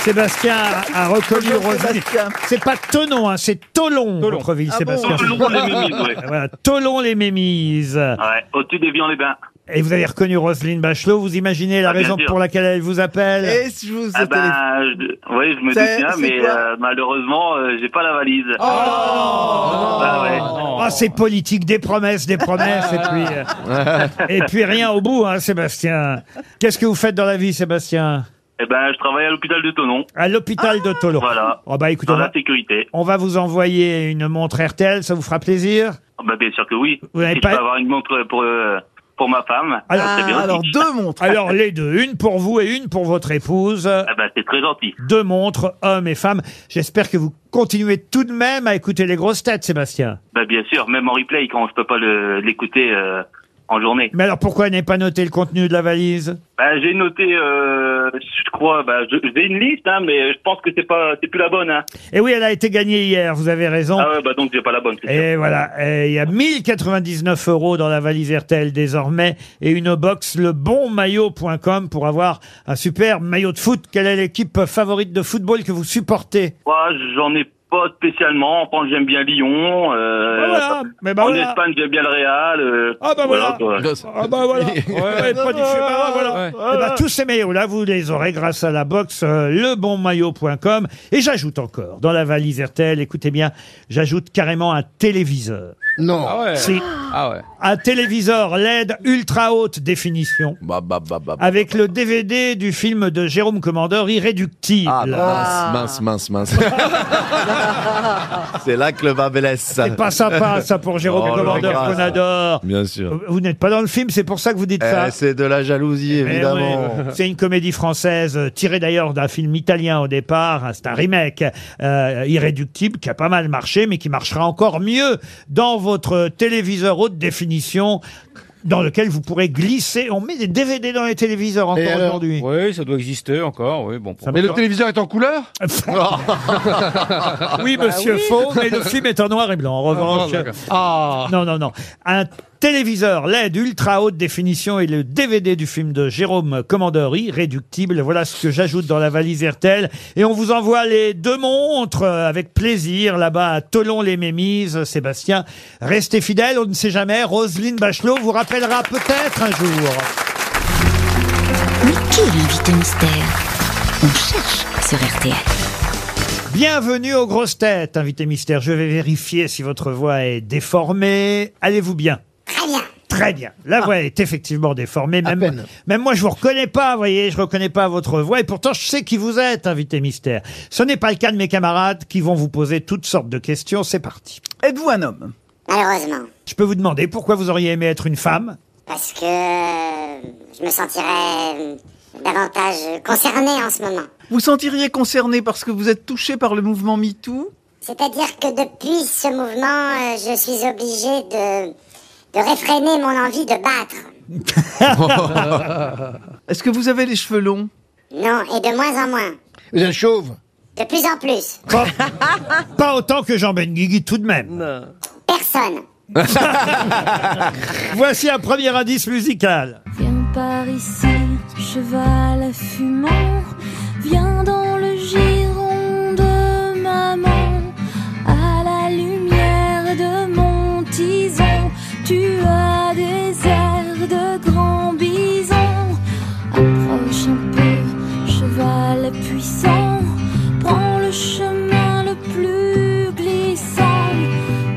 [SPEAKER 2] Sébastien a- a reconnu
[SPEAKER 4] Bonjour,
[SPEAKER 2] Roselyne. C'est pas Tonon, hein, c'est Tolon, votre ville,
[SPEAKER 19] Ah bon
[SPEAKER 2] Sébastien.
[SPEAKER 19] Tolon-les-Mémises,
[SPEAKER 4] bah,
[SPEAKER 19] ouais.
[SPEAKER 2] Voilà, Tolon-les-Mémises.
[SPEAKER 19] Ouais, au-dessus des Vions-les-Bains.
[SPEAKER 2] Et vous avez reconnu Roselyne Bachelot, vous imaginez la
[SPEAKER 19] Ah, bien
[SPEAKER 2] raison
[SPEAKER 19] sûr.
[SPEAKER 2] pour laquelle elle vous appelle
[SPEAKER 4] je vous
[SPEAKER 19] Ah
[SPEAKER 18] bah,
[SPEAKER 19] ben, je- oui, je me
[SPEAKER 2] C'est-
[SPEAKER 19] doute bien,
[SPEAKER 2] c'est
[SPEAKER 19] mais
[SPEAKER 2] quoi
[SPEAKER 19] euh, malheureusement, euh, j'ai pas la valise. Oh
[SPEAKER 2] Ah, c'est politique, des promesses, des promesses, et puis, euh, et puis rien au bout, hein, Sébastien. Qu'est-ce que vous faites dans la vie, Sébastien
[SPEAKER 19] Eh ben, je travaille à l'hôpital de Tonon.
[SPEAKER 2] À l'hôpital de Tolo.
[SPEAKER 19] Voilà.
[SPEAKER 2] Oh, bah, écoutez,
[SPEAKER 19] dans
[SPEAKER 2] on va-
[SPEAKER 19] la sécurité.
[SPEAKER 2] On va vous envoyer une montre RTL, ça vous fera plaisir
[SPEAKER 19] Ah ben, bien sûr que oui.
[SPEAKER 2] Vous n'avez
[SPEAKER 19] Et
[SPEAKER 2] pas-
[SPEAKER 19] Je peux avoir une montre pour, euh, pour ma femme. Ça serait bien aussi.
[SPEAKER 4] deux montres.
[SPEAKER 2] Alors les deux, une pour vous et une pour votre épouse.
[SPEAKER 19] Ah ben, c'est très gentil.
[SPEAKER 2] Deux montres, hommes et femmes. J'espère que vous continuez tout de même à écouter les grosses têtes, Sébastien.
[SPEAKER 19] Ben, bien sûr, même en replay, quand je peux pas le- l'écouter euh, en journée.
[SPEAKER 2] Mais alors pourquoi n'avez pas noté le contenu de la valise
[SPEAKER 19] Ben, j'ai noté, euh, je crois, ben, je- j'ai une liste, hein, mais je pense que c'est pas, c'est plus la bonne. Hein.
[SPEAKER 2] Eh oui, elle a été gagnée hier, vous avez raison.
[SPEAKER 19] Ah ouais, bah donc j'ai pas la bonne. c'est
[SPEAKER 2] Et
[SPEAKER 19] sûr.
[SPEAKER 2] voilà, Et il y a 1099 euros dans la valise RTL désormais et une box lebonmaillot.com pour avoir un super maillot de foot. Quelle est l'équipe favorite de football que vous supportez
[SPEAKER 19] Moi, j'en ai pas spécialement. En France, j'aime bien Lyon. euh,
[SPEAKER 2] Ah voilà, mais bah
[SPEAKER 19] en
[SPEAKER 2] voilà.
[SPEAKER 19] Espagne, j'aime bien le Real. euh,
[SPEAKER 2] Ah bah voilà.
[SPEAKER 19] quoi.
[SPEAKER 2] Ah bah voilà. Ouais, ouais, pas du tout. Bah voilà.
[SPEAKER 19] Ah, Ouais.
[SPEAKER 2] Eh ben, tous ces maillots-là, vous les aurez grâce à la box euh, lebonmaillot.com. Et j'ajoute encore, dans la valise RTL, écoutez bien, j'ajoute carrément un téléviseur.
[SPEAKER 3] Non.
[SPEAKER 2] Ah ouais. Un téléviseur LED ultra haute définition.
[SPEAKER 8] Bah,
[SPEAKER 2] Avec le DVD du film de Jérôme Commandeur, Irréductible.
[SPEAKER 8] Ah, mince, mince, mince, mince. C'est là que le bas blesse. Oh,
[SPEAKER 2] C'est pas sympa, ça, pour Jérôme
[SPEAKER 8] le
[SPEAKER 2] Commandeur,
[SPEAKER 8] regard.
[SPEAKER 2] qu'on adore.
[SPEAKER 8] Bien sûr.
[SPEAKER 2] Vous n'êtes pas dans le film, c'est pour ça que vous dites
[SPEAKER 8] Eh,
[SPEAKER 2] ça.
[SPEAKER 8] c'est de la jalousie,
[SPEAKER 2] Eh
[SPEAKER 8] évidemment.
[SPEAKER 2] ouais. C'est une comédie française euh, tirée d'ailleurs d'un film italien au départ. hein, C'est un remake euh, irréductible qui a pas mal marché, mais qui marchera encore mieux dans votre téléviseur haute définition dans lequel vous pourrez glisser. On met des DVD dans les téléviseurs encore aujourd'hui.
[SPEAKER 5] Oui, ça doit exister encore, oui. Bon,
[SPEAKER 2] Mais le
[SPEAKER 5] téléviseur est en couleur
[SPEAKER 2] oui,
[SPEAKER 5] Bah
[SPEAKER 2] monsieur
[SPEAKER 5] oui. Ah,
[SPEAKER 2] Faux, mais le film est en noir et blanc. En revanche, Ah.
[SPEAKER 5] d'accord.
[SPEAKER 2] non, non, non. Un téléviseur LED ultra haute définition et le DVD du film de Jérôme Commandeur irréductible. Voilà ce que j'ajoute dans la valise RTL. Et on vous envoie les deux montres euh, avec plaisir là-bas à Tolon-les-Mémises. Sébastien, restez fidèles. On ne sait jamais. Roselyne Bachelot vous rappellera peut-être un jour.
[SPEAKER 13] l'invité mystère On cherche sur RTL.
[SPEAKER 2] Bienvenue aux grosses têtes, invité mystère. Je vais vérifier si votre voix est déformée. Allez-vous bien Très bien. Ah. Très bien. La voix est effectivement déformée. Même, même moi, je vous reconnais pas, vous voyez, je reconnais pas votre voix. Et pourtant, je sais qui vous êtes, invité mystère. Ce n'est pas le cas de mes camarades qui vont vous poser toutes sortes de questions. C'est parti.
[SPEAKER 4] Êtes-vous un homme
[SPEAKER 20] Malheureusement,
[SPEAKER 2] Je peux vous demander pourquoi vous auriez aimé être une femme
[SPEAKER 20] parce que euh, je me sentirais euh, davantage concerné en ce moment.
[SPEAKER 4] Vous sentiriez concerné parce que vous êtes touché par le mouvement MeToo
[SPEAKER 20] C'est-à-dire que depuis ce mouvement, euh, je suis obligé de, de réfréner mon envie de battre.
[SPEAKER 4] Est-ce que vous avez les cheveux longs
[SPEAKER 20] Non, et de moins en moins.
[SPEAKER 2] Vous êtes chauve
[SPEAKER 20] De plus en plus.
[SPEAKER 2] Pas, pas autant que Jean Benguigui tout de même.
[SPEAKER 20] Personne.
[SPEAKER 2] Voici un premier indice musical.
[SPEAKER 21] Viens par ici, cheval à fumant. Viens dans le giron de maman. À la lumière de mon tison, tu as des airs de grand bison. Approche un peu, cheval puissant. Prends le chemin le plus glissant.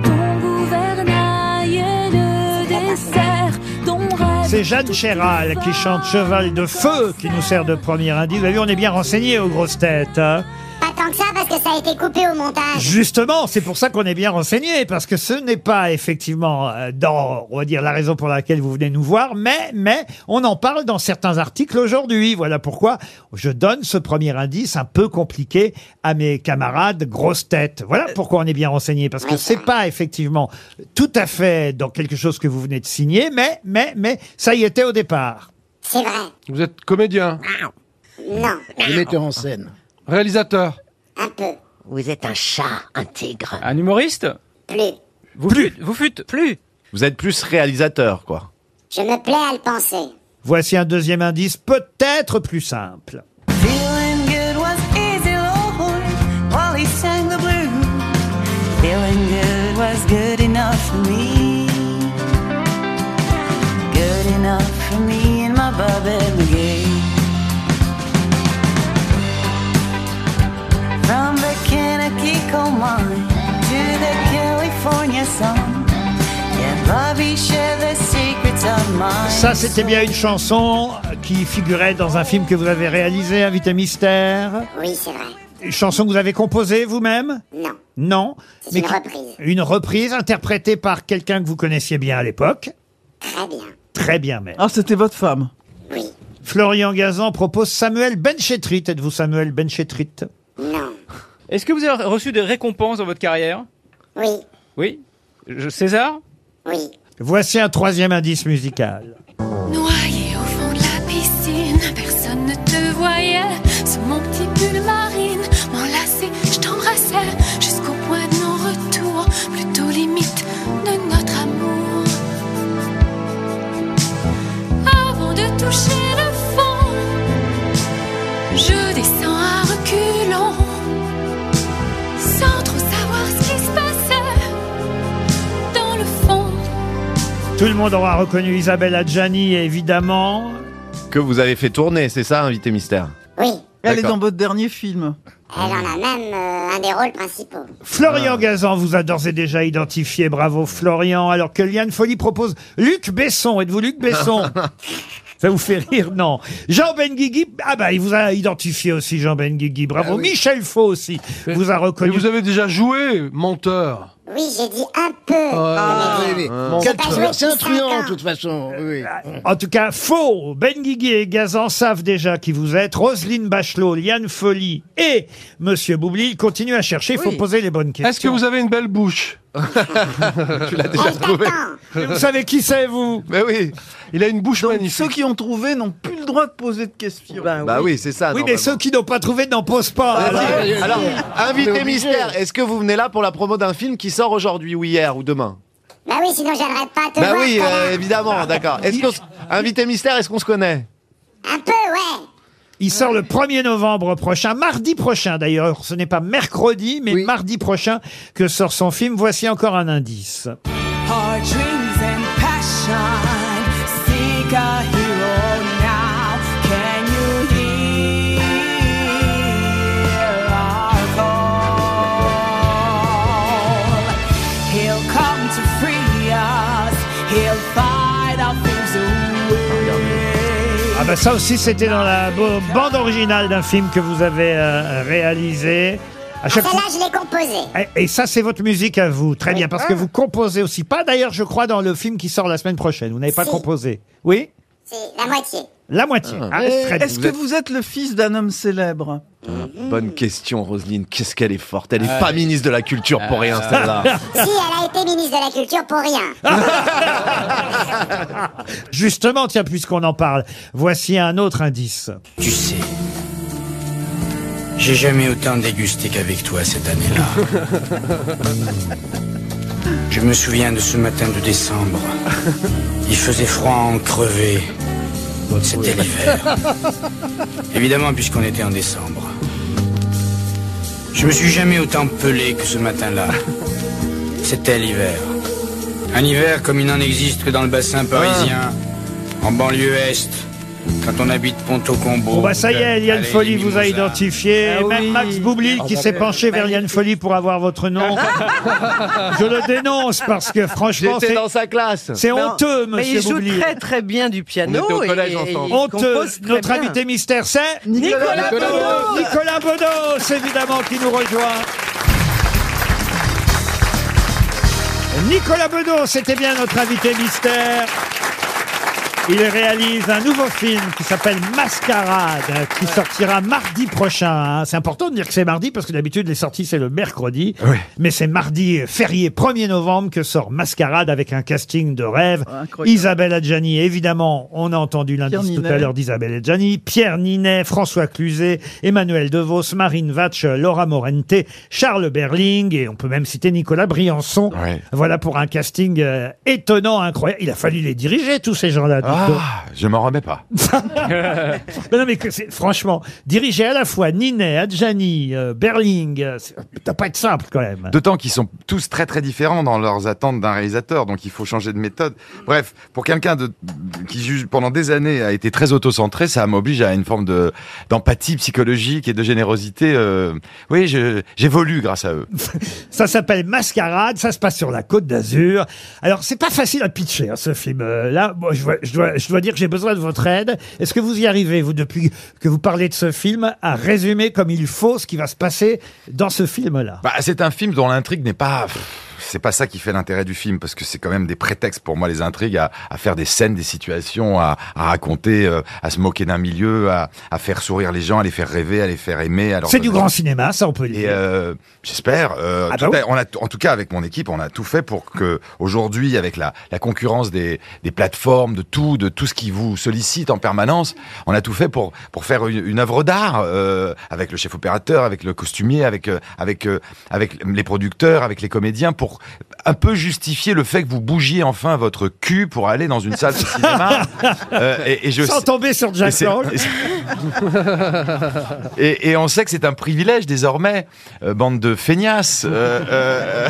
[SPEAKER 21] Ton gouvernail est de dessert. Ton rêve.
[SPEAKER 2] C'est Jeanne Chéral qui chante Cheval de Feu qui nous sert de premier indice. Vous avez vu, on est bien renseigné aux grosses têtes. hein.
[SPEAKER 20] Pas tant que ça parce que ça a été coupé au montage.
[SPEAKER 2] Justement, c'est pour ça qu'on est bien renseigné, parce que ce n'est pas effectivement euh, dans, on va dire, la raison pour laquelle vous venez nous voir, mais, mais on en parle dans certains articles aujourd'hui. Voilà pourquoi je donne ce premier indice un peu compliqué à mes camarades grosses têtes.
[SPEAKER 20] Euh,
[SPEAKER 2] Voilà pourquoi on est bien renseigné, parce que c'est pas effectivement tout à fait dans quelque chose que vous venez de signer, mais, mais, mais ça y était au départ.
[SPEAKER 20] C'est vrai. Ah,
[SPEAKER 7] Vous êtes comédien,
[SPEAKER 20] Non.
[SPEAKER 2] metteur en scène.
[SPEAKER 7] réalisateur.
[SPEAKER 20] Un peu.
[SPEAKER 5] Vous êtes un chat intègre. Un humoriste
[SPEAKER 20] Plus.
[SPEAKER 5] Vous fûtes Vous fûtes Plus.
[SPEAKER 8] Vous êtes plus réalisateur, quoi.
[SPEAKER 20] Je me plais à le penser.
[SPEAKER 2] Voici un deuxième indice peut-être plus simple.
[SPEAKER 22] Feeling good was easy, Lord, while he sang the blues. Feeling good was good enough for me. Good enough for me and my Bobby McGee. From the Kennedy coal mine to the California sun. Yeah, Bobby shared the secrets of mine.
[SPEAKER 2] Ça, c'était bien une chanson qui figurait dans un film que vous avez réalisé, Invité Mystère.
[SPEAKER 20] Oui, c'est vrai.
[SPEAKER 2] Une chanson que vous avez composée vous-même
[SPEAKER 20] Non.
[SPEAKER 2] Non.
[SPEAKER 20] C'est
[SPEAKER 2] mais
[SPEAKER 20] une
[SPEAKER 2] qui-
[SPEAKER 20] reprise.
[SPEAKER 2] Une reprise interprétée par quelqu'un que vous connaissiez bien à l'époque.
[SPEAKER 20] Très bien.
[SPEAKER 2] Très bien même.
[SPEAKER 4] Ah, c'était votre femme
[SPEAKER 20] Oui.
[SPEAKER 2] Florian Gazan propose Samuel Benchetrit. Êtes-vous Samuel Benchetrit
[SPEAKER 20] Non.
[SPEAKER 5] Est-ce que vous avez reçu des récompenses dans votre carrière
[SPEAKER 20] Oui.
[SPEAKER 5] Oui. Je- César
[SPEAKER 20] Oui.
[SPEAKER 2] Voici un troisième indice musical.
[SPEAKER 21] Noyé au fond de la piscine, personne ne te voyait. Sous mon petit pull marine, m'enlacer, je t'embrassais jusqu'au point de non-retour, plutôt limite de notre amour. Avant de toucher le fond, je descends à reculons, sans trop savoir ce qui se passait dans le fond.
[SPEAKER 2] Tout le monde aura reconnu Isabelle Adjani, évidemment.
[SPEAKER 8] Que vous avez fait tourner, c'est ça, invité mystère
[SPEAKER 20] Oui.
[SPEAKER 4] Elle est
[SPEAKER 8] D'accord.
[SPEAKER 4] dans votre dernier film.
[SPEAKER 20] Elle en a même euh, un des rôles principaux.
[SPEAKER 7] Ah.
[SPEAKER 2] Florian Gazan vous a d'ores et déjà identifié. Bravo Florian. Alors que Liane Folly propose Luc Besson. Êtes-vous Luc Besson Ça vous fait rire, non Jean Benguigui, ah bah il vous a identifié aussi Jean Benguigui. Bravo. Michel Faux aussi vous a reconnu.
[SPEAKER 7] Ah Mais vous avez déjà joué, menteur.
[SPEAKER 20] Oui, j'ai dit un peu.
[SPEAKER 7] Ah,
[SPEAKER 20] Mais-
[SPEAKER 7] oui, oui. Mon
[SPEAKER 20] J'ai
[SPEAKER 7] Quel
[SPEAKER 20] pas
[SPEAKER 7] truand,
[SPEAKER 20] joué
[SPEAKER 3] C'est un
[SPEAKER 20] depuis cinq
[SPEAKER 3] truand,
[SPEAKER 20] ans.
[SPEAKER 3] de toute façon. oui.
[SPEAKER 2] En tout cas, faux. Ben Guigui et Gazan savent déjà qui vous êtes. Roselyne Bachelot, Liane Folly et Monsieur Boublil continuent à chercher. Il faut
[SPEAKER 7] Oui.
[SPEAKER 2] poser les bonnes questions.
[SPEAKER 7] Est-ce que vous avez une belle bouche
[SPEAKER 8] Tu l'as déjà trouvé.
[SPEAKER 2] Ah Vous savez qui c'est, vous
[SPEAKER 8] Mais oui.
[SPEAKER 7] Il a une bouche magnifique.
[SPEAKER 4] Ceux qui ont trouvé n'ont plus le droit de poser de questions.
[SPEAKER 8] Bah oui, c'est ça.
[SPEAKER 2] Oui, mais ceux qui n'ont pas trouvé n'en posent pas.
[SPEAKER 8] Ah,
[SPEAKER 2] Alors-
[SPEAKER 8] si. Alors,
[SPEAKER 2] On est
[SPEAKER 8] invité
[SPEAKER 2] obligé.
[SPEAKER 8] mystère, est-ce que vous venez là pour la promo d'un film qui sort aujourd'hui ou hier ou demain
[SPEAKER 20] Bah oui, sinon j'arrête pas à te
[SPEAKER 8] Bah
[SPEAKER 20] voir.
[SPEAKER 8] oui,
[SPEAKER 20] Thomas.
[SPEAKER 8] euh, évidemment, d'accord. Est-ce qu'on s- invité mystère, est-ce qu'on se connaît
[SPEAKER 20] Un peu, ouais.
[SPEAKER 2] Il sort le 1er novembre prochain, mardi prochain d'ailleurs, ce n'est pas mercredi, mais mardi prochain que sort son film. Voici encore un indice.
[SPEAKER 22] Our dreams and passion seek a hero now. Can you
[SPEAKER 2] Euh, ça aussi, c'était dans la bo- bande originale d'un film que vous avez euh, réalisé. À
[SPEAKER 20] Ah,
[SPEAKER 2] chaque
[SPEAKER 20] celle-là,
[SPEAKER 2] fois- Eh,
[SPEAKER 20] je l'ai composée.
[SPEAKER 2] Et et ça, c'est votre musique à vous. Très bien, parce que
[SPEAKER 20] Ah.
[SPEAKER 2] vous composez aussi. Pas d'ailleurs, je crois, dans le film qui sort la semaine prochaine. Vous n'avez pas
[SPEAKER 20] Si.
[SPEAKER 2] composé. Oui
[SPEAKER 20] C'est la moitié.
[SPEAKER 2] La moitié. Ah, très bien.
[SPEAKER 4] Eh, Est-ce que vous êtes le fils d'un homme célèbre
[SPEAKER 8] Bonne question, Roselyne. Qu'est-ce qu'elle est forte. Elle est
[SPEAKER 4] Ah,
[SPEAKER 8] pas
[SPEAKER 4] oui.
[SPEAKER 8] ministre de la Culture pour rien, celle-là.
[SPEAKER 20] si, elle a été ministre de la Culture pour rien.
[SPEAKER 2] Justement, tiens, puisqu'on en parle, voici un autre indice.
[SPEAKER 11] Tu sais, j'ai jamais autant dégusté qu'avec toi cette année-là. Je me souviens de ce matin de décembre. Il faisait froid à en crever. C'était l'hiver. Évidemment, puisqu'on était en décembre. Je me suis jamais autant pelé que ce matin-là. C'était l'hiver. Un hiver comme il n'en existe que dans le
[SPEAKER 2] Ah.
[SPEAKER 11] bassin parisien, en banlieue est, quand on habite Pont-au-Combo.
[SPEAKER 2] Bon, bah, ça y est, Eliane Folly vous a identifié.
[SPEAKER 11] Ah
[SPEAKER 2] et même Max Boublil qui s'est penché vers Eliane Folly pour avoir votre nom. Je le dénonce parce que franchement.
[SPEAKER 8] J'étais
[SPEAKER 2] c'est-
[SPEAKER 8] dans sa classe.
[SPEAKER 2] C'est
[SPEAKER 8] Non,
[SPEAKER 2] honteux,
[SPEAKER 10] Mais
[SPEAKER 2] monsieur
[SPEAKER 10] il joue
[SPEAKER 2] Boublil.
[SPEAKER 10] très très bien du piano. et- et il
[SPEAKER 2] Honteux.
[SPEAKER 10] compose très
[SPEAKER 2] Notre
[SPEAKER 10] bien.
[SPEAKER 2] invité mystère, c'est
[SPEAKER 10] Nicolas Nicolas Bedos.
[SPEAKER 2] Bedos. Nicolas Bedos, évidemment, qui nous rejoint. Nicolas Bedos, c'était bien notre invité mystère. Il réalise un nouveau film qui s'appelle Mascarade, euh, qui sortira mardi prochain. hein. C'est important de dire que c'est mardi parce que d'habitude les sorties c'est le mercredi. Mais c'est mardi euh, férié 1er novembre que sort Mascarade avec un casting de rêve. Isabelle Adjani, évidemment, on a entendu
[SPEAKER 4] Pierre
[SPEAKER 2] l'indice tout à
[SPEAKER 4] Ninet.
[SPEAKER 2] l'heure d'Isabelle Adjani, Pierre Ninet, François Cluzet, Emmanuel DeVos, Marine Vatch, Laura Morente, Charles Berling et on peut même citer Nicolas Briançon. Voilà pour un casting euh, étonnant, incroyable. Il a fallu les diriger tous ces gens-là. dites donc.
[SPEAKER 9] Ah, je m'en remets pas.
[SPEAKER 2] Mais non, mais que c'est- franchement, diriger à la fois Ninet, Adjani, euh, Berling, euh, c'est- ça peut pas être simple quand même.
[SPEAKER 9] D'autant qu'ils sont tous très très différents dans leurs attentes d'un réalisateur, donc il faut changer de méthode. Bref, pour quelqu'un de, qui juge pendant des années a été très autocentré, ça m'oblige à une forme de d'empathie psychologique et de générosité. euh, oui, je- j'évolue grâce à eux.
[SPEAKER 2] Ça s'appelle Mascarade, ça se passe sur la Côte d'Azur. Alors, c'est pas facile à pitcher, hein, ce film. Euh, là, moi, je, vois- je dois, je dois dire que j'ai besoin de votre aide. Est-ce que vous y arrivez, vous, depuis que vous parlez de ce film, à résumer comme il faut ce qui va se passer dans ce film-là
[SPEAKER 9] Bah, c'est un film dont l'intrigue n'est pas. pff, C'est pas ça qui fait l'intérêt du film, parce que c'est quand même des prétextes pour moi, les intrigues, à, à faire des scènes, des situations, à, à raconter, euh, à se moquer d'un milieu, à, à faire sourire les gens, à les faire rêver, à les faire aimer. à leur
[SPEAKER 2] C'est du
[SPEAKER 9] donner-
[SPEAKER 2] grand cinéma, ça, on peut le dire.
[SPEAKER 9] et euh, j'espère. euh,
[SPEAKER 2] Ah bah
[SPEAKER 9] tout
[SPEAKER 2] oui.
[SPEAKER 9] a- on a, t- en tout cas, avec mon équipe, on a tout fait pour que aujourd'hui, avec la, la concurrence des, des plateformes, de tout, de tout ce qui vous sollicite en permanence, on a tout fait pour pour faire une, une œuvre d'art euh, avec le chef opérateur, avec le costumier, avec euh, avec euh, avec les producteurs, avec les comédiens, pour un peu justifier le fait que vous bougiez enfin votre cul pour aller dans une salle de cinéma. Euh, et, et je
[SPEAKER 2] Sans
[SPEAKER 9] sais-
[SPEAKER 2] tomber sur Jack
[SPEAKER 9] et c'est-
[SPEAKER 2] Lang.
[SPEAKER 9] et c'est- et, et on sait que c'est un privilège désormais, euh, bande de feignasses. euh, euh,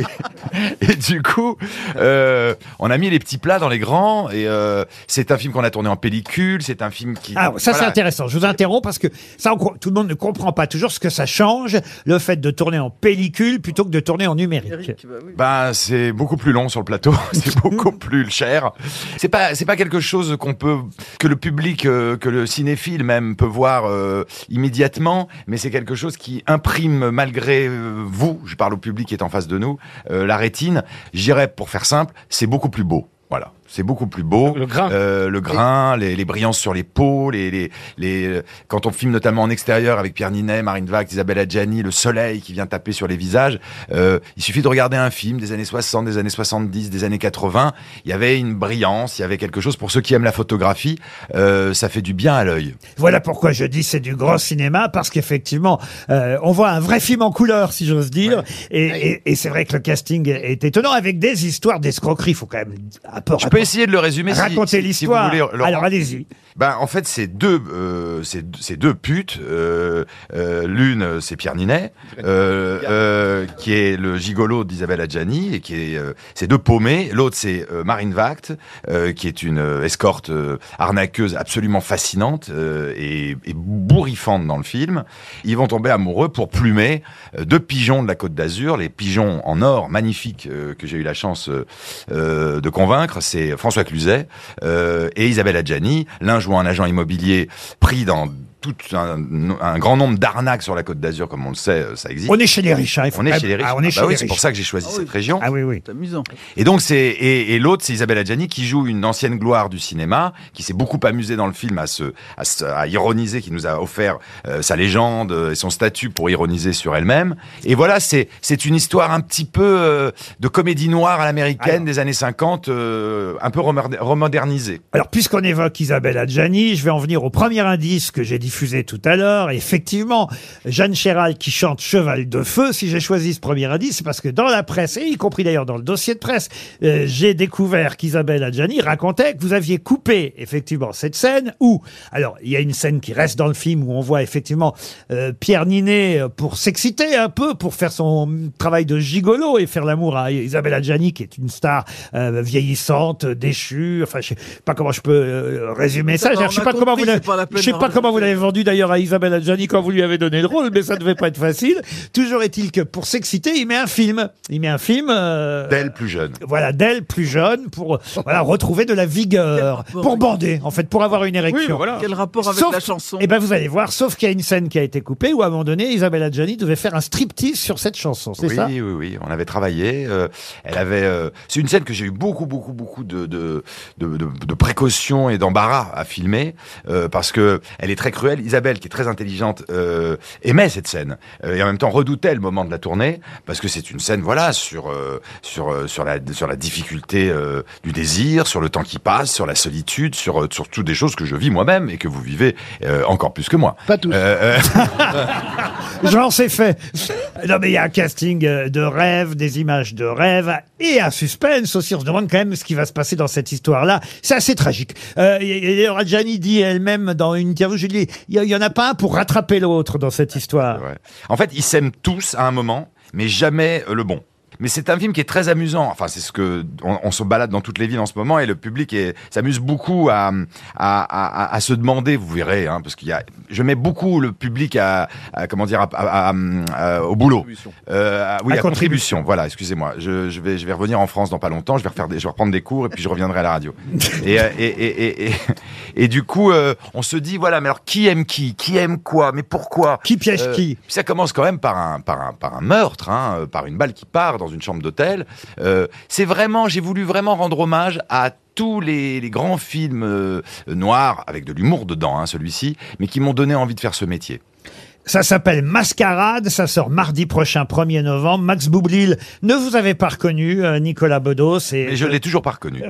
[SPEAKER 9] et, et du coup, euh, on a mis les petits plats dans les grands. Et euh, c'est un film qu'on a tourné en pellicule. C'est un film qui.
[SPEAKER 2] Alors, Ah, ça c'est
[SPEAKER 9] Voilà.
[SPEAKER 2] intéressant. Je vous interromps parce que ça, on co- tout le monde ne comprend pas toujours ce que ça change, le fait de tourner en pellicule plutôt que de tourner en numérique.
[SPEAKER 9] Ben, c'est beaucoup plus long sur le plateau, c'est beaucoup plus cher. C'est pas, c'est pas quelque chose qu'on peut, que le public, euh, que le cinéphile même peut voir euh, immédiatement, mais c'est quelque chose qui imprime malgré euh, vous, je parle au public qui est en face de nous, euh, la rétine. J'irais pour faire simple, c'est beaucoup plus beau. Voilà, c'est beaucoup plus beau. Le grain, le grain, les, les brillances sur les peaux, les, les, les- euh, quand on filme notamment en extérieur avec Pierre Ninet, Marine Vax, Isabelle Adjani, le soleil qui vient taper sur les visages. euh, il suffit de regarder un film des années 60, des années 70, des années 80. Il y avait une brillance, il y avait quelque chose. Pour ceux qui aiment la photographie, euh, ça fait du bien à l'œil.
[SPEAKER 2] Voilà pourquoi je dis c'est du grand cinéma parce qu'effectivement euh, on voit un vrai film en couleur si j'ose dire et, et- et c'est vrai que le casting est étonnant avec des histoires d'escroquerie faut quand même un peu
[SPEAKER 9] Je
[SPEAKER 2] raconter-
[SPEAKER 9] peux essayer de le résumer. si-
[SPEAKER 2] raconter
[SPEAKER 9] si- si
[SPEAKER 2] l'histoire.
[SPEAKER 9] vous voulez, Laurent.
[SPEAKER 2] Alors allez-y.
[SPEAKER 9] Ben, en fait, c'est deux, euh, c'est c'est deux putes. euh, euh, L'une, c'est Pierre Ninet, euh, euh, qui est le gigolo d'Isabelle Adjani, et qui est euh, c'est deux paumés. L'autre, c'est euh, Marine Vact, euh, qui est une euh, escorte euh, arnaqueuse absolument fascinante euh, et, et bourrifante dans le film. Ils vont tomber amoureux pour plumer euh, deux pigeons de la Côte d'Azur, les pigeons en or magnifiques euh, que j'ai eu la chance euh, euh, de convaincre. C'est François Cluzet euh, et Isabelle Adjani. L'un jouant un agent immobilier pris dans tout un, un grand nombre d'arnaques sur la Côte d'Azur, comme on le sait, euh, ça existe.
[SPEAKER 2] On est chez les riches, hein, il faut
[SPEAKER 9] on est
[SPEAKER 2] quand
[SPEAKER 9] chez
[SPEAKER 2] même-
[SPEAKER 9] les riches.
[SPEAKER 2] Ah, on est
[SPEAKER 9] bah
[SPEAKER 2] chez
[SPEAKER 9] oui,
[SPEAKER 2] les
[SPEAKER 9] C'est pour
[SPEAKER 2] riches.
[SPEAKER 9] ça que j'ai choisi cette région.
[SPEAKER 2] Ah oui, oui.
[SPEAKER 4] C'est amusant.
[SPEAKER 9] Et donc c'est et, et l'autre c'est Isabelle Adjani qui joue une ancienne gloire du cinéma qui s'est beaucoup amusée dans le film à se à, se- à ironiser qui nous a offert euh, sa légende euh, et son statut pour ironiser sur elle-même et voilà c'est c'est une histoire un petit peu euh, de comédie noire à l'américaine des années 50 euh, un peu remoder- remodernisée.
[SPEAKER 2] Alors, puisqu'on évoque Isabelle Adjani, je vais en venir au premier indice que j'ai diffusé tout à l'heure. Et Effectivement, Jeanne Chéral qui chante Cheval de Feu. Si j'ai choisi ce premier indice, c'est parce que dans la presse, et y compris d'ailleurs dans le dossier de presse, euh, j'ai découvert qu'Isabelle Adjani racontait que vous aviez coupé effectivement cette scène où, alors, il y a une scène qui reste dans le film où on voit effectivement euh, Pierre Ninet euh, pour s'exciter un peu, pour faire son travail de gigolo et faire l'amour à Isabelle Adjani, qui est une star euh, vieillissante, déchue. Enfin, je sais pas comment je peux euh, résumer ça.
[SPEAKER 4] Ça va,
[SPEAKER 2] Je sais
[SPEAKER 4] on
[SPEAKER 2] pas
[SPEAKER 4] a
[SPEAKER 2] comment
[SPEAKER 4] compris,
[SPEAKER 2] vous l'avez-
[SPEAKER 4] c'est pas la peine
[SPEAKER 2] je sais
[SPEAKER 4] de
[SPEAKER 2] pas comment vous l'avez vendu d'ailleurs à Isabelle Adjani quand vous lui avez donné le rôle, mais ça devait pas être facile. Toujours est-il que pour s'exciter, il met un film. Il met un film. euh,
[SPEAKER 9] D'elle plus jeune.
[SPEAKER 2] Voilà, d'elle plus jeune pour voilà, retrouver de la vigueur, pour bander en fait, pour avoir une érection.
[SPEAKER 4] voilà. Quel rapport avec la chanson
[SPEAKER 2] Eh ben vous allez voir, sauf qu'il y a une scène qui a été coupée où à un moment donné, Isabelle Adjani devait faire un striptease sur cette chanson, c'est
[SPEAKER 9] oui,
[SPEAKER 2] ça
[SPEAKER 9] oui, oui, on avait travaillé. euh, elle avait. euh, c'est une scène que j'ai eu beaucoup, beaucoup, beaucoup de de, de, de- de précautions et d'embarras à filmer euh, parce que elle est très cruelle. Isabelle, qui est très intelligente, euh, aimait cette scène euh, et en même temps redoutait le moment de la tournée parce que c'est une scène, voilà, sur euh, sur euh, sur la sur la difficulté euh, du désir, sur le temps qui passe, sur la solitude, sur euh, sur toutes des choses que je vis moi-même et que vous vivez euh, encore plus que moi. Euh, Pas tous.
[SPEAKER 2] J'en sais fait. Non, mais il y a un casting euh, de rêve, des images de rêve et un suspense aussi. On se demande quand même ce qui va se passer dans cette histoire-là. C'est assez tragique. Euh, et- et D'ailleurs, Adjani dit elle-même dans une interview, je lui dis, il y a- il y en a pas un pour rattraper l'autre dans cette histoire.
[SPEAKER 9] En fait, ils s'aiment tous à un moment, mais jamais euh, le bon. Mais c'est un film qui est très amusant. Enfin, c'est ce que on, on se balade dans toutes les villes en ce moment et le public est- s'amuse beaucoup à, à, à- à se demander. Vous verrez, hein, parce qu'il y a. Je mets beaucoup le public à, à- comment dire à- à- à- à- au boulot. Euh, à- oui,
[SPEAKER 2] À
[SPEAKER 9] à contribution. Voilà, excusez-moi. Je, je vais je vais revenir en France dans pas longtemps. Je vais refaire des, je vais reprendre des cours et puis je reviendrai à la radio. et, euh, et, et, et, et- et du coup, euh, on se dit voilà, mais alors qui aime qui, qui aime quoi, mais pourquoi
[SPEAKER 2] Qui piège qui
[SPEAKER 9] puis ça commence quand même par un, par un, par un meurtre, hein, euh, par une balle qui part dans une chambre d'hôtel. Euh, c'est vraiment, j'ai voulu vraiment rendre hommage à tous les, les grands films euh, noirs, avec de l'humour dedans, hein, celui-ci, mais qui m'ont donné envie de faire ce métier.
[SPEAKER 2] Ça s'appelle Mascarade, ça sort mardi prochain, 1er novembre. Max Boublil, ne vous avez pas reconnu, euh, Nicolas Bedos. Et
[SPEAKER 9] Mais je l'ai toujours pas reconnu.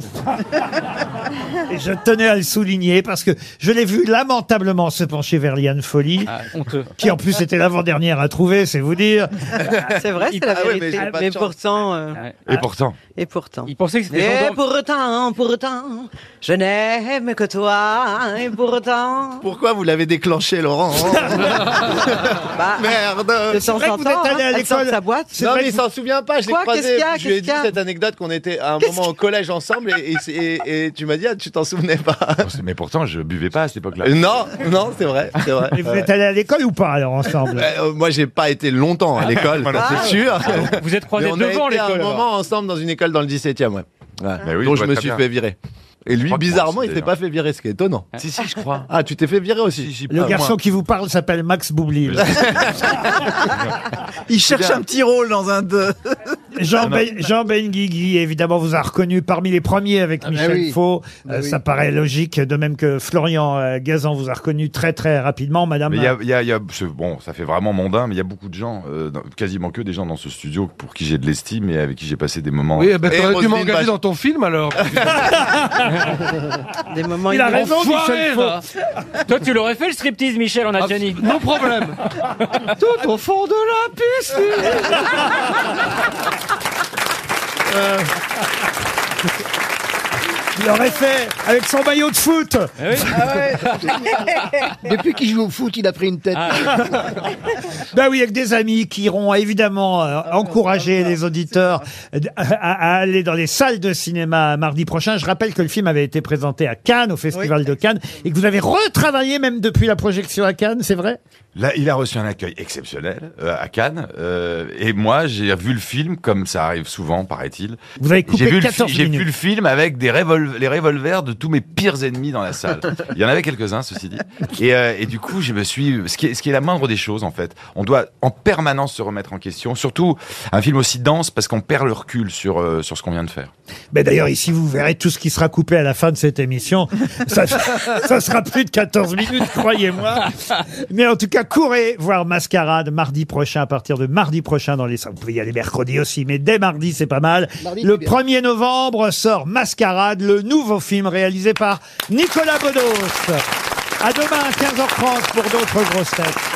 [SPEAKER 2] Et je tenais à le souligner parce que je l'ai vu lamentablement se pencher vers Liane Folly,
[SPEAKER 8] Ah,
[SPEAKER 2] qui en plus était l'avant-dernière à trouver, c'est vous dire.
[SPEAKER 10] Ah, C'est vrai, c'est la vérité. mais pourtant. euh,
[SPEAKER 9] Et pourtant.
[SPEAKER 10] Et pourtant. Eh
[SPEAKER 5] Il pensait que
[SPEAKER 10] Et
[SPEAKER 5] c'était ton
[SPEAKER 10] pourtant, pourtant, je n'aime que toi, et pourtant.
[SPEAKER 8] Pourquoi vous l'avez déclenché, Laurent
[SPEAKER 10] Bah,
[SPEAKER 8] Merde
[SPEAKER 10] De temps en temps, hein, elle sort de sa boîte.
[SPEAKER 8] Non, mais il s'en souvient pas, je l'ai
[SPEAKER 10] Quoi, qu'est-ce
[SPEAKER 8] croisé.
[SPEAKER 10] qu'il y a,
[SPEAKER 8] Je lui ai
[SPEAKER 10] qu'est-ce
[SPEAKER 8] dit
[SPEAKER 10] qu'il y a
[SPEAKER 8] cette anecdote qu'on était à un moment au collège ensemble et, et- et- et tu m'as dit, ah, tu t'en souvenais pas. Euh,
[SPEAKER 9] Mais pourtant, je buvais pas à cette époque-là.
[SPEAKER 8] non, non, c'est vrai, c'est vrai.
[SPEAKER 2] Et vous êtes allés à l'école ou pas alors ensemble
[SPEAKER 8] Euh, euh, moi, j'ai pas été longtemps à l'école,
[SPEAKER 2] Ah, voilà.
[SPEAKER 8] c'est sûr.
[SPEAKER 5] Vous êtes
[SPEAKER 8] Mais
[SPEAKER 5] croisés
[SPEAKER 8] on a
[SPEAKER 5] devant
[SPEAKER 8] été à
[SPEAKER 5] l'école.
[SPEAKER 8] un
[SPEAKER 5] alors.
[SPEAKER 8] moment ensemble dans une école dans le 17e, ouais. Ouais.
[SPEAKER 9] Mais oui,
[SPEAKER 8] Dont
[SPEAKER 9] je
[SPEAKER 8] je
[SPEAKER 9] vois
[SPEAKER 8] me
[SPEAKER 9] très
[SPEAKER 8] suis
[SPEAKER 9] bien.
[SPEAKER 8] fait virer. Et
[SPEAKER 9] Je
[SPEAKER 8] lui,
[SPEAKER 9] crois que moi
[SPEAKER 8] bizarrement,
[SPEAKER 9] aussi,
[SPEAKER 8] il s'est pas
[SPEAKER 9] d'ailleurs.
[SPEAKER 8] fait virer, ce qui est étonnant.
[SPEAKER 9] Si, si, je crois.
[SPEAKER 8] Ah, tu t'es fait virer aussi.
[SPEAKER 2] Le garçon qui vous parle s'appelle Max Boublil.
[SPEAKER 4] Il cherche un petit rôle dans un de.
[SPEAKER 2] Jean, ben, Jean Benguigui, évidemment, vous a reconnu parmi les premiers avec
[SPEAKER 4] Ah, bah
[SPEAKER 2] Michel
[SPEAKER 4] oui.
[SPEAKER 2] Faux.
[SPEAKER 4] Bah
[SPEAKER 2] Euh,
[SPEAKER 4] oui.
[SPEAKER 2] Ça paraît logique, de même que Florian euh, Gazan vous a reconnu très très rapidement, madame.
[SPEAKER 9] Mais il y a, il y a- il y a- ce- bon, ça fait vraiment mondain, mais il y a beaucoup de gens, euh, dans- quasiment que des gens dans ce studio pour qui j'ai de l'estime et avec qui j'ai passé des moments.
[SPEAKER 7] Oui, eh ben, t'aurais dû m'engager dans
[SPEAKER 9] ton film alors.
[SPEAKER 10] Des moments
[SPEAKER 7] Il a raison,
[SPEAKER 10] Enfoiré,
[SPEAKER 7] Michel
[SPEAKER 10] va.
[SPEAKER 5] Toi, tu l'aurais fait le striptease, Michel, en Adjani.
[SPEAKER 7] Mon problème.
[SPEAKER 5] Tout au fond de la
[SPEAKER 2] Euh, Il aurait fait avec son maillot de foot. Ah
[SPEAKER 10] Ah
[SPEAKER 3] Depuis qu'il joue au foot, il a pris une tête.
[SPEAKER 2] Ben oui, avec des amis qui iront évidemment euh, encourager les auditeurs euh, à, à aller dans les salles de cinéma mardi prochain. Je rappelle que le film avait été présenté à Cannes, au Festival de Cannes, et que vous avez retravaillé même depuis la projection à Cannes, c'est vrai
[SPEAKER 9] Là, il a reçu un accueil exceptionnel euh, à Cannes. euh, et moi, j'ai vu le film, comme ça arrive souvent, paraît-il.
[SPEAKER 2] Vous avez coupé
[SPEAKER 9] J'ai vu, le
[SPEAKER 2] 14
[SPEAKER 9] fi- j'ai vu
[SPEAKER 2] minutes.
[SPEAKER 9] le film avec des, révol- rev- les revolvers de tous mes pires ennemis dans la salle. Il y en avait quelques-uns, ceci dit. Et, euh, et du coup, je me suis. Ce qui, est, ce qui est la moindre des choses, en fait. On doit en permanence se remettre en question. Surtout un film aussi dense parce qu'on perd le recul sur, euh, sur ce qu'on vient de faire.
[SPEAKER 2] Mais Ben d'ailleurs, ici, vous verrez tout ce qui sera coupé à la fin de cette émission. Ça, ça sera plus de 14 minutes, croyez-moi. Mais en tout cas, courez voir Mascarade mardi prochain, à partir de mardi prochain dans les salles. Vous pouvez y aller mercredi aussi, mais dès mardi, c'est pas mal.
[SPEAKER 12] Mardi,
[SPEAKER 2] Le
[SPEAKER 12] c'est bien.
[SPEAKER 2] 1er novembre sort Mascarade, le nouveau film réalisé par Nicolas Bedos. À demain, 15h30 pour d'autres grosses têtes.